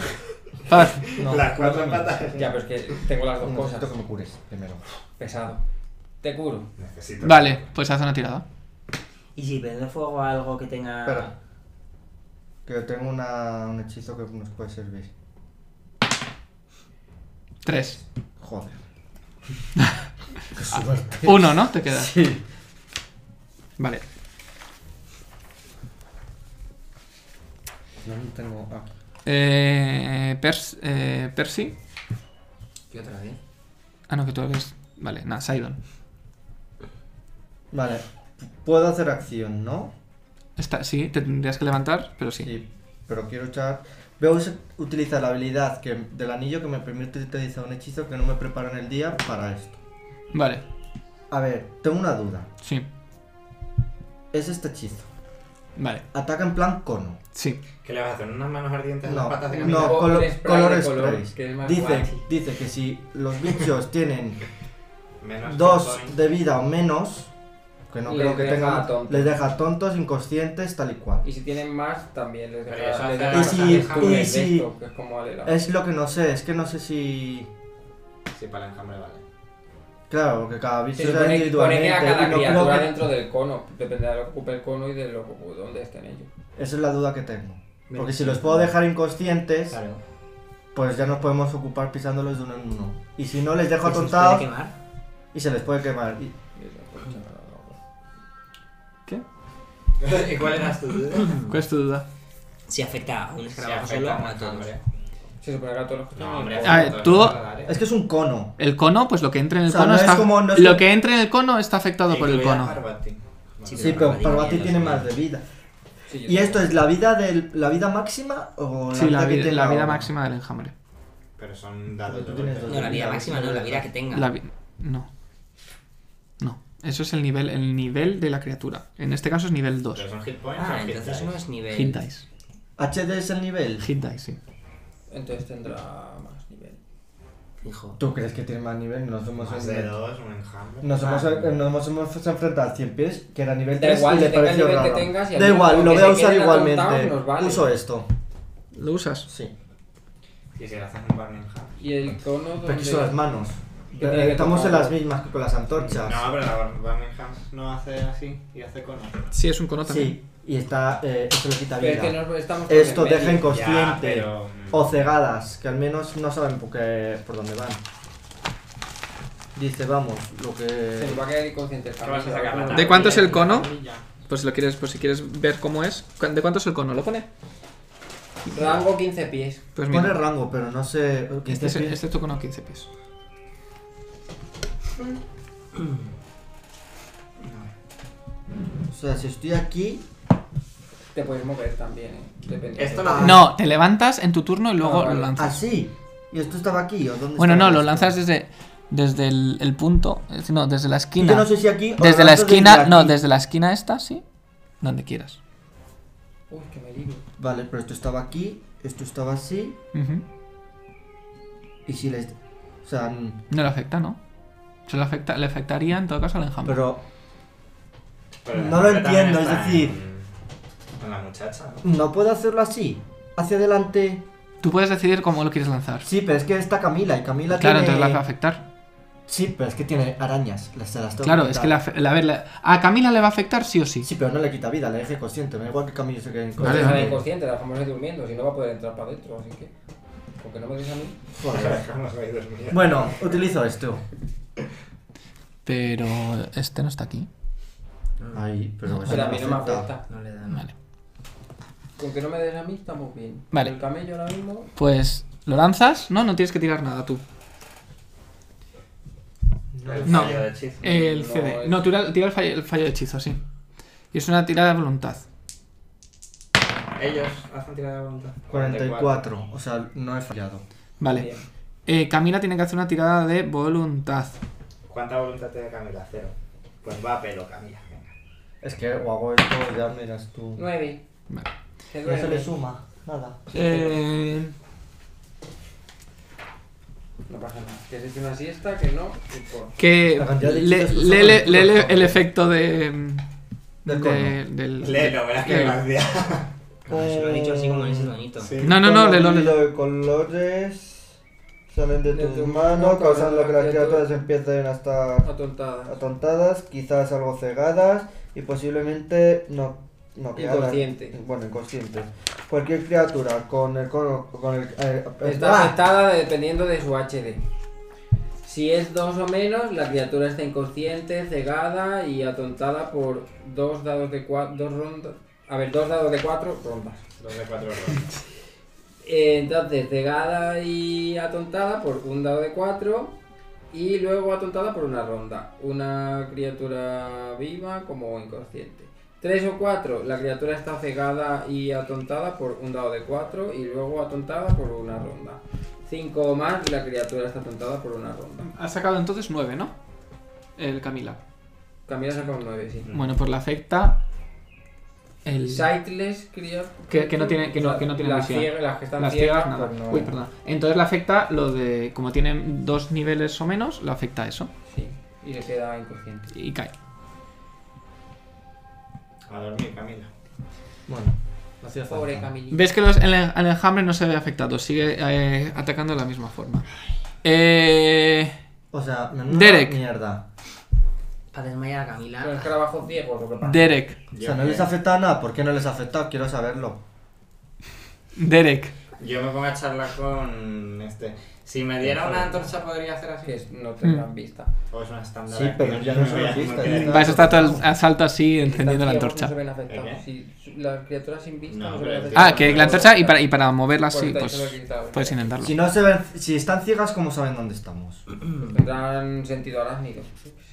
Speaker 1: Parf.
Speaker 3: No,
Speaker 7: Las cuatro
Speaker 3: cúrame.
Speaker 7: patas.
Speaker 2: Ya, pero es que tengo las dos cosas.
Speaker 3: Necesito que me cures primero.
Speaker 2: Pesado. Te curo.
Speaker 7: Necesito.
Speaker 1: Vale, pues haz una tirada.
Speaker 5: Y si prende fuego a algo que tenga.
Speaker 3: Espera. Que tengo una, un hechizo que nos puede servir.
Speaker 1: Tres.
Speaker 3: Joder.
Speaker 1: Uno, ¿no? Te queda. Vale.
Speaker 3: No no tengo... Ah.
Speaker 1: Eh, Pers- eh, Percy.
Speaker 2: ¿Qué otra vez?
Speaker 1: Ah, no, que tú habías. Vale, nada, Sidon.
Speaker 3: Vale. Puedo hacer acción, ¿no?
Speaker 1: Está, sí, te tendrías que levantar, pero sí.
Speaker 3: Sí, pero quiero echar... Veo ese- utilizar la habilidad que, del anillo que me permite utilizar un hechizo que no me preparo en el día para esto.
Speaker 1: Vale,
Speaker 3: A ver, tengo una duda.
Speaker 1: sí.
Speaker 3: Es este hechizo.
Speaker 1: Vale,
Speaker 3: Ataca en plan cono.
Speaker 1: sí.
Speaker 7: ¿Qué le vas a hacer? ¿Unas manos ardientes en las
Speaker 3: No,
Speaker 7: patas de Camila?
Speaker 3: no,
Speaker 2: O
Speaker 3: colo-
Speaker 2: un spray
Speaker 3: color
Speaker 2: de color,
Speaker 3: sprays.
Speaker 2: que es más
Speaker 3: Dice,
Speaker 2: guay.
Speaker 3: dice que si los bichos tienen
Speaker 7: Menos
Speaker 3: dos
Speaker 7: que Tony.
Speaker 3: de vida o menos, que no
Speaker 2: Les
Speaker 3: creo que
Speaker 2: deja
Speaker 3: tengan,
Speaker 2: tontos.
Speaker 3: les deja tontos, inconscientes, tal y cual.
Speaker 2: Y si tienen más, también les
Speaker 7: Pero
Speaker 2: deja-
Speaker 7: eso
Speaker 2: les
Speaker 7: hace-
Speaker 2: deja
Speaker 7: Y si-
Speaker 2: las abejas
Speaker 7: y
Speaker 2: de
Speaker 3: si-
Speaker 2: esto, que es como alera.
Speaker 3: Es lo que no sé, es que no sé si...
Speaker 7: Sí, para el enjambre, vale.
Speaker 3: Claro, que cada bicho
Speaker 2: Se
Speaker 3: sea
Speaker 2: supone, supone
Speaker 3: individualmente.
Speaker 2: que a cada
Speaker 3: y no creo
Speaker 2: criatura
Speaker 3: que-
Speaker 2: dentro del cono, dependerá de lo que ocupe el cono y de lo que- dónde estén ellos.
Speaker 3: Esa es la duda que tengo. Porque
Speaker 7: Menos
Speaker 3: si
Speaker 7: cinco.
Speaker 3: los puedo dejar inconscientes,
Speaker 7: Claro.
Speaker 3: pues ya nos podemos ocupar pisándolos de uno en uno. Y si no, les dejo
Speaker 5: ¿Que se os puede
Speaker 3: atontados
Speaker 5: quemar?
Speaker 3: y se les puede quemar. Y-
Speaker 2: Y eso, pues, se me da algo.
Speaker 7: ¿Y cuál era tu duda?
Speaker 3: Mm.
Speaker 1: ¿Cuál es tu duda?
Speaker 5: Si afecta a un
Speaker 7: Si
Speaker 5: escarabajo
Speaker 7: afecta
Speaker 5: solo,
Speaker 7: al
Speaker 5: a todos.
Speaker 7: enjambre.
Speaker 2: Se supone que a todos los que
Speaker 7: No,
Speaker 2: tienen
Speaker 7: hombre,
Speaker 2: el
Speaker 1: A
Speaker 2: cono.
Speaker 1: ver,
Speaker 7: afecta
Speaker 1: tú-
Speaker 7: todo el área.
Speaker 3: Es que es un cono.
Speaker 1: El cono, pues lo que entre en el
Speaker 3: O sea,
Speaker 1: cono
Speaker 3: no es
Speaker 1: está.
Speaker 3: como- no es
Speaker 1: lo
Speaker 3: como-
Speaker 1: que entre en el cono está afectado por el
Speaker 7: Incluida
Speaker 1: cono.
Speaker 7: Parvati.
Speaker 3: Sí,
Speaker 5: Sí, pero
Speaker 3: pero
Speaker 5: Parvati
Speaker 3: Parvati
Speaker 5: ya
Speaker 3: tiene
Speaker 5: no
Speaker 3: más de vida.
Speaker 2: Sí, yo
Speaker 3: ¿Y esto
Speaker 2: también.
Speaker 3: es la vida del, la vida máxima o la
Speaker 1: Sí,
Speaker 3: vida
Speaker 1: la
Speaker 3: que
Speaker 1: vida,
Speaker 3: tiene
Speaker 1: la vida
Speaker 3: ahora?
Speaker 1: máxima del enjambre.
Speaker 7: Pero son dados
Speaker 3: Tú
Speaker 7: de
Speaker 3: tienes
Speaker 7: golpe.
Speaker 3: dos.
Speaker 5: No, la vida máxima no, la vida que tenga. Ah,
Speaker 1: La vi- No. No. Eso es el nivel, el nivel de la criatura. En este caso es nivel 2.
Speaker 7: Pero son hit points.
Speaker 5: Ah,
Speaker 7: son hit
Speaker 5: entonces no
Speaker 7: dice.
Speaker 5: es nivel.
Speaker 1: Hit dice.
Speaker 3: HD es el nivel.
Speaker 1: Hit dice, sí.
Speaker 2: Entonces tendrá más nivel.
Speaker 5: Fijo.
Speaker 3: ¿Tú crees que tiene más nivel? Nos hemos,
Speaker 7: Más de dos, un enjambre.
Speaker 3: nos hemos,
Speaker 7: Ah,
Speaker 3: nos hemos enfrentado al 100 pies, que era nivel
Speaker 2: Da
Speaker 3: 3
Speaker 2: igual
Speaker 3: y le
Speaker 2: que tenga el
Speaker 3: pareció
Speaker 2: nivel que
Speaker 3: raro.
Speaker 2: tengas y al
Speaker 3: da
Speaker 2: menos
Speaker 3: igual,
Speaker 2: con
Speaker 3: lo
Speaker 2: que
Speaker 3: voy a
Speaker 2: se
Speaker 3: usar
Speaker 2: queden
Speaker 3: igualmente.
Speaker 2: atontados nos vale.
Speaker 3: Uso esto.
Speaker 1: ¿Lo usas?
Speaker 3: Sí.
Speaker 7: Y si le haces un burning enjambre.
Speaker 2: Y
Speaker 3: Pues,
Speaker 2: el cono donde...
Speaker 3: Pero aquí son las manos. Eh,
Speaker 2: Que tiene que
Speaker 3: Estamos en
Speaker 2: tocar.
Speaker 3: las mismas que con las antorchas.
Speaker 7: No, pero la Birmingham no hace así y hace cono.
Speaker 1: Sí, es un cono también.
Speaker 3: Sí, y está. Eh, esto le quita
Speaker 2: Pero es que
Speaker 3: vida.
Speaker 2: no estamos todos
Speaker 3: Esto
Speaker 2: en medio.
Speaker 3: deja
Speaker 7: Ya,
Speaker 3: inconsciente.
Speaker 7: pero. mm,
Speaker 3: O cegadas, que al menos no saben por, qué- por dónde van. Dice, vamos, lo
Speaker 2: Se nos
Speaker 3: que.
Speaker 2: va a quedar inconsciente el
Speaker 7: ¿Qué vas a
Speaker 2: camino.
Speaker 7: sacar? La
Speaker 1: ¿De cuánto es el
Speaker 7: tablilla, la
Speaker 1: cono?
Speaker 7: tablilla.
Speaker 1: Pues lo quieres, por si quieres ver cómo es. ¿Cu- ¿De cuánto es el cono? ¿Lo pone?
Speaker 2: Rango 15 pies.
Speaker 1: Pues
Speaker 3: Pone
Speaker 1: mira.
Speaker 3: rango, pero no sé. ¿qué
Speaker 1: Este, es-
Speaker 3: dice?
Speaker 1: este es tu cono 15 pies. este-
Speaker 3: O sea, si estoy aquí.
Speaker 2: Te puedes mover también, eh. Depende.
Speaker 7: Esto lo
Speaker 3: Ah.
Speaker 1: No, te levantas en tu turno y luego
Speaker 2: Ah, vale.
Speaker 1: lo lanzas.
Speaker 3: Así. ¿Y esto estaba aquí? ¿O dónde
Speaker 1: Bueno,
Speaker 3: estaba
Speaker 1: no, lo
Speaker 3: esto?
Speaker 1: lanzas desde, desde el, el punto, es decir, no, desde la esquina.
Speaker 3: Yo no sé si aquí. o lo
Speaker 1: desde la
Speaker 3: lanzo
Speaker 1: esquina, no,
Speaker 3: aquí.
Speaker 1: desde la esquina esta, sí. Donde quieras.
Speaker 2: Uy, que me libro.
Speaker 3: Vale, pero esto estaba aquí. Esto estaba así.
Speaker 1: Ujú.
Speaker 3: Y si les. O sea, mm,
Speaker 1: No le afecta, ¿no? Solo afecta, le afectaría en todo caso al enjambre.
Speaker 3: pero
Speaker 7: Pero
Speaker 3: No
Speaker 7: la
Speaker 3: lo
Speaker 7: mujer también
Speaker 3: entiendo, es
Speaker 7: está
Speaker 3: decir-
Speaker 7: en- Con la muchacha, ¿no?
Speaker 3: no puedo hacerlo así. Hacia adelante.
Speaker 1: Tú puedes decidir cómo lo quieres lanzar.
Speaker 3: Sí, pero es que está Camila y Camila
Speaker 1: claro,
Speaker 3: tiene.
Speaker 1: entonces la va a afectar.
Speaker 3: Sí, pero es que tiene arañas. Las, se las tengo
Speaker 1: Claro, es que la,
Speaker 3: quitar.
Speaker 1: afe- la- a ver, la- a Camila le va a afectar sí o sí.
Speaker 3: Sí, pero no le quita vida, le deje consciente. Me da igual que Camila se quede
Speaker 1: Vale,
Speaker 3: inconsciente.
Speaker 2: Deja de
Speaker 1: vale.
Speaker 2: inconsciente, la dejamos ahí durmiendo, si no va a poder entrar para adentro, así que. Porque no me digas a mí.
Speaker 3: Joder.
Speaker 7: La dejamos ahí dormida.
Speaker 3: Bueno, utilizo esto.
Speaker 1: Pero este no está aquí.
Speaker 3: Ahí, pero,
Speaker 2: Pero a mí no me afecta.
Speaker 8: No le da nada.
Speaker 1: Vale.
Speaker 2: Con que no me des a mí estamos bien.
Speaker 1: Vale.
Speaker 2: El camello ahora mismo.
Speaker 1: Pues lo lanzas, ¿no? No tienes que tirar nada tú.
Speaker 7: El
Speaker 1: No.
Speaker 7: fallo de hechizo.
Speaker 1: El
Speaker 2: Eh, No,
Speaker 1: CD.
Speaker 2: es-
Speaker 1: No, tira, tira el, fallo, el fallo de hechizo, sí. Y es una tirada de voluntad.
Speaker 7: Ellos hacen tirada de voluntad.
Speaker 3: 44, o sea, no he fallado.
Speaker 1: Vale.
Speaker 2: bien.
Speaker 1: Eh, Camila tiene que hacer una tirada de voluntad.
Speaker 7: ¿Cuánta voluntad tiene Camila? Cero. Pues va a pelo, Camila. Venga.
Speaker 3: Es que o hago esto y ya miras tú.
Speaker 2: Nueve.
Speaker 1: Vale.
Speaker 2: Se
Speaker 3: No se
Speaker 2: duerme.
Speaker 3: le suma, nada.
Speaker 1: Eh,
Speaker 2: No pasa nada. Que se eche una siesta, que no. y por-
Speaker 1: que
Speaker 3: La cantidad de
Speaker 1: le-
Speaker 3: hechizos que
Speaker 1: lee
Speaker 3: usamos,
Speaker 1: le- lee el,
Speaker 3: por favor.
Speaker 1: efecto de, mm,
Speaker 3: Del
Speaker 1: de- del-
Speaker 7: Léelo, verás que
Speaker 1: Léelo.
Speaker 7: gracia.
Speaker 5: Ah, yo lo he dicho así como lo dices bonito.
Speaker 7: Sí.
Speaker 1: No, no, no, léelo, léelo.
Speaker 3: de colores salen de
Speaker 2: De
Speaker 3: tus
Speaker 2: tu
Speaker 3: manos,
Speaker 2: mano,
Speaker 3: causando
Speaker 2: causando
Speaker 3: que las
Speaker 2: que tú-
Speaker 3: criaturas empiecen a estar
Speaker 2: Atontada.
Speaker 3: atontadas, quizás algo cegadas y posiblemente no. no quedadas.
Speaker 2: Inconsciente.
Speaker 3: Bueno, inconsciente. Cualquier criatura con el cono. Con el, eh,
Speaker 2: Está
Speaker 3: ¡Ah!
Speaker 2: afectada dependiendo de su HD. Si es 2 o menos, la criatura está inconsciente, cegada y atontada por dos dados de cuatro dos rondas. A ver, dos dados de cuatro rondas.
Speaker 7: Dos de cuatro rondas.
Speaker 2: Eh, Entonces, cegada y atontada por un dado de 4 y luego atontada por una ronda. Una criatura viva como inconsciente. 3 o 4, la criatura está cegada y atontada por un dado de 4 y luego atontada por una ronda. 5 o más, la criatura está atontada por una ronda.
Speaker 1: Ha sacado entonces 9, ¿no? El Camila.
Speaker 2: Camila saca un 9, sí.
Speaker 3: Mm.
Speaker 1: Bueno, pues la afecta el...
Speaker 2: Sightless criatura.
Speaker 1: Que- que no tiene- que no-
Speaker 2: o sea,
Speaker 1: que no tiene
Speaker 2: las
Speaker 1: visión.
Speaker 2: ciegas- las que están
Speaker 1: Las
Speaker 2: ciegas,
Speaker 1: ciegas, nada.
Speaker 2: pues no-
Speaker 1: Uy, perdón. Entonces le afecta lo de... Como tienen dos niveles o menos, le afecta eso.
Speaker 2: Sí, y le queda inconsciente.
Speaker 1: Y cae.
Speaker 7: A dormir, Camila.
Speaker 3: Bueno, no hacía falta.
Speaker 2: Pobre Camilita.
Speaker 1: Ves que los, el, el enjambre no se ve afectado, sigue eh, atacando de la misma forma. Eh,
Speaker 3: O sea, menuda
Speaker 1: Derek.
Speaker 3: mierda.
Speaker 5: Para desmayar a
Speaker 2: Los
Speaker 5: Camila.
Speaker 2: escarabajos ciegos, lo que pasa.
Speaker 1: Derek,
Speaker 3: O sea, no les afecta nada. ¿Por qué no les afecta? Quiero saberlo.
Speaker 1: Derek.
Speaker 7: Yo me pongo a charlar con este. Si me diera una antorcha podría hacer así.
Speaker 2: que es- no tendrán
Speaker 1: Hmm.
Speaker 2: vista.
Speaker 7: O es una estándar.
Speaker 3: Sí, pero ya no son artistas, ya
Speaker 1: Vas a estar todo el asalto así, encendiendo la
Speaker 2: Están ciegos,
Speaker 1: antorcha.
Speaker 2: No se ven afectados.
Speaker 7: ¿Eh, qué?
Speaker 2: Si su- las criaturas sin vista
Speaker 7: No,
Speaker 2: no, se
Speaker 7: pero-
Speaker 2: ven afectadas.
Speaker 1: Ah, que la antorcha y para, y para moverla así,
Speaker 2: Corta y se lo
Speaker 1: pues
Speaker 2: he quitado.
Speaker 1: puedes intentarlo.
Speaker 3: Si no se ven, si están ciegas, ¿cómo saben dónde estamos?
Speaker 2: Tendrán sentido arácnido.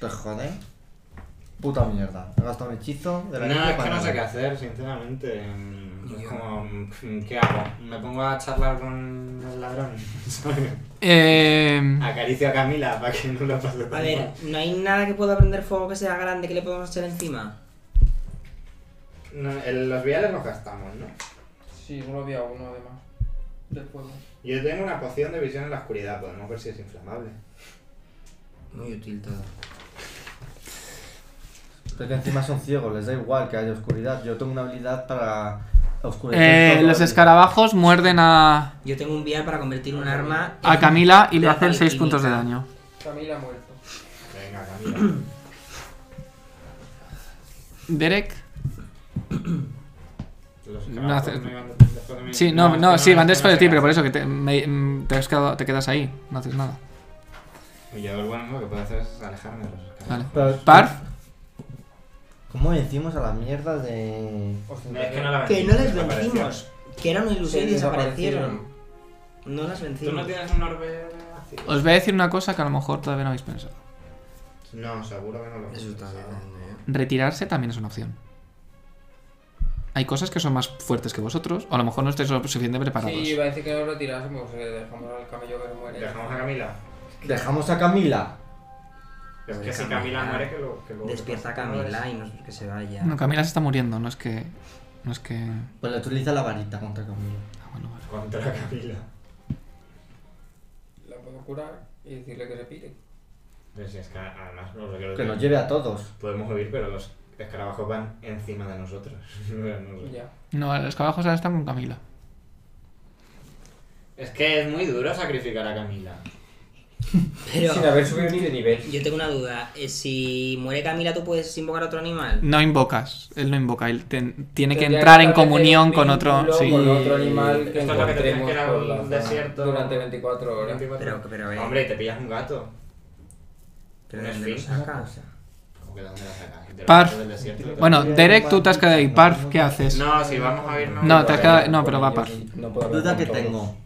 Speaker 3: Te jode. Puta mierda. He gastado un hechizo de la
Speaker 7: No,
Speaker 3: niña
Speaker 7: es que
Speaker 3: para
Speaker 7: no sé qué
Speaker 3: nada.
Speaker 7: hacer, sinceramente. Mm, Es
Speaker 5: Yo.
Speaker 7: como, mm, ¿qué hago? ¿Me pongo a charlar con el ladrón?
Speaker 1: Eh,
Speaker 2: Ah,
Speaker 7: Acaricio a Camila para que no lo pase tanto.
Speaker 5: A ver, ¿no hay nada que pueda prender fuego que sea grande que le podemos echar encima?
Speaker 7: No, el- los viales los gastamos, ¿no?
Speaker 2: Sí, solo había uno además. Del fuego.
Speaker 7: Yo tengo una poción de visión en la oscuridad, podemos ver si es inflamable.
Speaker 5: Muy útil todo.
Speaker 3: Pero que encima son ciegos, les da igual que haya oscuridad. Yo tengo una habilidad para
Speaker 2: pues,
Speaker 3: oscurecer.
Speaker 1: eh,
Speaker 3: todo.
Speaker 1: los escarabajos muerden a,
Speaker 5: Yo tengo un vial para convertir un arma
Speaker 1: a
Speaker 5: en-
Speaker 1: Camila y le
Speaker 5: Arma
Speaker 1: hacen
Speaker 5: de
Speaker 1: 6 puntos de
Speaker 5: química.
Speaker 1: daño.
Speaker 2: Camila ha muerto.
Speaker 7: Venga, Camila.
Speaker 1: Derek.
Speaker 7: Los
Speaker 1: No
Speaker 7: escarabajos
Speaker 1: hace-
Speaker 7: me iban después de mí.
Speaker 1: Sí, no,
Speaker 7: es
Speaker 1: no,
Speaker 7: que
Speaker 1: sí, van
Speaker 7: es que
Speaker 1: después de ti,
Speaker 7: se
Speaker 1: pero por eso
Speaker 7: cansa.
Speaker 1: que te, me- mm, te has quedado- te quedas ahí, no haces nada.
Speaker 7: Y yo lo bueno, lo que puedo hacer es alejarme de los escarabajos.
Speaker 1: Vale.
Speaker 3: Pero-
Speaker 1: Parf.
Speaker 3: ¿Cómo vencimos a la mierda de.
Speaker 7: No, es que no la
Speaker 5: Que no les
Speaker 7: vencimos,
Speaker 5: vencimos. Que era una ilusión y
Speaker 2: Sí,
Speaker 5: desaparecieron. No las
Speaker 7: ¿Tú
Speaker 5: vencimos.
Speaker 7: no tienes un orbe ácido?
Speaker 1: Os voy a decir una cosa que a lo mejor todavía no habéis pensado.
Speaker 7: No, seguro que no lo
Speaker 8: Eso está
Speaker 7: pensado.
Speaker 8: grande, eh.
Speaker 1: retirarse también es una opción. Hay cosas que son más fuertes que vosotros, o a lo mejor no estáis lo suficiente preparados.
Speaker 2: Sí, iba a decir que nos retirásemos. eh, Dejamos al camello que se muere.
Speaker 7: Dejamos a Camila.
Speaker 3: Dejamos a Camila.
Speaker 7: Es
Speaker 8: Oye,
Speaker 7: que si
Speaker 8: Camila,
Speaker 7: Camila muere, que lo. Que lo
Speaker 5: Despierta a Camila y no es que se vaya.
Speaker 1: No, Camila se está muriendo, no es que. No es que. Ah,
Speaker 3: Pues le utiliza la varita contra Camilo.
Speaker 1: bueno, vale.
Speaker 7: Contra Camila.
Speaker 2: La puedo curar y decirle que se pire.
Speaker 7: Pero si es que además no lo quiero
Speaker 3: Que
Speaker 7: decir.
Speaker 3: nos lleve a todos.
Speaker 7: Podemos huir, pero los escarabajos van encima de nosotros. No sé.
Speaker 2: Ya.
Speaker 1: No, los cabajos ahora están con Camila.
Speaker 7: Es que es muy duro sacrificar a Camila.
Speaker 5: Pero
Speaker 2: Sin haber subido ni de nivel.
Speaker 5: yo tengo una duda. eh, Si muere Camila, ¿tú puedes invocar a otro animal?
Speaker 1: No invocas, él no invoca, él ten- tiene que
Speaker 2: Tendría
Speaker 1: entrar en
Speaker 2: establecer
Speaker 1: comunión
Speaker 2: un
Speaker 1: con otro.
Speaker 2: vínculo
Speaker 1: Sí.
Speaker 2: Con otro animal
Speaker 7: Esto
Speaker 2: que
Speaker 7: es lo que te tienes
Speaker 2: encontremos
Speaker 7: que ir a
Speaker 2: por
Speaker 7: un
Speaker 2: la zona
Speaker 7: desierto.
Speaker 2: durante 24 horas.
Speaker 5: Pero, pero, eh,
Speaker 7: Hombre, y te pillas un gato.
Speaker 5: pero
Speaker 7: un
Speaker 5: ¿dónde lo
Speaker 7: esfínter.
Speaker 5: saca?
Speaker 7: ¿Cómo que dónde la sacas? ¿Te la
Speaker 1: Parf.
Speaker 7: sacas del desierto?
Speaker 1: Bueno, Derek, tú te has quedado ahí. Parf, ¿qué haces?
Speaker 7: No, si vamos a Pues irnos.
Speaker 1: No, te has quedado- no,
Speaker 2: Con
Speaker 1: pero va
Speaker 2: ellos
Speaker 1: a par.
Speaker 2: no puedo hablar
Speaker 3: Duda
Speaker 2: con
Speaker 3: que
Speaker 2: todos.
Speaker 3: tengo.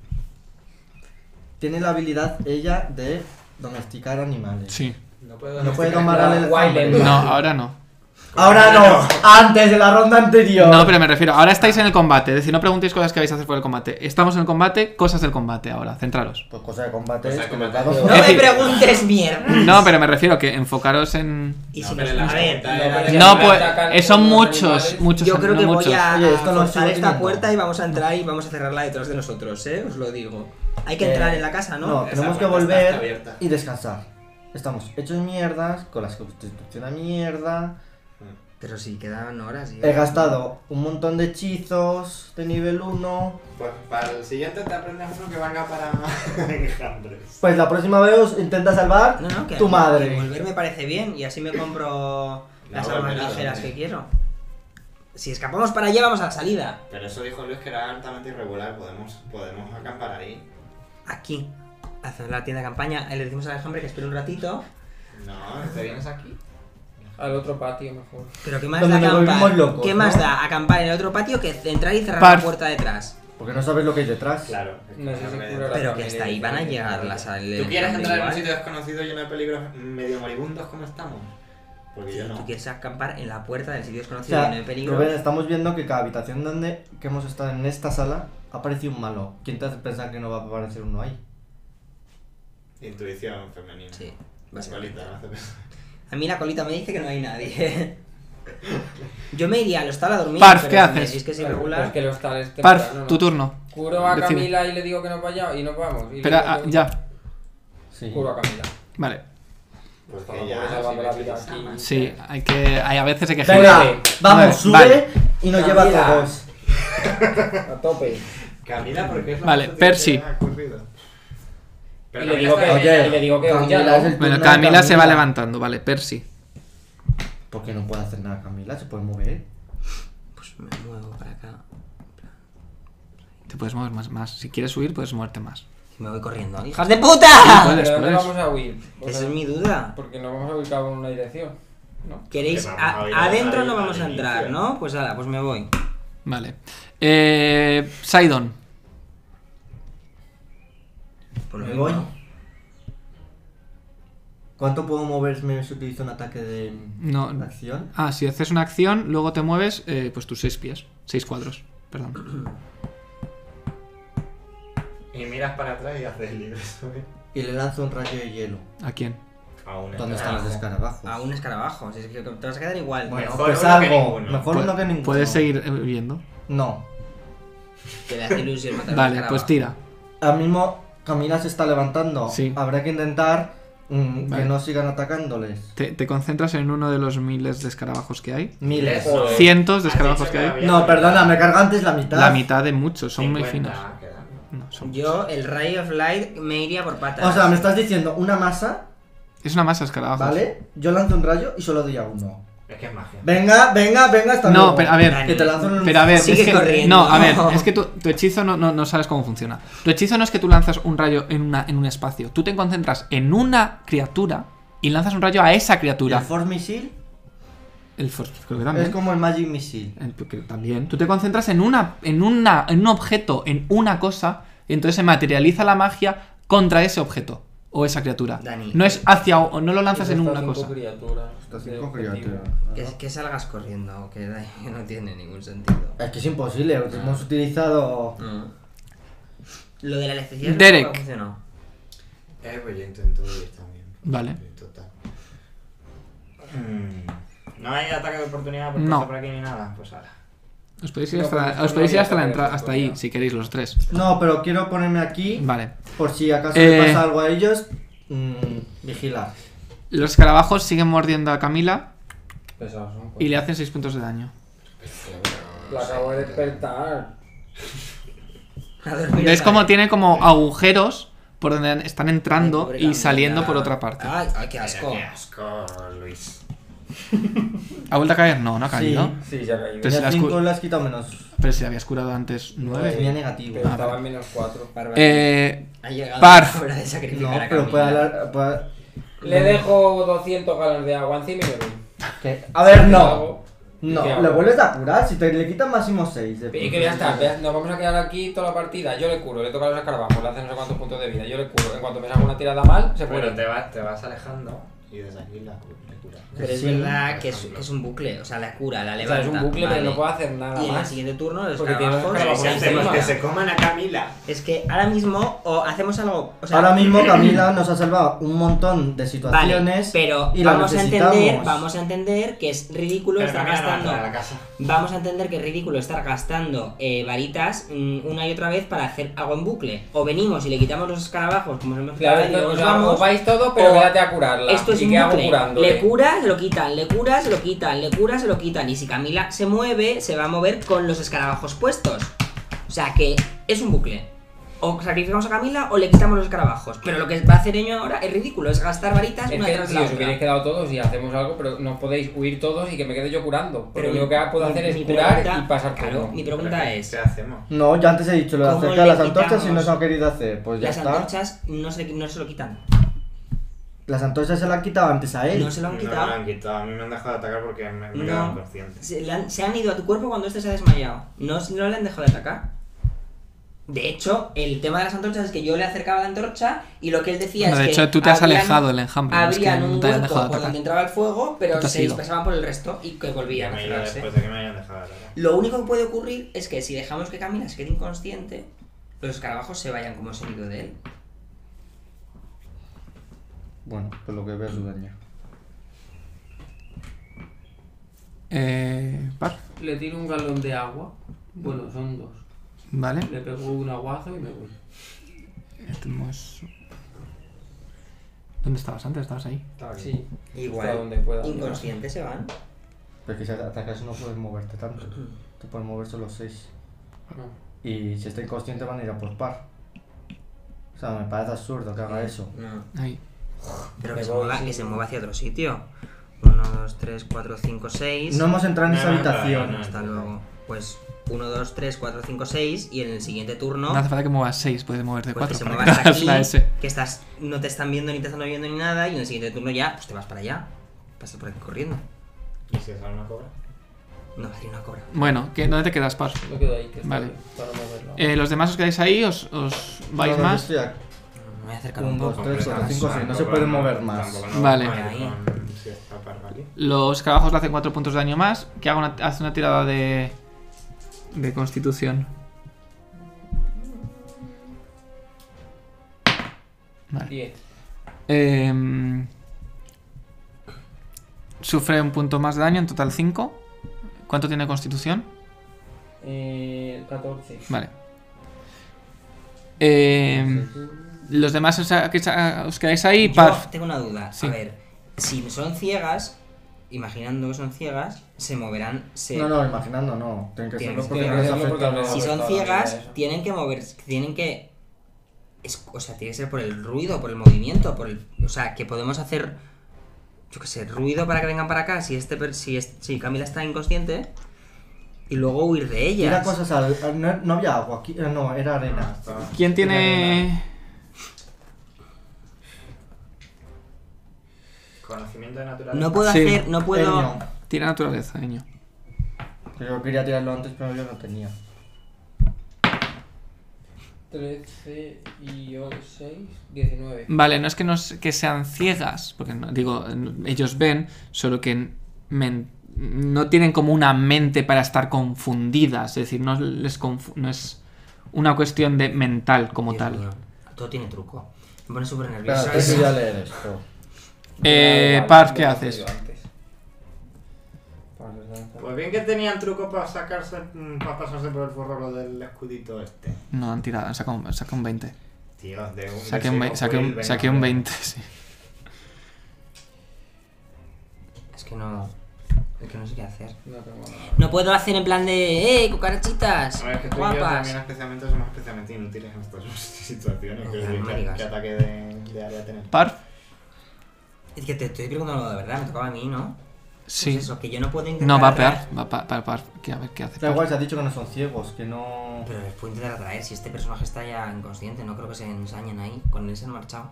Speaker 3: Tiene la habilidad ella de domesticar animales.
Speaker 1: Sí.
Speaker 7: No puedo.
Speaker 3: No puede tomar al
Speaker 2: No, Wild
Speaker 3: elefante.
Speaker 1: No, ahora no.
Speaker 3: Ahora no, antes de la ronda anterior.
Speaker 1: No, pero me refiero, ahora estáis en el combate, es decir, no preguntéis cosas que vais a hacer fuera del combate. Estamos en el combate, cosas del combate ahora, centraros.
Speaker 3: Pues cosa de combate.
Speaker 7: Cosa de
Speaker 3: es que me
Speaker 7: combate.
Speaker 3: cago en-
Speaker 5: No
Speaker 1: Es
Speaker 5: me
Speaker 1: decir-
Speaker 5: preguntes mierda.
Speaker 1: No, pero me refiero que enfocaros en...
Speaker 5: Y
Speaker 7: No,
Speaker 5: si
Speaker 7: pero
Speaker 5: nos-
Speaker 7: la
Speaker 5: a ver,
Speaker 7: pregunta era de-
Speaker 1: No,
Speaker 2: me
Speaker 1: pues
Speaker 2: atacan
Speaker 1: eh, son
Speaker 2: los
Speaker 1: muchos,
Speaker 2: animales.
Speaker 1: muchos,
Speaker 5: yo creo
Speaker 1: no
Speaker 5: que
Speaker 1: muchos.
Speaker 5: voy a
Speaker 3: Oye, esto lo sigo
Speaker 5: forzar esta
Speaker 3: teniendo.
Speaker 5: puerta y vamos a entrar y vamos a cerrarla detrás de nosotros, ¿eh? Os lo digo. Hay que
Speaker 3: Eh,
Speaker 5: entrar en la casa, ¿no?
Speaker 3: No,
Speaker 7: Esa
Speaker 3: tenemos que
Speaker 7: puerta está
Speaker 3: volver
Speaker 7: abierta.
Speaker 3: y descansar. Estamos hechos mierdas, con las constitución a mierda.
Speaker 5: Pero sí, quedan horas. y-
Speaker 3: He gastado un montón de hechizos de nivel 1.
Speaker 7: Pues para el siguiente te aprendes uno que valga para enjambres.
Speaker 3: Pues la próxima vez os intenta salvar
Speaker 5: No, no, que
Speaker 3: tu
Speaker 5: que
Speaker 3: madre.
Speaker 5: Volver me parece bien y así me compro
Speaker 7: La
Speaker 5: las
Speaker 7: volverá,
Speaker 5: armas ligeras
Speaker 7: ¿dónde?
Speaker 5: que quiero. Si escapamos para allá, vamos a la salida.
Speaker 7: Pero eso dijo Luis que era altamente irregular. Podemos, podemos acampar ahí.
Speaker 5: Aquí, hacia la tienda de campaña, Eh, le decimos a Alejandro que espere un ratito.
Speaker 7: No, te vienes aquí.
Speaker 2: Al otro patio mejor.
Speaker 5: Pero ¿qué más da
Speaker 3: Donde nos
Speaker 5: acampar?
Speaker 3: volvimos locos,
Speaker 5: ¿Qué
Speaker 3: ¿no?
Speaker 5: más da acampar en el otro patio que entrar y cerrar
Speaker 1: Par-
Speaker 5: la puerta detrás?
Speaker 3: Porque no sabes lo que hay detrás.
Speaker 7: Claro. es que
Speaker 2: No sé
Speaker 7: es
Speaker 2: si
Speaker 7: alrededor.
Speaker 2: curará.
Speaker 5: Pero que hasta ahí van a llegar las
Speaker 7: ¿Tú quieres entrar en un sitio desconocido lleno de peligros medio moribundos como estamos? Porque yo
Speaker 5: Tú
Speaker 7: no.
Speaker 5: quieres acampar en la puerta del sitio
Speaker 3: O
Speaker 5: desconocido
Speaker 3: sea,
Speaker 5: lleno de peligro.
Speaker 3: Rubén, estamos viendo que cada habitación donde que hemos estado en esta sala aparece un malo. ¿Quién te hace pensar que no va a aparecer uno ahí?
Speaker 7: Intuición femenina.
Speaker 5: Sí, básicamente.
Speaker 7: Igualita, no hace pensar.
Speaker 5: A mí la colita me dice que no hay nadie. Yo me iría al hostal a dormir.
Speaker 1: Parf,
Speaker 5: pero
Speaker 1: ¿qué
Speaker 5: si me
Speaker 1: haces?
Speaker 5: decís que es
Speaker 2: Claro,
Speaker 5: irregular.
Speaker 2: es que los tales temprano,
Speaker 1: Parf,
Speaker 2: ¿no?
Speaker 1: tu turno.
Speaker 2: Curo a
Speaker 1: Decide.
Speaker 2: Camila y le digo que no vaya y nos vamos. Y
Speaker 1: Espera,
Speaker 2: le
Speaker 1: ah,
Speaker 2: digo que-
Speaker 1: ya.
Speaker 3: Sí.
Speaker 2: Curo a Camila.
Speaker 1: Vale.
Speaker 7: Porque
Speaker 2: Estamos
Speaker 7: ya.
Speaker 2: salvando la
Speaker 7: si
Speaker 2: vida
Speaker 7: ves-
Speaker 2: aquí.
Speaker 1: Sí, hay que... Hay a veces hay que...
Speaker 3: Venga,
Speaker 2: Vale.
Speaker 3: vamos,
Speaker 1: Vale,
Speaker 3: sube
Speaker 1: vale.
Speaker 3: y nos lleva
Speaker 2: Camila.
Speaker 3: a todos.
Speaker 2: A tope.
Speaker 7: Camila, porque es lo
Speaker 1: Vale,
Speaker 7: más fácil que
Speaker 1: Percy.
Speaker 7: me ha ocurrido. Pero
Speaker 2: Y
Speaker 7: Camila
Speaker 2: le digo que,
Speaker 7: está bien.
Speaker 2: y le digo que
Speaker 3: Camila
Speaker 2: huya, ¿no?
Speaker 3: es el
Speaker 1: Bueno,
Speaker 3: turno de
Speaker 1: Camila se va levantando, vale, Percy.
Speaker 3: Porque no puede hacer nada Camila, se puede mover.
Speaker 5: Pues me muevo para acá.
Speaker 1: Te puedes mover más, más. Si quieres subir, puedes moverte más.
Speaker 5: Y me voy corriendo. ¡Hijas de puta!
Speaker 1: Puedes,
Speaker 2: ¿Pero dónde
Speaker 1: puedes.
Speaker 2: vamos a huir? O
Speaker 5: Esa
Speaker 2: sea,
Speaker 5: es mi duda.
Speaker 2: Porque nos vamos a ubicar en una dirección. ¿No?
Speaker 5: ¿Queréis?
Speaker 7: Que vamos
Speaker 5: a-
Speaker 7: a ir
Speaker 5: adentro
Speaker 7: al-
Speaker 5: no vamos a
Speaker 7: al
Speaker 5: entrar,
Speaker 7: inicio.
Speaker 5: ¿no? Pues nada, pues me voy.
Speaker 1: Vale. Eh, Sidon.
Speaker 5: Por lo
Speaker 3: Me
Speaker 5: mismo,
Speaker 3: voy.
Speaker 5: ¿no?
Speaker 3: ¿Cuánto puedo moverme si utilizo un ataque de
Speaker 1: No.
Speaker 3: de acción?
Speaker 1: Ah, si haces una acción, luego te mueves, eh, pues tus seis pies. Seis cuadros, perdón.
Speaker 7: Y miras para atrás y haces ¿eh? libre, ¿sabes?
Speaker 3: Y le lanzo un rayo de hielo.
Speaker 1: ¿A quién?
Speaker 7: Aún
Speaker 3: ¿Dónde están los escarabajos?
Speaker 2: Ah,
Speaker 5: A un escarabajo. Si es que te vas a quedar igual.
Speaker 3: Bueno,
Speaker 7: Mejor
Speaker 3: pues
Speaker 7: uno que
Speaker 3: algo.
Speaker 7: ninguno.
Speaker 3: Mejor
Speaker 1: Pu-
Speaker 3: uno que ninguno.
Speaker 1: Puedes seguir eh, viendo.
Speaker 3: No.
Speaker 5: Que le hace ilusión matar a un
Speaker 1: Vale,
Speaker 5: escarabajo.
Speaker 1: pues tira.
Speaker 3: Ahora mismo Camila se está levantando.
Speaker 1: Sí.
Speaker 3: Habrá que intentar mm,
Speaker 1: Vale.
Speaker 3: que no sigan atacándoles.
Speaker 1: Te, te concentras en uno de los miles de escarabajos que hay.
Speaker 3: Miles.
Speaker 7: Joder.
Speaker 1: Cientos de
Speaker 7: Has dicho
Speaker 1: escarabajos que
Speaker 7: que
Speaker 1: hay.
Speaker 7: había-
Speaker 3: No, perdona, me cargo antes la mitad.
Speaker 1: La mitad de muchos, son muy
Speaker 7: 50
Speaker 1: finos.
Speaker 7: quedan.
Speaker 1: No, son-
Speaker 5: Yo, el Ray of Light, me iría por patas.
Speaker 3: O sea, me estás diciendo una masa,
Speaker 1: Es una masa de escarabajos.
Speaker 3: ¿vale? Yo lanzo un rayo y solo doy a uno.
Speaker 7: Es que es magia.
Speaker 3: Venga, venga, venga, hasta
Speaker 1: No,
Speaker 3: luego.
Speaker 1: pero a ver.
Speaker 3: Que te lanzo un
Speaker 1: Pero a ver,
Speaker 5: Sigue
Speaker 1: es que,
Speaker 5: corriendo.
Speaker 1: no, a ver, es que tu, tu hechizo no, no, no sabes cómo funciona. Tu hechizo no es que tú lanzas un rayo en, una, en un espacio. Tú te concentras en una criatura y lanzas un rayo a esa criatura.
Speaker 3: El Force Missile
Speaker 1: El Force, creo que
Speaker 3: es
Speaker 1: también.
Speaker 3: como el Magic Missile.
Speaker 1: El- creo que también. Tú te concentras en una, en una, en un objeto, en una cosa, y entonces se materializa la magia contra ese objeto o esa criatura.
Speaker 5: Dani.
Speaker 1: no es hacia, o no lo lanzas
Speaker 2: Esas
Speaker 1: en una
Speaker 2: cinco
Speaker 1: cosa.
Speaker 2: criaturas de objetivo.
Speaker 5: Que, que salgas corriendo, que da- que no tiene ningún sentido.
Speaker 3: Es que es imposible,
Speaker 7: Ah.
Speaker 3: hemos utilizado.
Speaker 5: No. Lo de la electricidad no
Speaker 1: Derek.
Speaker 5: funcionó.
Speaker 7: Eh, pues yo intento ir también.
Speaker 1: Vale.
Speaker 7: Eh, Total. Mm, No hay ataque de oportunidad por
Speaker 1: No.
Speaker 7: pasar por aquí ni nada. Pues ahora.
Speaker 1: Os podéis ir
Speaker 2: No,
Speaker 1: hasta,
Speaker 2: pero
Speaker 1: os podéis ir
Speaker 2: no
Speaker 1: hasta, la
Speaker 2: había
Speaker 1: entrada,
Speaker 2: todavía,
Speaker 1: hasta ahí,
Speaker 2: todavía.
Speaker 1: si queréis los tres.
Speaker 3: No, pero quiero ponerme aquí
Speaker 1: Vale.
Speaker 3: por si acaso le
Speaker 1: Eh.
Speaker 3: pasa algo a ellos. mm, vigilar.
Speaker 1: Los escarabajos siguen mordiendo a Camila
Speaker 2: Pesados son. pues.
Speaker 1: y le hacen 6 puntos de daño.
Speaker 2: La acabo de despertar.
Speaker 5: A dormir
Speaker 1: ¿Ves
Speaker 5: otra
Speaker 1: cómo
Speaker 5: vez.
Speaker 1: tiene como agujeros por donde están
Speaker 5: eh. Ay,
Speaker 1: entrando
Speaker 5: pobre
Speaker 1: y
Speaker 5: Camila.
Speaker 1: saliendo por otra parte?
Speaker 5: Ay, ay, qué asco.
Speaker 7: Qué asco, Luis.
Speaker 1: ¿Ha vuelto a caer? No, no ha caído.
Speaker 3: Sí.
Speaker 2: Sí, ya caí.
Speaker 1: Entonces,
Speaker 3: Tenía
Speaker 1: las cu-
Speaker 3: 5 le has quitado menos.
Speaker 1: Pero si le habías curado antes
Speaker 3: Tenía
Speaker 1: 9.
Speaker 3: negativo.
Speaker 2: Pero estaba en menos 4.
Speaker 5: Bárbara.
Speaker 1: Ah, Eh,
Speaker 5: ha llegado
Speaker 1: Barf.
Speaker 5: la hora de sacrificar
Speaker 3: No,
Speaker 5: a
Speaker 3: pero
Speaker 5: Camila.
Speaker 3: puede hablar. puede-
Speaker 2: Le dejo 200 galones de agua encima y me voy.
Speaker 3: ¿Qué? A ver, no.
Speaker 2: Hago-
Speaker 3: No,
Speaker 2: ¿Qué hago?
Speaker 3: le vuelves a curar. Si te le quitas máximo 6.
Speaker 2: Y que ya está, ve- nos vamos a quedar aquí toda la partida. Yo le curo, le toca a los escarabajos, le hace no sé cuántos puntos de vida. Yo le curo. En cuanto me salga una tirada mal, se
Speaker 7: Bueno,
Speaker 2: muere.
Speaker 7: te vas, te vas alejando y desde aquí la cu- la curas.
Speaker 5: Pero es
Speaker 3: Sí,
Speaker 5: verdad
Speaker 7: por
Speaker 5: que es,
Speaker 7: ejemplo.
Speaker 5: es un bucle, o sea, la cura, la
Speaker 2: O sea,
Speaker 5: levanta.
Speaker 2: es un bucle,
Speaker 5: vale.
Speaker 2: pero no puedo hacer nada
Speaker 5: Y en el
Speaker 2: más.
Speaker 5: siguiente turno, los
Speaker 2: Porque tiene los
Speaker 5: escarabajos
Speaker 2: escarabajos
Speaker 5: se
Speaker 7: ¿Qué hacemos?
Speaker 5: activan.
Speaker 7: Que se coman a Camila.
Speaker 5: Es que ahora mismo o hacemos algo. O sea,
Speaker 3: Ahora mismo Camila nos ha salvado un montón de
Speaker 5: Vale,
Speaker 3: situaciones.
Speaker 5: pero
Speaker 3: y la
Speaker 5: vamos a
Speaker 3: necesitamos.
Speaker 5: entender, vamos a entender que es ridículo
Speaker 7: Pero
Speaker 5: estar
Speaker 7: Camila no va a
Speaker 5: gastando.
Speaker 7: entrar a la casa.
Speaker 5: Vamos a entender que es ridículo estar gastando eh, varitas mm, una y otra vez para hacer algo en bucle. O venimos y le quitamos los escarabajos, como se hemos
Speaker 2: Claro,
Speaker 5: quitado, y luego
Speaker 2: entonces, o
Speaker 5: nos
Speaker 2: sea, os
Speaker 5: vamos.
Speaker 2: vais todos, pero
Speaker 5: o-
Speaker 2: quédate a curarla.
Speaker 5: Esto es
Speaker 2: ¿Y
Speaker 5: un
Speaker 2: qué hago
Speaker 5: bucle.
Speaker 2: curando?
Speaker 5: Le curas, lo quitan, le curas, lo quitan, le curas, lo quitan. Y si Camila se mueve, se va a mover con los escarabajos puestos. O sea que es un bucle. O sacrificamos a Camila o le quitamos los escarabajos. Pero lo que va a hacer Eño ahora es ridículo, es gastar varitas
Speaker 2: Es
Speaker 5: una
Speaker 2: que
Speaker 5: detrás de
Speaker 2: si
Speaker 5: la
Speaker 2: os
Speaker 5: otra.
Speaker 2: hubierais quedado todos y hacemos algo, pero no podéis huir todos y que me quede yo curando. Porque
Speaker 5: Pero
Speaker 2: lo único
Speaker 5: mi-
Speaker 2: que puedo hacer
Speaker 5: mi-
Speaker 2: es
Speaker 5: mi
Speaker 2: curar
Speaker 5: pregunta-
Speaker 2: y pasar
Speaker 5: claro,
Speaker 2: turno.
Speaker 5: mi
Speaker 7: Pero
Speaker 5: pregunta
Speaker 7: ¿qué-
Speaker 5: es.
Speaker 7: ¿Qué hacemos?
Speaker 3: No, yo antes he dicho, lo de
Speaker 5: ¿Cómo
Speaker 3: acerca
Speaker 5: le
Speaker 3: las antorchas y
Speaker 5: quitamos?
Speaker 3: no se han querido hacer. Pues ya
Speaker 5: Las
Speaker 3: está.
Speaker 5: antorchas no se, no se lo quitan.
Speaker 3: Las antorchas se las han quitado antes a él.
Speaker 5: No se lo han
Speaker 7: No me la
Speaker 5: quitado.
Speaker 7: han quitado. A mí me han dejado de atacar porque me, me
Speaker 5: No.
Speaker 7: he quedado inconsciente.
Speaker 5: Se, le han, se han ido a tu cuerpo cuando este se ha desmayado. No, no le han dejado de atacar. De hecho, el tema de las antorchas es que yo le acercaba la antorcha y lo que él decía
Speaker 1: bueno,
Speaker 5: es
Speaker 1: de
Speaker 5: que.
Speaker 1: hecho, tú te has
Speaker 5: abrían-
Speaker 1: alejado del enjambre. no es que
Speaker 5: Abrían
Speaker 1: no
Speaker 5: un
Speaker 1: te hayan
Speaker 5: hueco
Speaker 1: dejado de
Speaker 5: por
Speaker 1: atacar.
Speaker 5: donde entraba el fuego, pero
Speaker 1: Tú te has
Speaker 5: se
Speaker 1: ido.
Speaker 5: dispersaban por el resto y que volvían a
Speaker 7: Me he ido
Speaker 5: cerrarse.
Speaker 7: después de que me hayan dejado de atacar.
Speaker 5: Lo único que puede ocurrir es que si dejamos que Camila se quede inconsciente, los escarabajos se vayan como se han ido de él.
Speaker 3: Bueno, pues lo que veo es su daño.
Speaker 1: Eh, par.
Speaker 2: Le tiro un galón de agua. Bueno, son dos.
Speaker 1: Vale.
Speaker 2: Le pego un aguazo y me voy.
Speaker 1: Tenemos- ¿Dónde estabas antes? Estabas ahí.
Speaker 2: Sí,
Speaker 5: Igual.
Speaker 2: Hasta donde pueda.
Speaker 5: Inconscientes se van.
Speaker 3: Pero que si atacas no puedes moverte tanto. Te puedes mover solo 6.
Speaker 5: Ah.
Speaker 2: No.
Speaker 3: Y si está inconsciente van a ir a por par. O sea, me parece absurdo que haga eso.
Speaker 5: No.
Speaker 1: Ahí.
Speaker 5: Pero
Speaker 2: Me
Speaker 5: que se,
Speaker 2: voy,
Speaker 5: mueva,
Speaker 2: sí.
Speaker 5: que se mueva hacia otro sitio. 1, 2, 3, 4, 5, 6.
Speaker 3: No hemos entrado en
Speaker 7: No,
Speaker 3: esa
Speaker 7: no,
Speaker 3: habitación.
Speaker 7: todavía
Speaker 5: Hasta luego. Pues 1, 2, 3, 4, 5, 6. Y en el siguiente turno.
Speaker 1: No hace falta que muevas 6, puedes moverte
Speaker 5: Pues que
Speaker 1: 4
Speaker 5: se
Speaker 1: para
Speaker 5: mueva
Speaker 1: que
Speaker 5: hasta
Speaker 1: hagas
Speaker 5: aquí,
Speaker 1: la S.
Speaker 5: que estás, no te están viendo ni te están oyendo ni nada, y en el siguiente turno ya, pues te vas para allá, pasas por aquí corriendo.
Speaker 7: ¿Y si sale una cobra?
Speaker 5: No, hacer una cobra.
Speaker 1: Bueno, ¿qué- ¿dónde te quedas, Par?
Speaker 2: Me quedo ahí, que está
Speaker 1: Vale.
Speaker 2: bien, para moverlo.
Speaker 1: Eh, ¿Los demás os quedáis ahí? ¿Os, os vais
Speaker 3: No, no,
Speaker 2: este-
Speaker 3: yo
Speaker 1: más?
Speaker 3: estoy aquí.
Speaker 5: Me voy a acercar un
Speaker 3: Un, dos,
Speaker 5: poco.
Speaker 3: tres, cuatro, cinco, seis. No se pueden mover más.
Speaker 7: Tampoco no
Speaker 1: Vale.
Speaker 7: vamos a ir con- si está parva aquí.
Speaker 1: Los carabajos le hacen 4 puntos de daño más. Que haga una, hace una tirada de. de constitución. Vale.
Speaker 2: Diez.
Speaker 1: Em, sufre un punto más de daño, en total 5. ¿Cuánto tiene constitución?
Speaker 2: Eh, 14.
Speaker 1: Vale. Em, los demás os, ha- que sa- os quedáis ahí,
Speaker 5: Yo
Speaker 1: Parf.
Speaker 5: tengo una duda.
Speaker 1: Sí.
Speaker 5: A ver, si son ciegas, imaginando que son ciegas, se moverán. Se...
Speaker 3: No, no, imaginando no. Tienen que
Speaker 5: Tienen
Speaker 3: hacerlo
Speaker 5: que
Speaker 3: porque
Speaker 2: hacerlo
Speaker 3: no les
Speaker 2: porque
Speaker 3: afecta.
Speaker 2: no-
Speaker 5: Si son
Speaker 2: Toda la vida
Speaker 5: ciegas,
Speaker 2: eso.
Speaker 5: tienen que moverse, tienen que. es- o sea, tiene que ser por el ruido, por el movimiento, por el. O sea, que podemos hacer. Yo qué sé, ruido para que vengan para acá si este per- si, es- si Camila está inconsciente. Y luego huir de
Speaker 3: Y
Speaker 5: ellas.
Speaker 3: Era cosas al- no, no había agua aquí, eh, no, era
Speaker 7: Ah,
Speaker 3: arena.
Speaker 7: está-
Speaker 1: ¿Quién tiene.?
Speaker 7: Conocimiento de naturaleza.
Speaker 5: No puedo
Speaker 1: Sí.
Speaker 5: hacer, no puedo.
Speaker 3: Él
Speaker 1: Tira naturaleza, niño.
Speaker 3: no. Yo quería tirarlo antes, pero yo no tenía.
Speaker 2: 13 y 6, 19.
Speaker 1: Vale, no es que, nos, que sean ciegas, porque no- digo, n- ellos ven, solo que n- men- no tienen como una mente para estar confundidas, es decir, no, les confu- no es una cuestión de mental como
Speaker 5: Dios
Speaker 1: tal.
Speaker 5: mío, todo tiene truco. Me pone súper nervioso.
Speaker 3: Claro, te voy a leer esto.
Speaker 1: Eh,
Speaker 2: Ya, igual,
Speaker 1: Parf, Eh, ¿qué
Speaker 2: lo he
Speaker 1: haces?
Speaker 2: leído antes. Parf, es la
Speaker 7: lanza. Pues bien que tenían truco para sacarse, mm, para pasarse por el forro lo del escudito este.
Speaker 1: No, han tirado, han sacado un, saca un 20.
Speaker 7: Tío, de un...
Speaker 1: Saqué un,
Speaker 7: de
Speaker 1: vei- saqué un,
Speaker 7: Seco
Speaker 1: saqué un
Speaker 7: Will,
Speaker 1: 20, sí.
Speaker 5: Es que no. Es que no sé qué hacer.
Speaker 2: No tengo nada.
Speaker 5: No puedo hacer en plan de. ¡Eh,
Speaker 7: venga.
Speaker 5: cucarachitas!
Speaker 7: A ver, es que tú y yo
Speaker 5: ¡Guapas!
Speaker 7: también especialmente somos especialmente inútiles en estas situaciones.
Speaker 5: No,
Speaker 7: Quiero
Speaker 5: no
Speaker 7: decir,
Speaker 5: me
Speaker 7: ¿qué,
Speaker 5: digas.
Speaker 7: qué ataque de, de área tener?
Speaker 1: Par,
Speaker 5: Es que te estoy preguntando algo de verdad, me tocaba a mí, ¿no?
Speaker 1: sí.
Speaker 5: Pues eso, que yo no puedo intentar.
Speaker 1: No, va a
Speaker 5: atraer-
Speaker 1: pegar, va a pa- pa- par, que a ver qué hace.
Speaker 3: Da
Speaker 1: par.
Speaker 3: igual, se ha dicho que no son ciegos, que no.
Speaker 5: Pero les puedo intentar atraer. Si este personaje está ya inconsciente, no creo que se ensañen ahí. Con él se han marchado.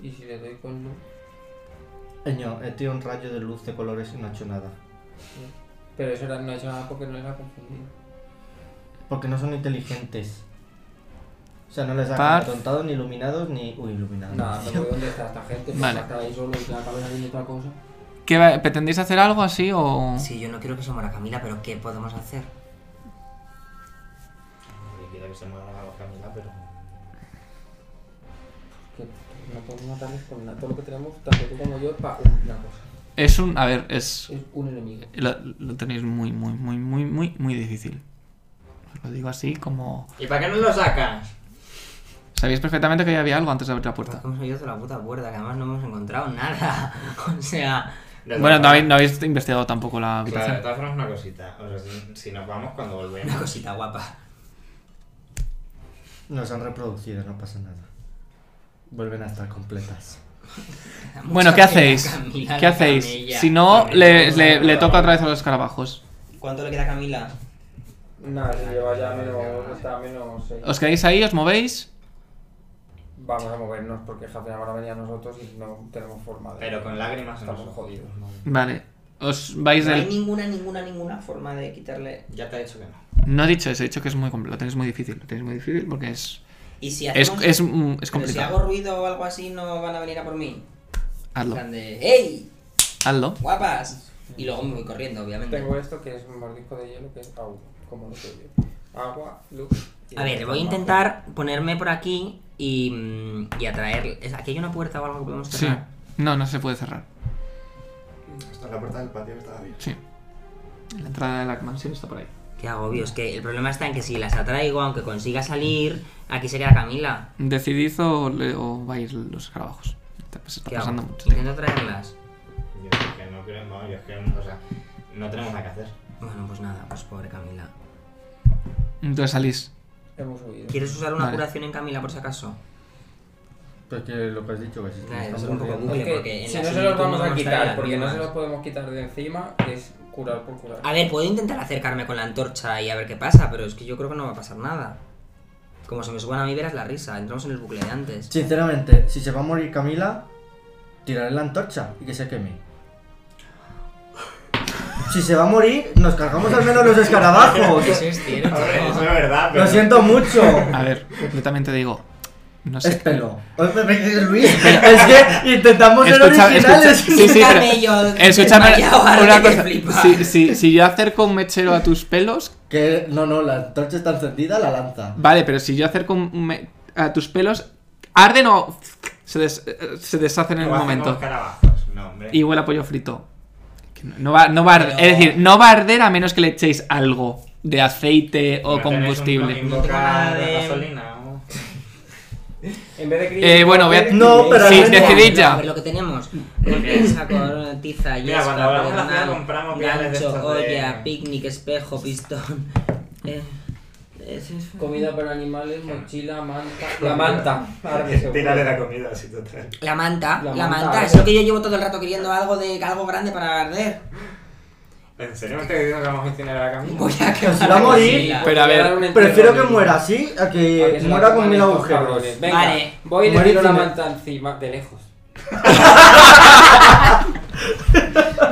Speaker 2: Y si le doy con no.
Speaker 3: Eño, eh, he tirado un rayo de luz de colores y no ha hecho nada.
Speaker 2: Pero eso era- no ha hecho nada porque no les ha confundido.
Speaker 3: Porque no son inteligentes. O sea, no les dan
Speaker 1: Par.
Speaker 3: atontados, ni iluminados, ni. Uy, iluminados.
Speaker 2: Nada, Ah, no veo dónde está esta gente. porque
Speaker 1: Vale.
Speaker 2: Está ahí solo y la cabeza viendo otra cosa.
Speaker 1: ¿Qué va- ¿Pretendéis hacer algo así o...?
Speaker 5: Sí, yo no quiero que se muera Camila, pero ¿qué podemos hacer?
Speaker 7: Yo quiero que se mueva la Camila, pero...
Speaker 2: Que no podemos matarles con nada. Todo lo que tenemos, tanto tú como yo, para una cosa.
Speaker 1: Es un... A ver, es...
Speaker 2: Es un enemigo.
Speaker 1: Lo, lo tenéis muy, muy, muy, muy, muy, muy difícil. Os lo digo así como...
Speaker 7: ¿Y para qué no lo sacas?
Speaker 1: Sabéis perfectamente que ya había algo antes de abrir la
Speaker 5: Pues
Speaker 1: puerta.
Speaker 5: que hemos salido de la puta puerta, que además no hemos encontrado nada. o sea,
Speaker 1: Bueno, no habéis, no habéis investigado tampoco la
Speaker 7: Claro, de
Speaker 1: habitación.
Speaker 7: todas formas una cosita. O sea, si, si nos vamos cuando volvemos...
Speaker 5: una cosita guapa.
Speaker 3: Nos han reproducido, no pasa nada. Vuelven a estar completas.
Speaker 1: Bueno,
Speaker 5: Mucha
Speaker 1: ¿qué
Speaker 5: pena,
Speaker 1: hacéis?
Speaker 5: Camila,
Speaker 1: ¿Qué
Speaker 5: la
Speaker 1: hacéis?
Speaker 5: Camilla.
Speaker 1: Si no, le,
Speaker 7: Camilla.
Speaker 1: le- le toca otra vez a los escarabajos.
Speaker 5: ¿Cuánto le queda a Camila?
Speaker 2: Nada, si lleva ya menos. Está a menos 6.
Speaker 1: ¿Os quedáis ahí? ¿Os movéis?
Speaker 2: Vamos a movernos porque Jafen ahora venía a nosotros y no tenemos forma de.
Speaker 7: Pero con lágrimas en los
Speaker 2: Estamos
Speaker 7: ojos.
Speaker 2: jodidos.
Speaker 1: Vale. ¿Os vais
Speaker 5: No hay
Speaker 1: del...?
Speaker 5: ninguna, ninguna, ninguna forma de quitarle.
Speaker 7: Ya te he dicho que no.
Speaker 1: No he dicho eso, he dicho que es muy... compl- Lo tenéis muy difícil. Lo tenéis muy difícil porque es...
Speaker 5: Y si
Speaker 1: Es,
Speaker 5: hacemos.
Speaker 1: es, mm, es
Speaker 5: pero si hago
Speaker 1: complicado.
Speaker 5: ruido o algo así, no van a venir a por mí. En
Speaker 1: Hazlo.
Speaker 5: plan de, ¡Ey!
Speaker 1: Hazlo.
Speaker 5: ¡Guapas! Y luego me voy corriendo, obviamente.
Speaker 2: Tengo esto que es un mordisco de hielo que es agua. Como lo que yo. Agua, luz. y-
Speaker 5: A ver, voy a intentar ponerme por aquí y, mm, y atraer. ¿es- ¿Aquí hay una puerta o algo que podemos
Speaker 1: Sí.
Speaker 5: cerrar?
Speaker 1: No, no se puede cerrar.
Speaker 7: Esta es la puerta del patio que estaba abierta.
Speaker 1: Sí. La entrada de la mansión está por ahí.
Speaker 5: Qué agobio, es que el problema está en que si las atraigo, aunque consiga salir, aquí se queda Camila.
Speaker 1: ¿Decidid o, le- o vais los escarabajos? Está- Se está
Speaker 5: ¿Qué
Speaker 1: pasando
Speaker 5: hago?
Speaker 1: mucho.
Speaker 5: Intento atraerlas.
Speaker 7: Yo es que no creo, no, yo es que, o sea, no tenemos nada que hacer.
Speaker 5: Bueno, pues nada, pues pobre Camila.
Speaker 1: Entonces salís.
Speaker 2: Hemos huido.
Speaker 5: ¿Quieres usar una
Speaker 1: Vale.
Speaker 5: curación en Camila por si acaso?
Speaker 3: Porque lo Pues que has dicho, que si
Speaker 5: Nah,
Speaker 3: estamos
Speaker 5: es un poco
Speaker 3: corriendo-
Speaker 5: bucle.
Speaker 2: Es que
Speaker 5: porque en
Speaker 2: si
Speaker 5: la
Speaker 2: no se
Speaker 5: similitud
Speaker 2: los vamos
Speaker 5: no Ah,
Speaker 2: a
Speaker 5: nos
Speaker 2: quitar,
Speaker 5: traerán
Speaker 2: porque no
Speaker 5: mismas.
Speaker 2: se los podemos quitar de encima, es curar por curar.
Speaker 5: A ver, puedo intentar acercarme con la antorcha y a ver qué pasa, pero es que yo creo que no va a pasar nada. Como se me suban a mí, verás la risa. Entramos en el bucle de antes.
Speaker 3: Sinceramente, si se va a morir Camila, tiraré la antorcha y que se queme. Si se va a morir, nos cargamos al menos los escarabajos.
Speaker 5: Eso es cierto.
Speaker 7: A ver, eso es verdad, pero...
Speaker 3: Lo siento mucho.
Speaker 1: A ver, yo también te digo. No sé.
Speaker 3: Es pelo. Luis, es que intentamos ser
Speaker 1: Escucha-
Speaker 3: originales.
Speaker 1: escucha- sí, sí, pero-
Speaker 5: Camello
Speaker 1: Escúchame
Speaker 5: desmayado, ahora
Speaker 1: una
Speaker 5: que te
Speaker 1: cosa.
Speaker 5: flipas.
Speaker 1: Si, si, si yo acerco un mechero a tus pelos.
Speaker 3: Que no, no, la antorcha está encendida, la lanza.
Speaker 1: Vale, pero si yo acerco un me- a tus pelos. ¿Arden o.? Se, des- eh, se deshacen en
Speaker 7: O
Speaker 1: el
Speaker 7: hacemos
Speaker 1: momento.
Speaker 7: Escarabajos. No, hombre.
Speaker 1: Y huele a pollo frito. Que no- No va, no va a arder-
Speaker 5: Pero-
Speaker 1: Es decir, no va a arder a menos que le echéis algo de aceite o
Speaker 7: ¿No
Speaker 1: combustible.
Speaker 7: tenéis un- invocar
Speaker 5: No tengo nada de-
Speaker 7: gasolina o-
Speaker 2: En vez de criar-
Speaker 1: Eh, bueno, voy a...
Speaker 3: No, pero
Speaker 1: Sí,
Speaker 3: no,
Speaker 1: decidid
Speaker 5: A
Speaker 1: ya.
Speaker 5: ver lo que tenemos.
Speaker 7: Porque-
Speaker 5: Saco, tiza,
Speaker 7: Mira,
Speaker 5: yesca,
Speaker 7: cuando volvamos a la ciudad
Speaker 5: pedernal,
Speaker 7: compramos viales de
Speaker 5: gancho,
Speaker 7: estos de-
Speaker 5: olla, picnic, espejo, pistón. Eh, es- es-
Speaker 2: Comida para animales, mochila, manta.
Speaker 5: Ah.
Speaker 2: La manta. Ahora que seguro.
Speaker 7: Tírale la comida, así total.
Speaker 5: La manta, la,
Speaker 2: La
Speaker 5: manta,
Speaker 2: manta,
Speaker 5: es
Speaker 2: eh.
Speaker 5: lo que yo llevo todo el rato queriendo algo de algo grande para arder.
Speaker 7: ¿En serio me estás diciendo que vamos a incinerar a
Speaker 2: Mm.
Speaker 7: Camila?
Speaker 5: Voy a
Speaker 3: se
Speaker 5: quemar
Speaker 3: va a
Speaker 5: la
Speaker 3: morir.
Speaker 5: cocina.
Speaker 1: Pero a
Speaker 2: Voy
Speaker 1: ver,
Speaker 2: dar un entierro
Speaker 3: Prefiero que
Speaker 2: horrible.
Speaker 3: muera así a
Speaker 2: Para que
Speaker 3: que
Speaker 2: se la
Speaker 3: muera con
Speaker 2: coman
Speaker 3: mil
Speaker 2: estos
Speaker 3: agujeros.
Speaker 2: cabrones. Venga,
Speaker 5: Vale.
Speaker 2: voy y le
Speaker 3: Morir
Speaker 2: tiro la
Speaker 3: sin-
Speaker 2: manta encima, de lejos.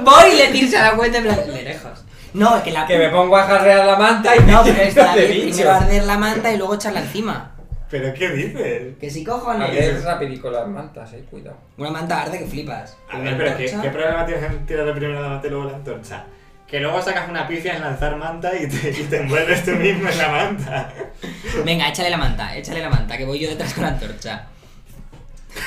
Speaker 5: Voy y le tirse a la cuenta en plan, de lejos. No, es que la
Speaker 2: Que me pongo a jarrear la manta y
Speaker 5: No, pero está
Speaker 2: de
Speaker 5: bien
Speaker 2: bicho.
Speaker 5: primero arder la manta y luego echarla encima.
Speaker 7: ¿Pero qué dices?
Speaker 5: Que si
Speaker 2: A
Speaker 5: cojones.
Speaker 2: ver, es rapidico con las mantas, eh, cuidado.
Speaker 5: Una manta arde que flipas.
Speaker 7: A
Speaker 5: Una
Speaker 7: ver, pero ¿qué,
Speaker 5: antorcha.
Speaker 7: qué problema tienes en tirarle primero la manta y luego la antorcha? Que luego sacas una pifia en lanzar manta y te, y te envuelves tú mismo en la manta.
Speaker 5: Venga, échale la manta, échale la manta, que voy yo detrás con la antorcha.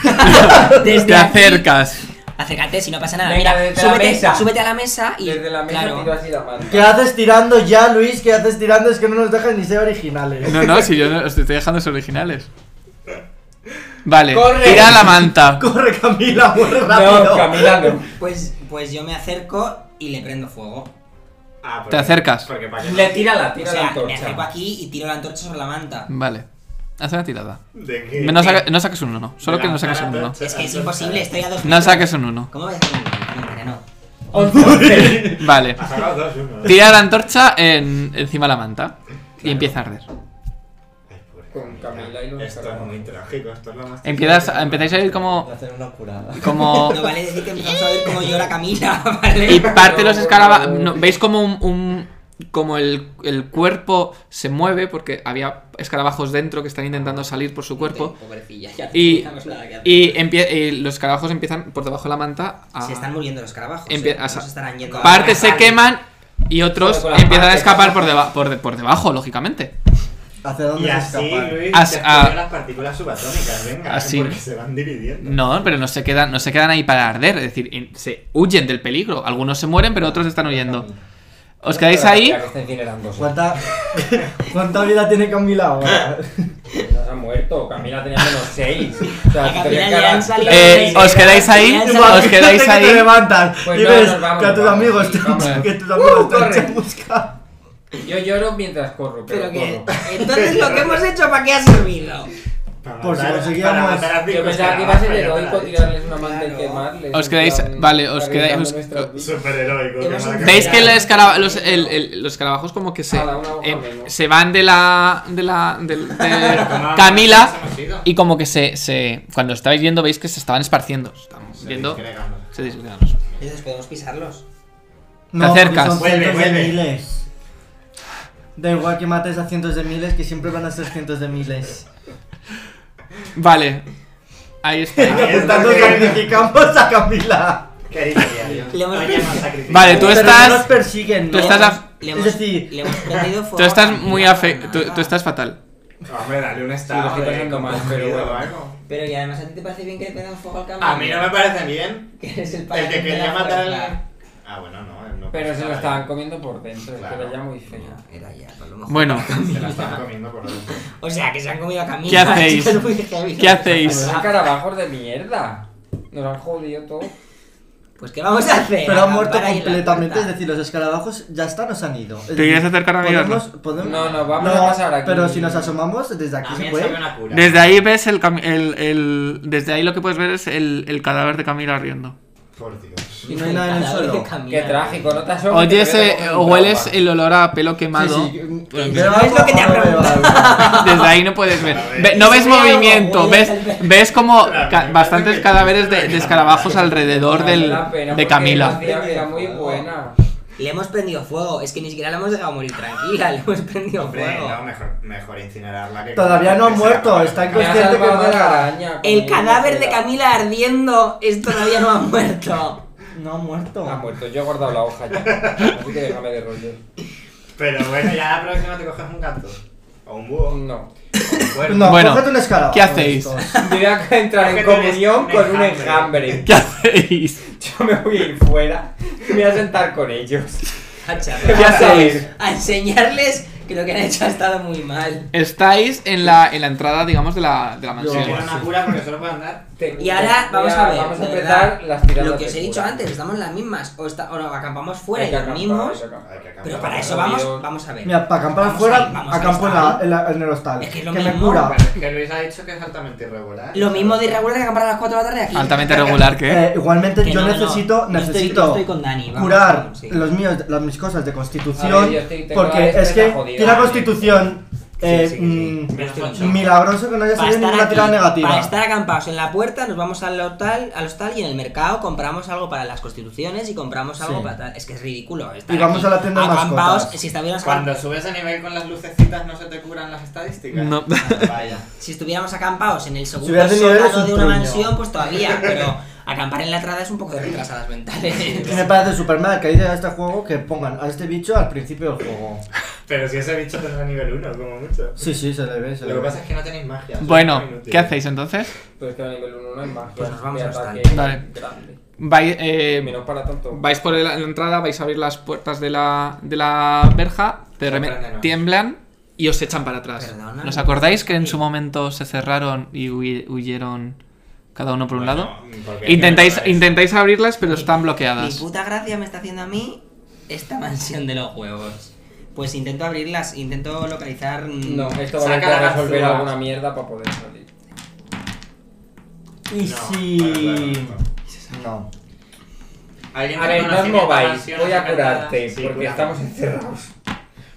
Speaker 1: Te
Speaker 5: Desde aquí
Speaker 1: acercas.
Speaker 5: acércate si no pasa nada.
Speaker 2: Venga,
Speaker 5: Mira,
Speaker 2: desde la
Speaker 5: súbete,
Speaker 2: mesa.
Speaker 5: súbete a la mesa y.
Speaker 2: Desde la mesa
Speaker 5: claro.
Speaker 2: tiro así la mano.
Speaker 3: ¿Qué haces tirando ya, Luis? ¿Qué haces tirando? Es que no nos dejan ni ser originales.
Speaker 1: No, no, si yo no- os estoy dejando los originales. Vale,
Speaker 2: ¡Corre!
Speaker 1: tira la manta.
Speaker 3: Corre, Camila, muy
Speaker 2: No,
Speaker 3: rápido.
Speaker 2: Camila no.
Speaker 5: Pues, pues yo me acerco y le prendo fuego.
Speaker 7: Ah,
Speaker 1: Te
Speaker 7: porque-
Speaker 1: acercas.
Speaker 7: Porque para que-
Speaker 2: Le tira la, tira
Speaker 5: o sea, este
Speaker 2: la
Speaker 5: me acerco
Speaker 2: antorcha.
Speaker 5: aquí y tiro la antorcha sobre la manta.
Speaker 1: Vale, haz una tirada.
Speaker 7: ¿De qué?
Speaker 1: No, saca- no saques un 1, solo que no saques un 1.
Speaker 7: uno.
Speaker 5: Es que es imposible, este estoy a dos.
Speaker 1: No
Speaker 5: metros.
Speaker 1: saques un 1.
Speaker 5: ¿Cómo voy a hacer un hombre, no?
Speaker 2: Once.
Speaker 1: Vale,
Speaker 7: Ha sacado dos uno.
Speaker 1: tira la antorcha en, encima de la manta y empieza a arder.
Speaker 7: Ay, pobre
Speaker 2: Con Camila y los
Speaker 7: Esto es
Speaker 2: escarabajos.
Speaker 7: muy trágico, esto es lo más
Speaker 1: Empiezas,
Speaker 7: trágico.
Speaker 1: empezáis a ir como.
Speaker 3: Hacer una curada.
Speaker 1: como
Speaker 5: No vale decir que empezamos a ver cómo llora Camila, ¿vale?
Speaker 1: y parte de los
Speaker 2: No,
Speaker 1: escarabajos.
Speaker 2: no.
Speaker 1: ¿Veis como un. un- como el, el cuerpo se mueve porque había escarabajos dentro que están intentando salir por su cuerpo.
Speaker 5: Pobrecilla, ya
Speaker 1: Y-
Speaker 5: no sabemos nada que hacer.
Speaker 1: Y, empie- y los escarabajos empiezan por debajo de la manta a.
Speaker 5: Se están muriendo los carabajos.
Speaker 1: Empie-
Speaker 5: eh,
Speaker 1: o sea,
Speaker 5: no se estarán yendo a-
Speaker 1: Partes se queman y otros
Speaker 2: Joder, con las
Speaker 1: empiezan a
Speaker 2: partes,
Speaker 1: escapar
Speaker 2: ¿no?
Speaker 1: por, deba- por, de- por debajo, lógicamente.
Speaker 3: ¿Hacia dónde se
Speaker 7: Y así,
Speaker 3: escapan?
Speaker 7: Luis,
Speaker 1: As-
Speaker 7: se
Speaker 1: ah.
Speaker 7: a... las partículas subatómicas, venga,
Speaker 1: Así. Mm.
Speaker 7: porque se van dividiendo.
Speaker 1: No, pero no se quedan, no se quedan ahí para arder, es decir, en- se huyen del peligro. Algunos se mueren, pero otros están huyendo. Os quedáis ahí.
Speaker 2: Ya que está incinerándose.
Speaker 3: ¿Cuánta, ¿Cuánta vida tiene Camila ahora?
Speaker 2: Ya se ha muerto. Camila tenía menos 6. O
Speaker 5: A
Speaker 2: sea,
Speaker 5: Camila
Speaker 2: tenía
Speaker 5: le
Speaker 2: cara-
Speaker 5: han salido
Speaker 1: Eh,
Speaker 5: los
Speaker 1: os quedáis ahí,
Speaker 5: carabajos, le han
Speaker 1: os
Speaker 5: salido-
Speaker 1: quedáis
Speaker 3: Que te
Speaker 1: ahí.
Speaker 3: levantas
Speaker 2: Pues
Speaker 3: y
Speaker 2: no,
Speaker 3: ves
Speaker 2: nos vamos,
Speaker 3: que a tus
Speaker 2: vamos,
Speaker 3: amigos te
Speaker 2: vamos. Uh,
Speaker 3: han- que tus amigos te han
Speaker 2: corre.
Speaker 3: hecho buscar.
Speaker 2: Yo lloro mientras corro, pero,
Speaker 5: Pero que.
Speaker 2: corro.
Speaker 5: Entonces, ¿lo que hemos hecho para qué ha servido?
Speaker 7: Para
Speaker 3: Por si
Speaker 7: matar-
Speaker 3: conseguíamos-
Speaker 7: para matar a cinco
Speaker 2: Yo pensaba que iba a
Speaker 7: escarabajos,
Speaker 2: ser
Speaker 7: ya te lo
Speaker 2: heroico
Speaker 7: he dicho.
Speaker 2: tirarles una manta y
Speaker 5: Claro.
Speaker 2: quemarles.
Speaker 1: Os
Speaker 2: en
Speaker 1: quedáis-
Speaker 2: plan,
Speaker 1: vale, os
Speaker 2: arriesgando
Speaker 1: quedáis-
Speaker 2: nuestras vidas.
Speaker 7: Superheroico.
Speaker 5: Hemos
Speaker 7: qué mala
Speaker 5: entendido.
Speaker 1: Veis
Speaker 7: cara.
Speaker 1: que los, escaraba- los- el- el- los escarabajos como que se,
Speaker 2: Ala, Ah, una hoja
Speaker 1: eh,
Speaker 2: menos.
Speaker 1: se van de la de la del- de
Speaker 7: Toma,
Speaker 1: Camila
Speaker 7: nos hemos ido.
Speaker 1: y como que se, se cuando estáis viendo veis que se estaban esparciendo. Estamos
Speaker 7: Se
Speaker 1: viendo.
Speaker 7: disgregan.
Speaker 1: Se disgregan.
Speaker 5: Entonces, podemos pisarlos.
Speaker 3: No,
Speaker 1: acercas.
Speaker 3: porque son
Speaker 7: Vuelve,
Speaker 3: cientos de
Speaker 7: vuelve.
Speaker 3: miles. Da igual que mates a cientos de miles, que siempre van a ser cientos de miles.
Speaker 1: Vale, ahí está.
Speaker 7: Ahí está
Speaker 3: Tanto
Speaker 7: que-
Speaker 3: sacrificamos a Camila.
Speaker 7: ¿Qué diría yo?
Speaker 5: Le hemos-
Speaker 7: Oye, hemos sacrificado.
Speaker 1: Vale, tú
Speaker 3: Pero no
Speaker 1: estás-
Speaker 3: nos persiguen,
Speaker 1: tú
Speaker 3: ¿no?
Speaker 1: estás a-
Speaker 5: Le
Speaker 3: Es
Speaker 5: hemos,
Speaker 3: decir-
Speaker 5: le hemos prendido fuego.
Speaker 1: Tú estás
Speaker 5: a Camila
Speaker 1: muy
Speaker 5: para
Speaker 1: afe tú,
Speaker 5: nada.
Speaker 1: tú estás fatal.
Speaker 7: Hombre, dale un
Speaker 2: Sí, lo
Speaker 7: estado
Speaker 2: estoy
Speaker 7: de
Speaker 2: pasando mal, pero
Speaker 7: compungido
Speaker 2: bueno.
Speaker 7: o algo.
Speaker 5: Pero y además, ¿a ti te parece bien que le prendan fuego al camarón?
Speaker 7: A mí no me parece bien.
Speaker 5: Que eres el
Speaker 7: El
Speaker 5: paladín
Speaker 7: que
Speaker 5: de
Speaker 7: quería
Speaker 5: la
Speaker 7: matar al.
Speaker 5: fuerza.
Speaker 7: Ah, bueno, no. él no
Speaker 2: Pero se lo
Speaker 7: pasaba
Speaker 2: estaban
Speaker 7: ahí.
Speaker 2: comiendo por dentro, es que
Speaker 7: Claro.
Speaker 2: era ya muy feo.
Speaker 5: Mira, Era ya, por lo mejor.
Speaker 1: Bueno,
Speaker 7: Se la estaban comiendo por dentro.
Speaker 5: O sea, que se han comido a Camila.
Speaker 1: ¿Qué hacéis?
Speaker 5: Esto es muy heavy.
Speaker 1: ¿Qué hacéis?
Speaker 2: Son carabajos de mierda. Nos han jodido todo.
Speaker 5: Pues, ¿qué vamos a hacer?
Speaker 3: Pero han muerto
Speaker 5: Acampar ahí en la
Speaker 3: completamente, es
Speaker 5: puerta.
Speaker 3: decir, los escarabajos ya están, nos han ido. Es
Speaker 1: ¿Te
Speaker 3: decir,
Speaker 1: quieres acercar a mirarlos?
Speaker 3: podemos, podemos-
Speaker 2: No, no, vamos a pasar aquí.
Speaker 3: Pero si nos asomamos, desde
Speaker 5: Ah,
Speaker 3: aquí se
Speaker 7: También
Speaker 3: puede.
Speaker 7: sabe una cura.
Speaker 1: Desde ahí ves el, cam- el, el- desde ahí lo que puedes ver es el, el cadáver de Camila riendo.
Speaker 7: Por Dios.
Speaker 3: Y no hay nada en el
Speaker 5: Cadáver de
Speaker 3: suelo.
Speaker 5: Camila.
Speaker 2: Qué trágico, no te asomes. que te
Speaker 1: Oyes,
Speaker 2: veo
Speaker 1: eh,
Speaker 2: como un
Speaker 1: hueles
Speaker 2: trauma.
Speaker 1: el olor a pelo quemado.
Speaker 3: Sí, sí,
Speaker 1: Pero
Speaker 3: veo
Speaker 5: es lo que te
Speaker 3: algo,
Speaker 5: ha
Speaker 3: veo algo.
Speaker 1: Desde ahí no puedes ver. Ve- no
Speaker 5: Si
Speaker 1: ves
Speaker 5: se ve algo,
Speaker 1: movimiento,
Speaker 5: huele
Speaker 1: ves,
Speaker 5: el pelo.
Speaker 1: ves como
Speaker 7: Claro,
Speaker 1: ca-
Speaker 7: me
Speaker 1: bastantes
Speaker 7: parece que-
Speaker 1: cadáveres de, de escarabajos alrededor
Speaker 2: Vale
Speaker 1: del,
Speaker 2: la pena
Speaker 1: de
Speaker 2: porque
Speaker 1: Camila.
Speaker 2: la tía Era muy buena.
Speaker 5: Le hemos prendido fuego. Es que ni siquiera la hemos dejado morir tranquila. Le hemos prendido
Speaker 7: Hombre,
Speaker 5: fuego.
Speaker 7: no, mejor, mejor incinerarla que.
Speaker 3: Todavía no ha
Speaker 7: que se
Speaker 3: muerto,
Speaker 7: acaba.
Speaker 3: está en
Speaker 2: Me ha
Speaker 3: Consciente que
Speaker 2: salvado de la
Speaker 3: muera.
Speaker 2: araña.
Speaker 5: El
Speaker 2: comiendo,
Speaker 5: cadáver de
Speaker 2: cuidado.
Speaker 5: Camila ardiendo es todavía no ha muerto.
Speaker 3: No ha muerto.
Speaker 5: Ah,
Speaker 2: Ha muerto,
Speaker 5: pues-
Speaker 2: Ah, pues yo he guardado la hoja ya. Así que déjame de rollo.
Speaker 7: Pero bueno, ya la próxima te coges un gato. O un búho. O un
Speaker 2: No.
Speaker 7: cuervo.
Speaker 3: Mm, No,
Speaker 1: Bueno,
Speaker 3: cógete un escarabajo.
Speaker 1: ¿qué hacéis?
Speaker 3: estos.
Speaker 2: Yo voy a entrar en
Speaker 7: Cógete un
Speaker 2: comunión
Speaker 7: es-
Speaker 2: con un
Speaker 7: enjambre.
Speaker 2: enjambre.
Speaker 1: ¿Qué hacéis?
Speaker 2: Yo me voy a ir fuera. Me voy a sentar con ellos.
Speaker 5: A
Speaker 2: Me
Speaker 5: charlar.
Speaker 2: voy a salir.
Speaker 5: A enseñarles que lo que han hecho ha estado muy mal.
Speaker 1: Estáis en la, en la entrada, digamos, de la, de la
Speaker 7: Yo
Speaker 1: mansión.
Speaker 7: quiero una cura porque solo puedo andar.
Speaker 2: Te-
Speaker 5: Y ahora vamos
Speaker 2: Mira,
Speaker 5: a ver.
Speaker 2: Vamos a
Speaker 5: de
Speaker 2: empezar
Speaker 5: verdad,
Speaker 2: las tiradas.
Speaker 5: Lo que os he
Speaker 2: de
Speaker 5: dicho
Speaker 2: cura.
Speaker 5: antes, estamos en las mismas. O, está, o no, acampamos fuera
Speaker 2: Hay
Speaker 5: y
Speaker 2: que acampar,
Speaker 5: dormimos.
Speaker 2: hay que acampar.
Speaker 5: Pero para eso
Speaker 2: Dormido.
Speaker 5: vamos, vamos a ver.
Speaker 3: Mira, para acampar
Speaker 5: Vamos
Speaker 3: afuera,
Speaker 5: ahí, vamos al
Speaker 3: acampo en, la- en la- en el hostal.
Speaker 5: Es que es lo
Speaker 3: me
Speaker 5: mismo.
Speaker 3: cura.
Speaker 7: Pero es que Luis ha dicho que es altamente irregular.
Speaker 5: Lo mismo de irregular que acampar a las 4 de la tarde aquí.
Speaker 1: Altamente regular, ¿qué?
Speaker 3: Eh, igualmente
Speaker 5: Que
Speaker 3: yo
Speaker 5: no, no, no.
Speaker 3: necesito,
Speaker 5: Yo estoy-
Speaker 3: necesito
Speaker 5: yo estoy con Dani, vamos,
Speaker 3: curar
Speaker 5: vamos, sí.
Speaker 3: los míos, las mis cosas de constitución,
Speaker 2: A ver, yo estoy- tengo la
Speaker 3: porque es
Speaker 2: destreza
Speaker 3: que
Speaker 2: jodida,
Speaker 3: tiene
Speaker 2: Dani.
Speaker 3: constitución eh,
Speaker 5: sí, sí.
Speaker 3: mm,
Speaker 5: Menos
Speaker 7: Menos
Speaker 5: ocho.
Speaker 3: milagroso que no haya
Speaker 5: Para
Speaker 3: salido
Speaker 5: estar,
Speaker 3: ninguna
Speaker 5: aquí,
Speaker 3: tirada negativa.
Speaker 5: para estar acampados en la puerta, nos vamos al hostal, al hostal y en el mercado compramos algo para las constituciones y compramos algo
Speaker 3: Sí.
Speaker 5: para tal. Es que es ridículo. estar
Speaker 3: Y vamos
Speaker 5: aquí
Speaker 3: a la tienda de
Speaker 5: acampados,
Speaker 3: mascotas.
Speaker 5: Si estuviéramos,
Speaker 7: Cuando
Speaker 5: acamp-
Speaker 7: subes a nivel con las lucecitas no se te curan las estadísticas.
Speaker 1: No.
Speaker 7: Ah, vaya.
Speaker 5: si estuviéramos acampados en el segundo
Speaker 3: hubieras tenido
Speaker 5: sótano
Speaker 3: eres
Speaker 5: de
Speaker 3: un
Speaker 5: una
Speaker 3: truño.
Speaker 5: mansión, pues todavía. Pero acampar en la entrada es un poco de retrasadas mentales.
Speaker 3: Y me parece super mal que hay de este juego que pongan a este bicho al principio del juego.
Speaker 7: Pero si ese bicho tendrá nivel 1, como mucho.
Speaker 3: Sí, sí, se le ve, se le
Speaker 7: Lo
Speaker 3: ve.
Speaker 7: que pasa es que no tenéis magia. sois
Speaker 1: Bueno,
Speaker 7: muy inútiles.
Speaker 1: ¿qué hacéis entonces?
Speaker 2: Pero es que a nivel 1 no hay magia.
Speaker 5: Pues nos vamos
Speaker 2: de
Speaker 5: al hostal.
Speaker 2: ataque
Speaker 1: Vale.
Speaker 2: grande.
Speaker 1: Vais, eh,
Speaker 2: Menos para tanto.
Speaker 1: vais por el- la entrada, vais a abrir las puertas de la, de la verja, de repente
Speaker 7: Sorpréndenos.
Speaker 1: tiemblan y os echan para atrás.
Speaker 5: Perdona.
Speaker 1: ¿Nos acordáis que en su momento se cerraron y hui- huyeron cada uno por un
Speaker 7: Bueno,
Speaker 1: lado?
Speaker 7: porque es
Speaker 1: Intentáis,
Speaker 7: que me lo
Speaker 1: intentáis abrirlas, pero están
Speaker 5: Mi
Speaker 1: bloqueadas.
Speaker 5: puta gracia me está haciendo a mí esta mansión de los huevos. Pues intento abrirlas, intento localizar. mm,
Speaker 2: No, esto va a
Speaker 5: saca la
Speaker 2: necesitar resolver
Speaker 5: ganzúa.
Speaker 2: alguna mierda para poder salir.
Speaker 3: Y
Speaker 7: No,
Speaker 3: si.
Speaker 7: para, para, para.
Speaker 3: No.
Speaker 7: Alguien
Speaker 2: A
Speaker 7: que
Speaker 2: ver, no os
Speaker 7: conociera esta
Speaker 2: mováis,
Speaker 7: mansión
Speaker 2: voy a
Speaker 7: encantada.
Speaker 2: curarte,
Speaker 7: Sí,
Speaker 2: porque
Speaker 7: cúrame.
Speaker 2: estamos encerrados.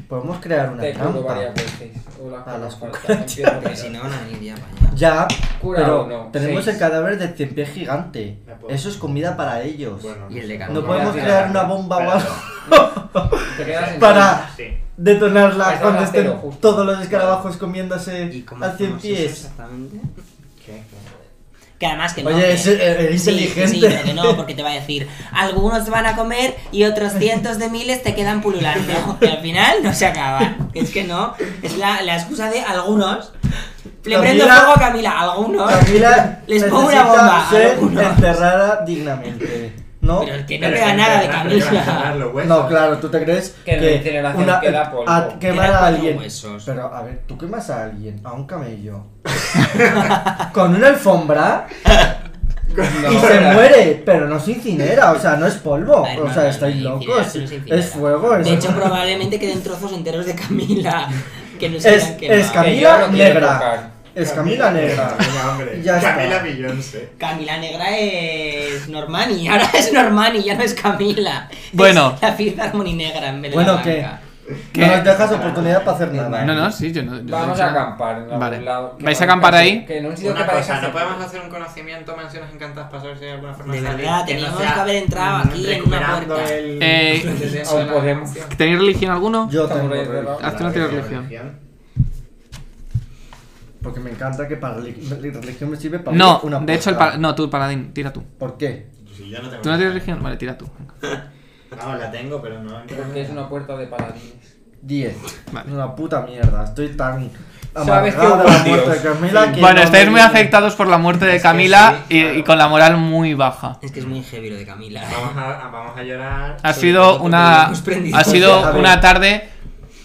Speaker 3: Podemos crear una
Speaker 2: Te curo
Speaker 3: trampa.
Speaker 2: varias veces. O las
Speaker 3: A las
Speaker 2: cosas faltan,
Speaker 3: cucarachas.
Speaker 2: empiezo a
Speaker 5: Porque si
Speaker 2: mirar.
Speaker 5: no, nadie iría para allá.
Speaker 3: Ya,
Speaker 2: Cura
Speaker 3: pero
Speaker 2: o no,
Speaker 3: tenemos
Speaker 2: seis.
Speaker 3: el cadáver del cien pies gigante.
Speaker 7: Me puedo-
Speaker 3: Eso es comida para ellos.
Speaker 7: Bueno,
Speaker 5: Y el de
Speaker 7: sé.
Speaker 5: carne.
Speaker 3: no
Speaker 5: voy
Speaker 3: podemos
Speaker 5: a tirar
Speaker 3: crear
Speaker 5: la-
Speaker 3: una bomba o
Speaker 7: Pero-
Speaker 3: algo.
Speaker 2: Te quedas en
Speaker 3: Para
Speaker 7: Sí.
Speaker 3: detonarla
Speaker 2: Eso
Speaker 3: cuando
Speaker 2: era
Speaker 3: estén
Speaker 2: cero, justo.
Speaker 3: todos los escarabajos comiéndose
Speaker 5: ¿Y cómo
Speaker 3: al cien
Speaker 5: hacemos eso
Speaker 3: pies.
Speaker 5: exactamente?
Speaker 7: ¿Qué?
Speaker 5: Que además que no.
Speaker 3: Oye,
Speaker 5: que-
Speaker 3: es, eh, es
Speaker 5: Sí,
Speaker 3: inteligente.
Speaker 5: Sí, pero que no, porque te va a decir, algunos van a comer y otros cientos de miles te quedan pululando. Y al final no se acaba. Es que no. Es la, la excusa de algunos. Le
Speaker 3: Camila-
Speaker 5: prendo fuego a Camila, algunos.
Speaker 3: Camila
Speaker 5: Les pongo una
Speaker 3: necesita
Speaker 5: bomba a
Speaker 3: ser
Speaker 5: algunos.
Speaker 3: enterrada dignamente. ¿No?
Speaker 5: Pero es que no
Speaker 7: Pero
Speaker 5: queda
Speaker 7: que
Speaker 5: nada de
Speaker 7: enterrar, pero que enterrar
Speaker 5: Camila.
Speaker 7: los huesos.
Speaker 3: No, claro, ¿tú te crees
Speaker 2: Que en la incineración queda polvo.
Speaker 3: a- quemar
Speaker 5: Quedan
Speaker 3: a
Speaker 5: cuatro
Speaker 3: alguien?
Speaker 5: huesos.
Speaker 3: Pero a ver, ¿tú quemas a alguien? A un camello. Con una alfombra y se muere, pero no se incinera, o sea, no es polvo.
Speaker 5: Ay,
Speaker 3: o
Speaker 5: no, no,
Speaker 3: sea, estáis
Speaker 5: no,
Speaker 3: locos.
Speaker 5: incinera, no se incinera.
Speaker 3: Es fuego, es
Speaker 5: De hecho, probablemente queden trozos enteros de Camila. Que no se
Speaker 3: Es-
Speaker 5: hayan quemado.
Speaker 3: es
Speaker 2: Que
Speaker 3: Camila
Speaker 2: yo no quiero
Speaker 3: negra.
Speaker 2: tocar.
Speaker 3: Es Camila Negra.
Speaker 7: Venga, hombre.
Speaker 3: Ya está.
Speaker 7: Camila Beyoncé.
Speaker 5: Camila Negra es Normani, ahora es Normani, ya no es Camila.
Speaker 1: Bueno.
Speaker 5: Es la Fifth Harmony Negra en vez de
Speaker 3: Bueno,
Speaker 5: la
Speaker 3: ¿qué?
Speaker 5: blanca.
Speaker 3: No nos dejas oportunidad para hacer nada.
Speaker 1: No, no, sí, yo no. yo no
Speaker 2: Vamos
Speaker 1: sé
Speaker 2: a
Speaker 1: nada.
Speaker 2: acampar en algún
Speaker 1: Vale.
Speaker 2: lado.
Speaker 1: ¿Vais a
Speaker 2: que parezca
Speaker 1: acampar
Speaker 2: ser-
Speaker 1: ahí?
Speaker 2: Que en un sitio que
Speaker 7: Una
Speaker 2: parezca
Speaker 7: cosa, ¿no
Speaker 2: ser-
Speaker 7: podemos hacer un conocimiento mansiones encantadas para saber si hay alguna forma
Speaker 5: De
Speaker 7: de salir?
Speaker 5: verdad,
Speaker 7: Que no
Speaker 5: teníamos
Speaker 7: sea
Speaker 5: que haber entrado aquí en una
Speaker 7: recuperando
Speaker 5: puerta.
Speaker 7: el-
Speaker 1: Eh,
Speaker 7: el deseo
Speaker 2: aún
Speaker 7: de la
Speaker 2: podemos.
Speaker 7: mansión.
Speaker 1: ¿Tenéis religión alguno?
Speaker 3: Yo
Speaker 2: Estamos
Speaker 3: tengo
Speaker 2: reyes de
Speaker 3: religión,
Speaker 1: Hazte una tira de religión.
Speaker 7: Pues
Speaker 3: Porque me encanta que para relig- la religión me sirve para
Speaker 1: No,
Speaker 3: una
Speaker 1: de hecho, el
Speaker 3: puerta.
Speaker 1: pa- no, tú, el paladín, tira tú.
Speaker 3: ¿Por qué?
Speaker 7: Si yo no tengo
Speaker 1: ¿Tú no tienes religión? Vale, tira tú. venga.
Speaker 7: No, la tengo, pero no.
Speaker 2: Porque es una puerta de paladines.
Speaker 3: 10.
Speaker 1: Vale.
Speaker 3: Es una puta mierda. Estoy tan
Speaker 2: Sabes
Speaker 3: amargado
Speaker 2: que
Speaker 3: de la
Speaker 2: hubo
Speaker 3: muerte de
Speaker 2: Dios.
Speaker 3: Camila Ah, que
Speaker 1: Bueno,
Speaker 3: no
Speaker 1: estáis
Speaker 3: me-
Speaker 1: muy afectados por la muerte de
Speaker 7: Es que
Speaker 1: Camila
Speaker 7: sí,
Speaker 1: y-
Speaker 7: claro.
Speaker 1: y con la moral muy baja.
Speaker 5: Es que es muy heavy lo de Camila.
Speaker 7: Vamos a, a- vamos a llorar.
Speaker 1: Ha
Speaker 7: sobre
Speaker 1: sido
Speaker 7: todo porque
Speaker 1: una
Speaker 5: hemos prendido.
Speaker 1: ha
Speaker 3: A
Speaker 1: sido
Speaker 3: ver.
Speaker 1: una tarde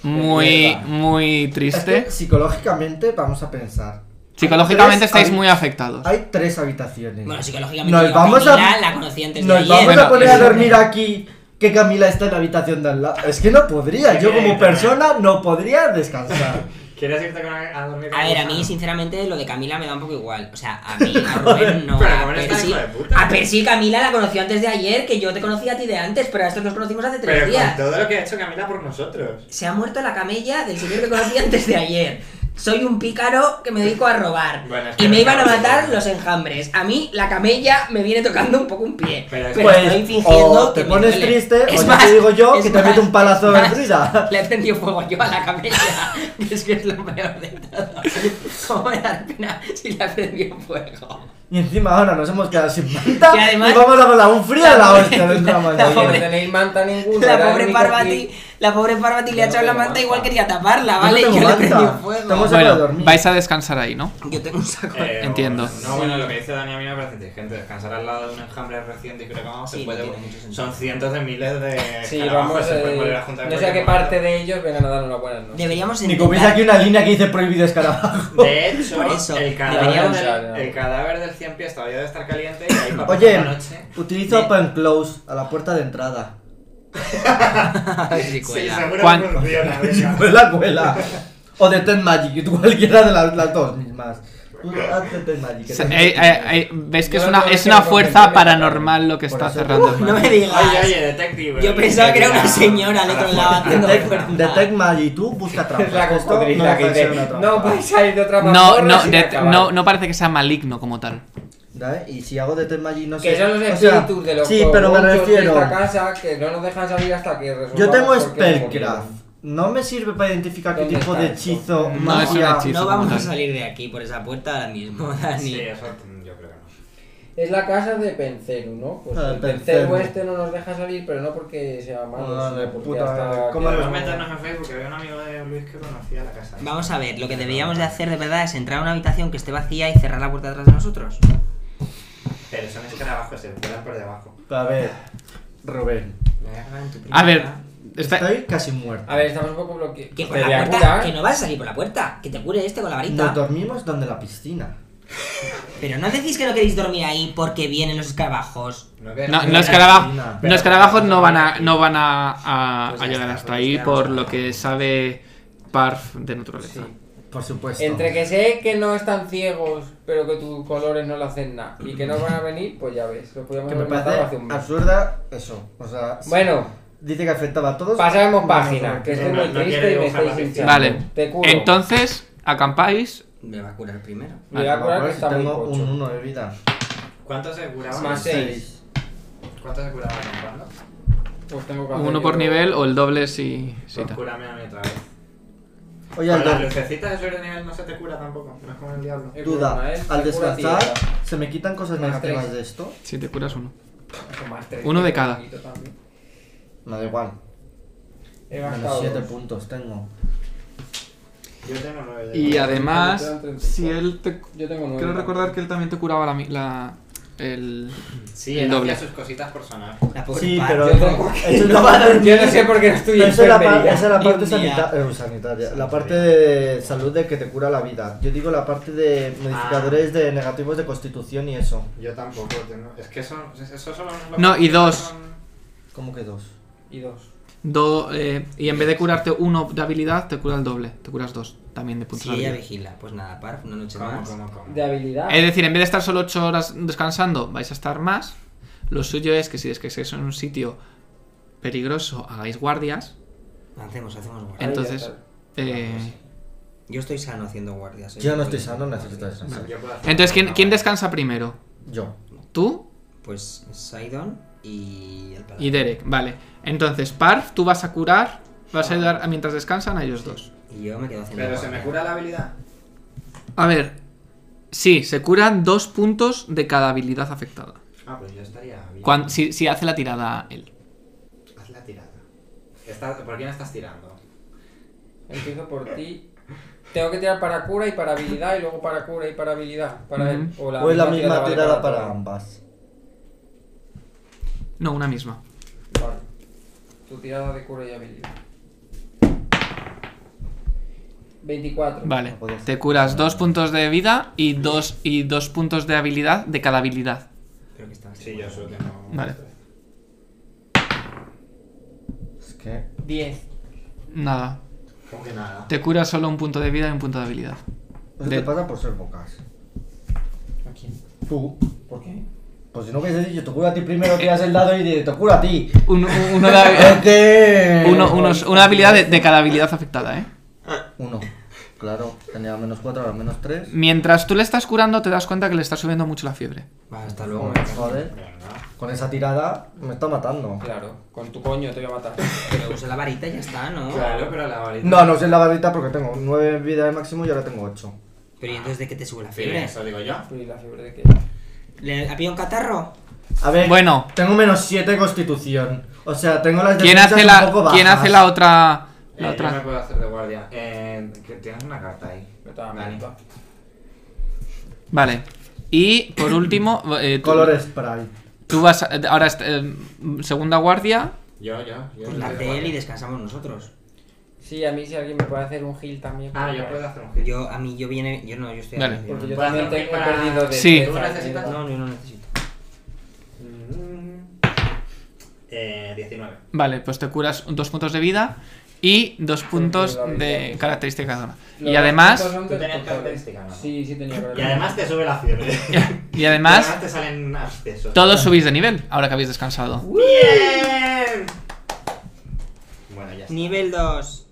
Speaker 1: muy
Speaker 2: mierda.
Speaker 1: muy
Speaker 3: Es que
Speaker 1: triste.
Speaker 3: psicológicamente vamos a pensar.
Speaker 1: Psicológicamente
Speaker 3: Hay tres-
Speaker 1: estáis
Speaker 3: hay-
Speaker 1: muy afectados.
Speaker 3: Hay tres habitaciones.
Speaker 5: Bueno, psicológicamente
Speaker 3: Nos
Speaker 5: yo
Speaker 3: vamos
Speaker 5: Camila
Speaker 3: a-
Speaker 5: la conocí antes de
Speaker 3: Nos
Speaker 5: ayer.
Speaker 3: vamos
Speaker 1: Bueno,
Speaker 3: a poner a
Speaker 1: eso-
Speaker 3: dormir aquí que Camila está en la habitación de al lado. Es que no podría. Yo como persona no podría descansar.
Speaker 7: ¿Quieres irte con a, a dormir con
Speaker 5: A ver, a
Speaker 7: Gonzalo?
Speaker 5: mí sinceramente lo de Camila me da un poco igual. O sea, a mí, a Rubén no.
Speaker 7: Pero
Speaker 5: A
Speaker 7: Rubén está
Speaker 5: Percy,
Speaker 7: hijo de puta.
Speaker 5: a Percy Camila la conoció antes de ayer, que yo te conocí a ti de antes, pero a estos nos conocimos hace tres
Speaker 7: Pero
Speaker 5: días.
Speaker 7: con todo lo que ha hecho Camila por nosotros.
Speaker 5: Se ha muerto la camella del señor que conocí antes de ayer. Soy un pícaro que me dedico a robar.
Speaker 7: Bueno, es que
Speaker 5: y me
Speaker 7: no
Speaker 5: iban a
Speaker 7: sabes.
Speaker 5: matar los enjambres. A mí la camella me viene tocando un poco un pie.
Speaker 7: Pero es-
Speaker 5: Pero
Speaker 3: Pues,
Speaker 5: estoy fingiendo
Speaker 3: o te
Speaker 5: que me
Speaker 3: pones
Speaker 5: duele.
Speaker 3: triste, o
Speaker 5: Es
Speaker 3: ya te digo yo
Speaker 5: es
Speaker 3: que te meto un palazo
Speaker 5: es
Speaker 3: en
Speaker 5: más,
Speaker 3: Frida.
Speaker 5: Le he prendido fuego yo a la camella. que es que es lo peor de todo. ¿Cómo me da pena si le he prendido fuego?
Speaker 3: Y encima ahora nos hemos quedado sin manta
Speaker 5: Y además-
Speaker 3: y vamos a volar un frío a la
Speaker 5: La
Speaker 3: hostia
Speaker 5: pobre-
Speaker 3: dentro de la
Speaker 5: la
Speaker 2: Oye,
Speaker 3: mansión.
Speaker 2: no
Speaker 5: pobre-
Speaker 2: tenéis manta ninguna.
Speaker 5: La
Speaker 2: era el
Speaker 5: pobre
Speaker 2: único
Speaker 5: Parvati,
Speaker 2: que-
Speaker 5: la pobre Parvati le ha
Speaker 2: Yo no
Speaker 5: echado la
Speaker 2: tengo
Speaker 5: manta, igual
Speaker 2: manta.
Speaker 5: quería taparla,
Speaker 3: no
Speaker 5: ¿vale?
Speaker 3: tengo
Speaker 5: yo le he
Speaker 3: manta.
Speaker 5: prendido fuego.
Speaker 3: Estamos- a
Speaker 1: Bueno,
Speaker 3: dormir.
Speaker 1: vais a descansar ahí, ¿no?
Speaker 5: Yo tengo un saco de
Speaker 7: Eh,
Speaker 1: Entiendo.
Speaker 7: bueno, no, bueno, lo que dice Dani a mí me parece inteligente. Descansar al lado de un enjambre reciente y creo que vamos,
Speaker 5: Sí,
Speaker 7: se puede.
Speaker 5: tiene mucho sentido.
Speaker 7: Son cientos de miles de.
Speaker 2: Sí,
Speaker 7: escarabajos,
Speaker 2: vamos.
Speaker 7: se pueden
Speaker 2: eh,
Speaker 7: volver a juntar en
Speaker 2: No sé a qué
Speaker 7: cualquier momento.
Speaker 2: parte de ellos vengan a dar una buena noche.
Speaker 5: Deberíamos
Speaker 3: Ni copies aquí
Speaker 5: intentar...
Speaker 3: una línea que dice prohibido escarabajo.
Speaker 7: De hecho,
Speaker 5: Por eso,
Speaker 7: el, cadáver
Speaker 5: deberíamos-
Speaker 7: del, el cadáver del cien pies todavía debe estar caliente y ahí para
Speaker 3: Oye,
Speaker 7: pasar la noche.
Speaker 3: utilizo
Speaker 5: Bien.
Speaker 3: open close a la puerta de entrada.
Speaker 5: Sí,
Speaker 7: Sí,
Speaker 5: cuela.
Speaker 7: seguro
Speaker 1: Juan-
Speaker 7: que funciona. venga.
Speaker 3: Cuela, cuela. O de Ten Magic, cualquiera de las, las dos mismas. Tú haz de Ten Magic. que
Speaker 1: Se-
Speaker 3: te-
Speaker 1: eh, eh, eh, Veis que es
Speaker 2: Yo no
Speaker 1: una
Speaker 2: tengo
Speaker 1: es
Speaker 2: que
Speaker 1: una
Speaker 2: hacer
Speaker 1: fuerza
Speaker 2: concentrarme
Speaker 1: paranormal lo que
Speaker 3: Por
Speaker 1: está
Speaker 3: eso-
Speaker 1: cerrando. el
Speaker 5: No
Speaker 1: mar.
Speaker 5: me digas.
Speaker 7: Oye, oye, detective.
Speaker 5: Yo pensaba que era una señora al
Speaker 7: de
Speaker 5: otro lado haciendo
Speaker 3: Detect-
Speaker 5: fuerza.
Speaker 3: Detect Magic, tú busca trampas.
Speaker 2: Es la
Speaker 3: Esto no
Speaker 2: cocodrila
Speaker 3: deja
Speaker 2: que
Speaker 3: de ser
Speaker 2: dice:
Speaker 3: una trampa.
Speaker 2: No pues. vais a ir de otra
Speaker 1: No,
Speaker 2: mazmorra
Speaker 1: no,
Speaker 2: sin
Speaker 1: de-
Speaker 2: acabar".
Speaker 1: no, no parece que sea maligno como tal.
Speaker 3: ¿Vale? Y si hago de Ten Magic, no sé.
Speaker 2: Que son los
Speaker 3: o sea,
Speaker 2: espíritus de los
Speaker 3: Sí, pero me
Speaker 2: cobuchos de
Speaker 3: refiero.
Speaker 2: esta casa que no nos dejan salir hasta que resolvamos
Speaker 3: Yo tengo
Speaker 2: por qué se
Speaker 3: Spellcraft.
Speaker 2: murieron.
Speaker 3: No me sirve para identificar qué
Speaker 2: ¿Dónde
Speaker 3: tipo
Speaker 2: está
Speaker 3: de
Speaker 2: esto?
Speaker 3: hechizo,
Speaker 1: No,
Speaker 3: magia.
Speaker 1: es un hechizo.
Speaker 5: No
Speaker 1: como
Speaker 5: vamos a
Speaker 1: tal.
Speaker 5: salir de aquí por esa puerta ahora mismo, Dani.
Speaker 7: Sí, eso yo creo que no.
Speaker 2: Es la casa de Penceru, ¿no? Pues
Speaker 3: Ah,
Speaker 2: el Penceru
Speaker 3: Penceru.
Speaker 2: este no nos deja salir, pero no porque sea malo,
Speaker 3: Joder,
Speaker 2: sino
Speaker 3: de
Speaker 2: porque
Speaker 3: puta
Speaker 2: hasta
Speaker 3: madre.
Speaker 2: que
Speaker 3: ¿Cómo
Speaker 7: Podemos
Speaker 3: no?
Speaker 7: meternos en Facebook, que había un amigo de Luis que conocía la casa.
Speaker 5: Vamos a ver, lo que deberíamos de hacer de verdad es entrar a una habitación que esté vacía y cerrar la puerta atrás de nosotros.
Speaker 7: Pero son escarabajos, se vuelan por debajo.
Speaker 8: A ver, Rubén.
Speaker 5: Me voy a cagar en tu
Speaker 1: A ver,
Speaker 5: prima.
Speaker 1: está-
Speaker 3: Estoy casi muerto.
Speaker 2: A ver, estamos un poco bloqueados.
Speaker 5: Que con la puerta, que no vas a salir por la puerta, que te cure este con la varita.
Speaker 3: Nos dormimos donde la piscina.
Speaker 5: Pero no decís que no queréis dormir ahí porque vienen los escarabajos.
Speaker 7: No, que-
Speaker 1: no, no,
Speaker 7: que-
Speaker 1: escarabajo-
Speaker 3: Nada.
Speaker 1: no, escarabajos no van a, no van a, a-
Speaker 5: Pues
Speaker 1: a
Speaker 5: ya
Speaker 1: llegar
Speaker 5: está,
Speaker 1: hasta
Speaker 5: pues
Speaker 1: ahí
Speaker 5: nos quedamos
Speaker 1: por lo
Speaker 5: abajo.
Speaker 1: que sabe Parf de naturaleza.
Speaker 3: Por supuesto.
Speaker 2: Entre que sé que no están ciegos, pero que tus colores no le hacen nada, y que no van a venir, pues ya ves, lo podíamos
Speaker 3: Que me
Speaker 2: haber matado hace
Speaker 3: parece
Speaker 2: un mes.
Speaker 3: absurda eso. O sea, si
Speaker 2: Bueno,
Speaker 3: dice que afectaba a todos.
Speaker 2: pasamos
Speaker 3: no,
Speaker 2: página,
Speaker 3: no,
Speaker 2: que
Speaker 3: no,
Speaker 2: estoy
Speaker 7: no,
Speaker 2: muy
Speaker 7: no
Speaker 2: triste
Speaker 7: quiere
Speaker 2: y me
Speaker 7: dibujar la
Speaker 2: estáis
Speaker 7: ficción.
Speaker 2: hinchando.
Speaker 1: Vale,
Speaker 2: Te curo.
Speaker 1: entonces acampáis.
Speaker 5: Me va a curar primero.
Speaker 2: Me voy a
Speaker 3: no,
Speaker 2: curar que
Speaker 3: porque
Speaker 2: está muy
Speaker 3: tengo
Speaker 2: pocho.
Speaker 3: un 1 de vida.
Speaker 7: ¿Cuánto se curaba?
Speaker 2: Más seis.
Speaker 7: ¿Cuánto se curaba Pablo?
Speaker 2: Pues tengo que hacer
Speaker 1: Uno por
Speaker 2: yo-
Speaker 1: nivel o el doble si. si
Speaker 7: Pues
Speaker 1: tal.
Speaker 7: cúrame a mí otra vez.
Speaker 3: Oye,
Speaker 7: Con las
Speaker 3: Aldo,
Speaker 7: lucecitas de suerte nivel no se te cura tampoco, no es como el diablo.
Speaker 2: el problema
Speaker 3: duda.
Speaker 2: es
Speaker 3: Al
Speaker 2: que ¿eh? cura
Speaker 3: descansar,
Speaker 2: tierra.
Speaker 3: ¿se me quitan cosas
Speaker 2: Más
Speaker 3: negativas
Speaker 2: tres.
Speaker 3: de esto?
Speaker 1: Si te curas uno.
Speaker 2: Con más tres,
Speaker 1: Uno de
Speaker 2: que
Speaker 1: cada.
Speaker 2: es bonito también.
Speaker 3: Me da igual.
Speaker 2: He
Speaker 3: Menos
Speaker 2: gastado
Speaker 3: 7
Speaker 2: dos.
Speaker 3: puntos tengo.
Speaker 7: Yo tengo nueve de
Speaker 1: Y
Speaker 7: vida.
Speaker 1: además,
Speaker 2: quedan 35.
Speaker 1: si él te.
Speaker 2: Yo tengo nueve.
Speaker 1: Quiero recordar que él también te curaba la. mi- la el...
Speaker 7: Sí,
Speaker 1: el
Speaker 7: él
Speaker 1: doble.
Speaker 7: hacía sus cositas por sonar.
Speaker 5: La pobre
Speaker 3: Sí,
Speaker 5: Pat.
Speaker 3: pero.
Speaker 2: Pues Yo tengo-
Speaker 3: Eso no va a
Speaker 2: Yo no sé por qué no estoy
Speaker 3: Pero esa es la, par-
Speaker 2: enfermería.
Speaker 3: esa es la
Speaker 5: Ni un
Speaker 3: parte
Speaker 5: día.
Speaker 3: sanita- eh, sanitaria, la parte de salud de que te cura la vida. Yo digo la parte de modificadores
Speaker 2: Ah.
Speaker 3: de negativos de constitución y eso.
Speaker 7: Yo tampoco tengo. Es que eso, eso solo nos lo-
Speaker 1: No, y dos.
Speaker 3: ¿Cómo que dos?
Speaker 2: Y dos.
Speaker 1: Do, eh, y en vez de curarte uno de habilidad, te cura el doble. Te curas dos también de puntos
Speaker 5: Si
Speaker 1: de
Speaker 5: ella
Speaker 1: habilidad.
Speaker 5: vigila, pues nada, par, una noche
Speaker 7: ¿Cómo,
Speaker 5: más.
Speaker 7: cómo, cómo?
Speaker 2: De habilidad.
Speaker 1: Es decir, en vez de estar solo 8 horas descansando, vais a estar más. Lo suyo es que si es que estáis en un sitio peligroso, hagáis guardias.
Speaker 5: Hacemos, hacemos
Speaker 2: Ahí ya
Speaker 5: guardia.
Speaker 1: entonces-
Speaker 2: está.
Speaker 1: eh,
Speaker 5: Yo estoy sano haciendo guardias. ¿eh?
Speaker 3: Yo no estoy sano, necesito descansar.
Speaker 7: Yo puedo hacer
Speaker 1: entonces, ¿quién,
Speaker 7: una
Speaker 1: ¿quién
Speaker 7: guardia.
Speaker 1: descansa primero?
Speaker 3: Yo.
Speaker 1: ¿Tú
Speaker 5: Pues Sidon y el paladín.
Speaker 1: y Derek? Vale. Entonces, Parf, tú vas a curar, vas a ayudar a- mientras descansan a ellos dos.
Speaker 5: Y yo me quedo haciendo
Speaker 7: Pero se me cura la habilidad.
Speaker 1: A ver. Sí, se curan dos puntos de cada habilidad afectada.
Speaker 7: Ah, pues yo estaría bien.
Speaker 1: Cuan- si, si hace la tirada él.
Speaker 7: Haz la tirada. Está- ¿Por quién estás tirando?
Speaker 2: Empiezo por ti. Tengo que tirar para cura y para habilidad y luego para cura y para habilidad. Para él. O la
Speaker 3: O es la
Speaker 2: misma
Speaker 3: misma
Speaker 2: vale
Speaker 3: tirada para
Speaker 2: todo.
Speaker 3: ambas.
Speaker 1: No, una misma.
Speaker 2: Vale. Tu tirada de cura y habilidad. 24.
Speaker 1: Vale.
Speaker 3: No podía ser.
Speaker 1: Te curas dos puntos de vida y dos, y dos puntos de habilidad de cada habilidad.
Speaker 5: Creo que está
Speaker 7: Sí, yo solo tengo. este.
Speaker 1: Vale.
Speaker 3: Es que.
Speaker 2: 10.
Speaker 1: Nada.
Speaker 7: Como que nada.
Speaker 1: Te curas solo un punto de vida y un punto de habilidad.
Speaker 3: Eso
Speaker 1: De-
Speaker 3: te pasa por ser bocas.
Speaker 2: ¿A quién?
Speaker 3: Tú.
Speaker 2: ¿Por qué?
Speaker 3: Pues si no hubiese dicho, te cura a ti primero, tiras el dado y dices, te cura a ti.
Speaker 1: Un- un- uno de
Speaker 3: Es
Speaker 1: habi-
Speaker 3: que.
Speaker 1: Eh, uno- unos- una habilidad de, de cada habilidad afectada, ¿eh?
Speaker 3: Uno. Claro, tenía menos 4, ahora menos 3.
Speaker 1: Mientras tú le estás curando, te das cuenta que le está subiendo mucho la fiebre.
Speaker 5: Va, hasta luego.
Speaker 3: Joder, joder.
Speaker 7: Venga.
Speaker 3: Con esa tirada me está matando.
Speaker 2: Claro, con tu coño te voy a matar.
Speaker 5: Pero usa la varita y ya está, ¿no?
Speaker 7: Claro, pero la varita.
Speaker 3: No, no usé la varita porque tengo 9 vida de máximo y ahora tengo 8.
Speaker 5: Pero ¿y entonces de qué te sube la
Speaker 7: Sí,
Speaker 5: fiebre?
Speaker 7: eso digo yo.
Speaker 2: ¿Y la fiebre de qué?
Speaker 5: ¿Le ha pillado un catarro?
Speaker 3: A ver,
Speaker 1: Bueno.
Speaker 3: tengo menos 7 de constitución. O sea, tengo las
Speaker 1: ¿Quién
Speaker 3: defensas
Speaker 1: hace
Speaker 3: un poco
Speaker 1: la,
Speaker 3: bajas.
Speaker 1: ¿quién hace la otra?
Speaker 7: Eh,
Speaker 1: La
Speaker 7: Yo me
Speaker 1: otra?
Speaker 7: puedo hacer de guardia. Eh, que tienes una carta ahí.
Speaker 2: Vete a la
Speaker 7: Dani.
Speaker 2: mierda.
Speaker 1: Vale. Y por último, eh, tú,
Speaker 3: Color spray.
Speaker 1: tú vas a- ahora est- eh, segunda guardia.
Speaker 7: Yo, yo, yo.
Speaker 5: Pues
Speaker 7: yo
Speaker 5: la
Speaker 7: soy de
Speaker 5: hace él y
Speaker 7: guardia.
Speaker 5: descansamos nosotros.
Speaker 2: Sí, a mí si alguien me puede hacer un heal también.
Speaker 7: Ah, yo puedo hacer un hit.
Speaker 5: Yo, a mí, yo viene... Yo no, yo estoy...
Speaker 1: Vale.
Speaker 5: haciendo-
Speaker 2: Porque yo
Speaker 7: Voy a
Speaker 2: también
Speaker 7: hacer un
Speaker 2: tengo
Speaker 7: heal para-
Speaker 2: perdido de.
Speaker 1: Sí.
Speaker 7: ¿Tú necesitas?
Speaker 5: No, yo no necesito.
Speaker 7: Mm. Eh, 19.
Speaker 1: Vale, pues te curas dos puntos de vida y dos puntos de característica cada una. Y además,
Speaker 7: Tú tenías este. característica, ¿no?
Speaker 2: Sí, sí tenía
Speaker 7: Y
Speaker 2: característica.
Speaker 7: además te sube la fiebre.
Speaker 1: y
Speaker 7: Y
Speaker 1: además
Speaker 7: además te salen abscesos.
Speaker 1: todos subís de nivel ahora que habéis descansado.
Speaker 7: ¡Bien! Bueno, ya está.
Speaker 5: Nivel 2.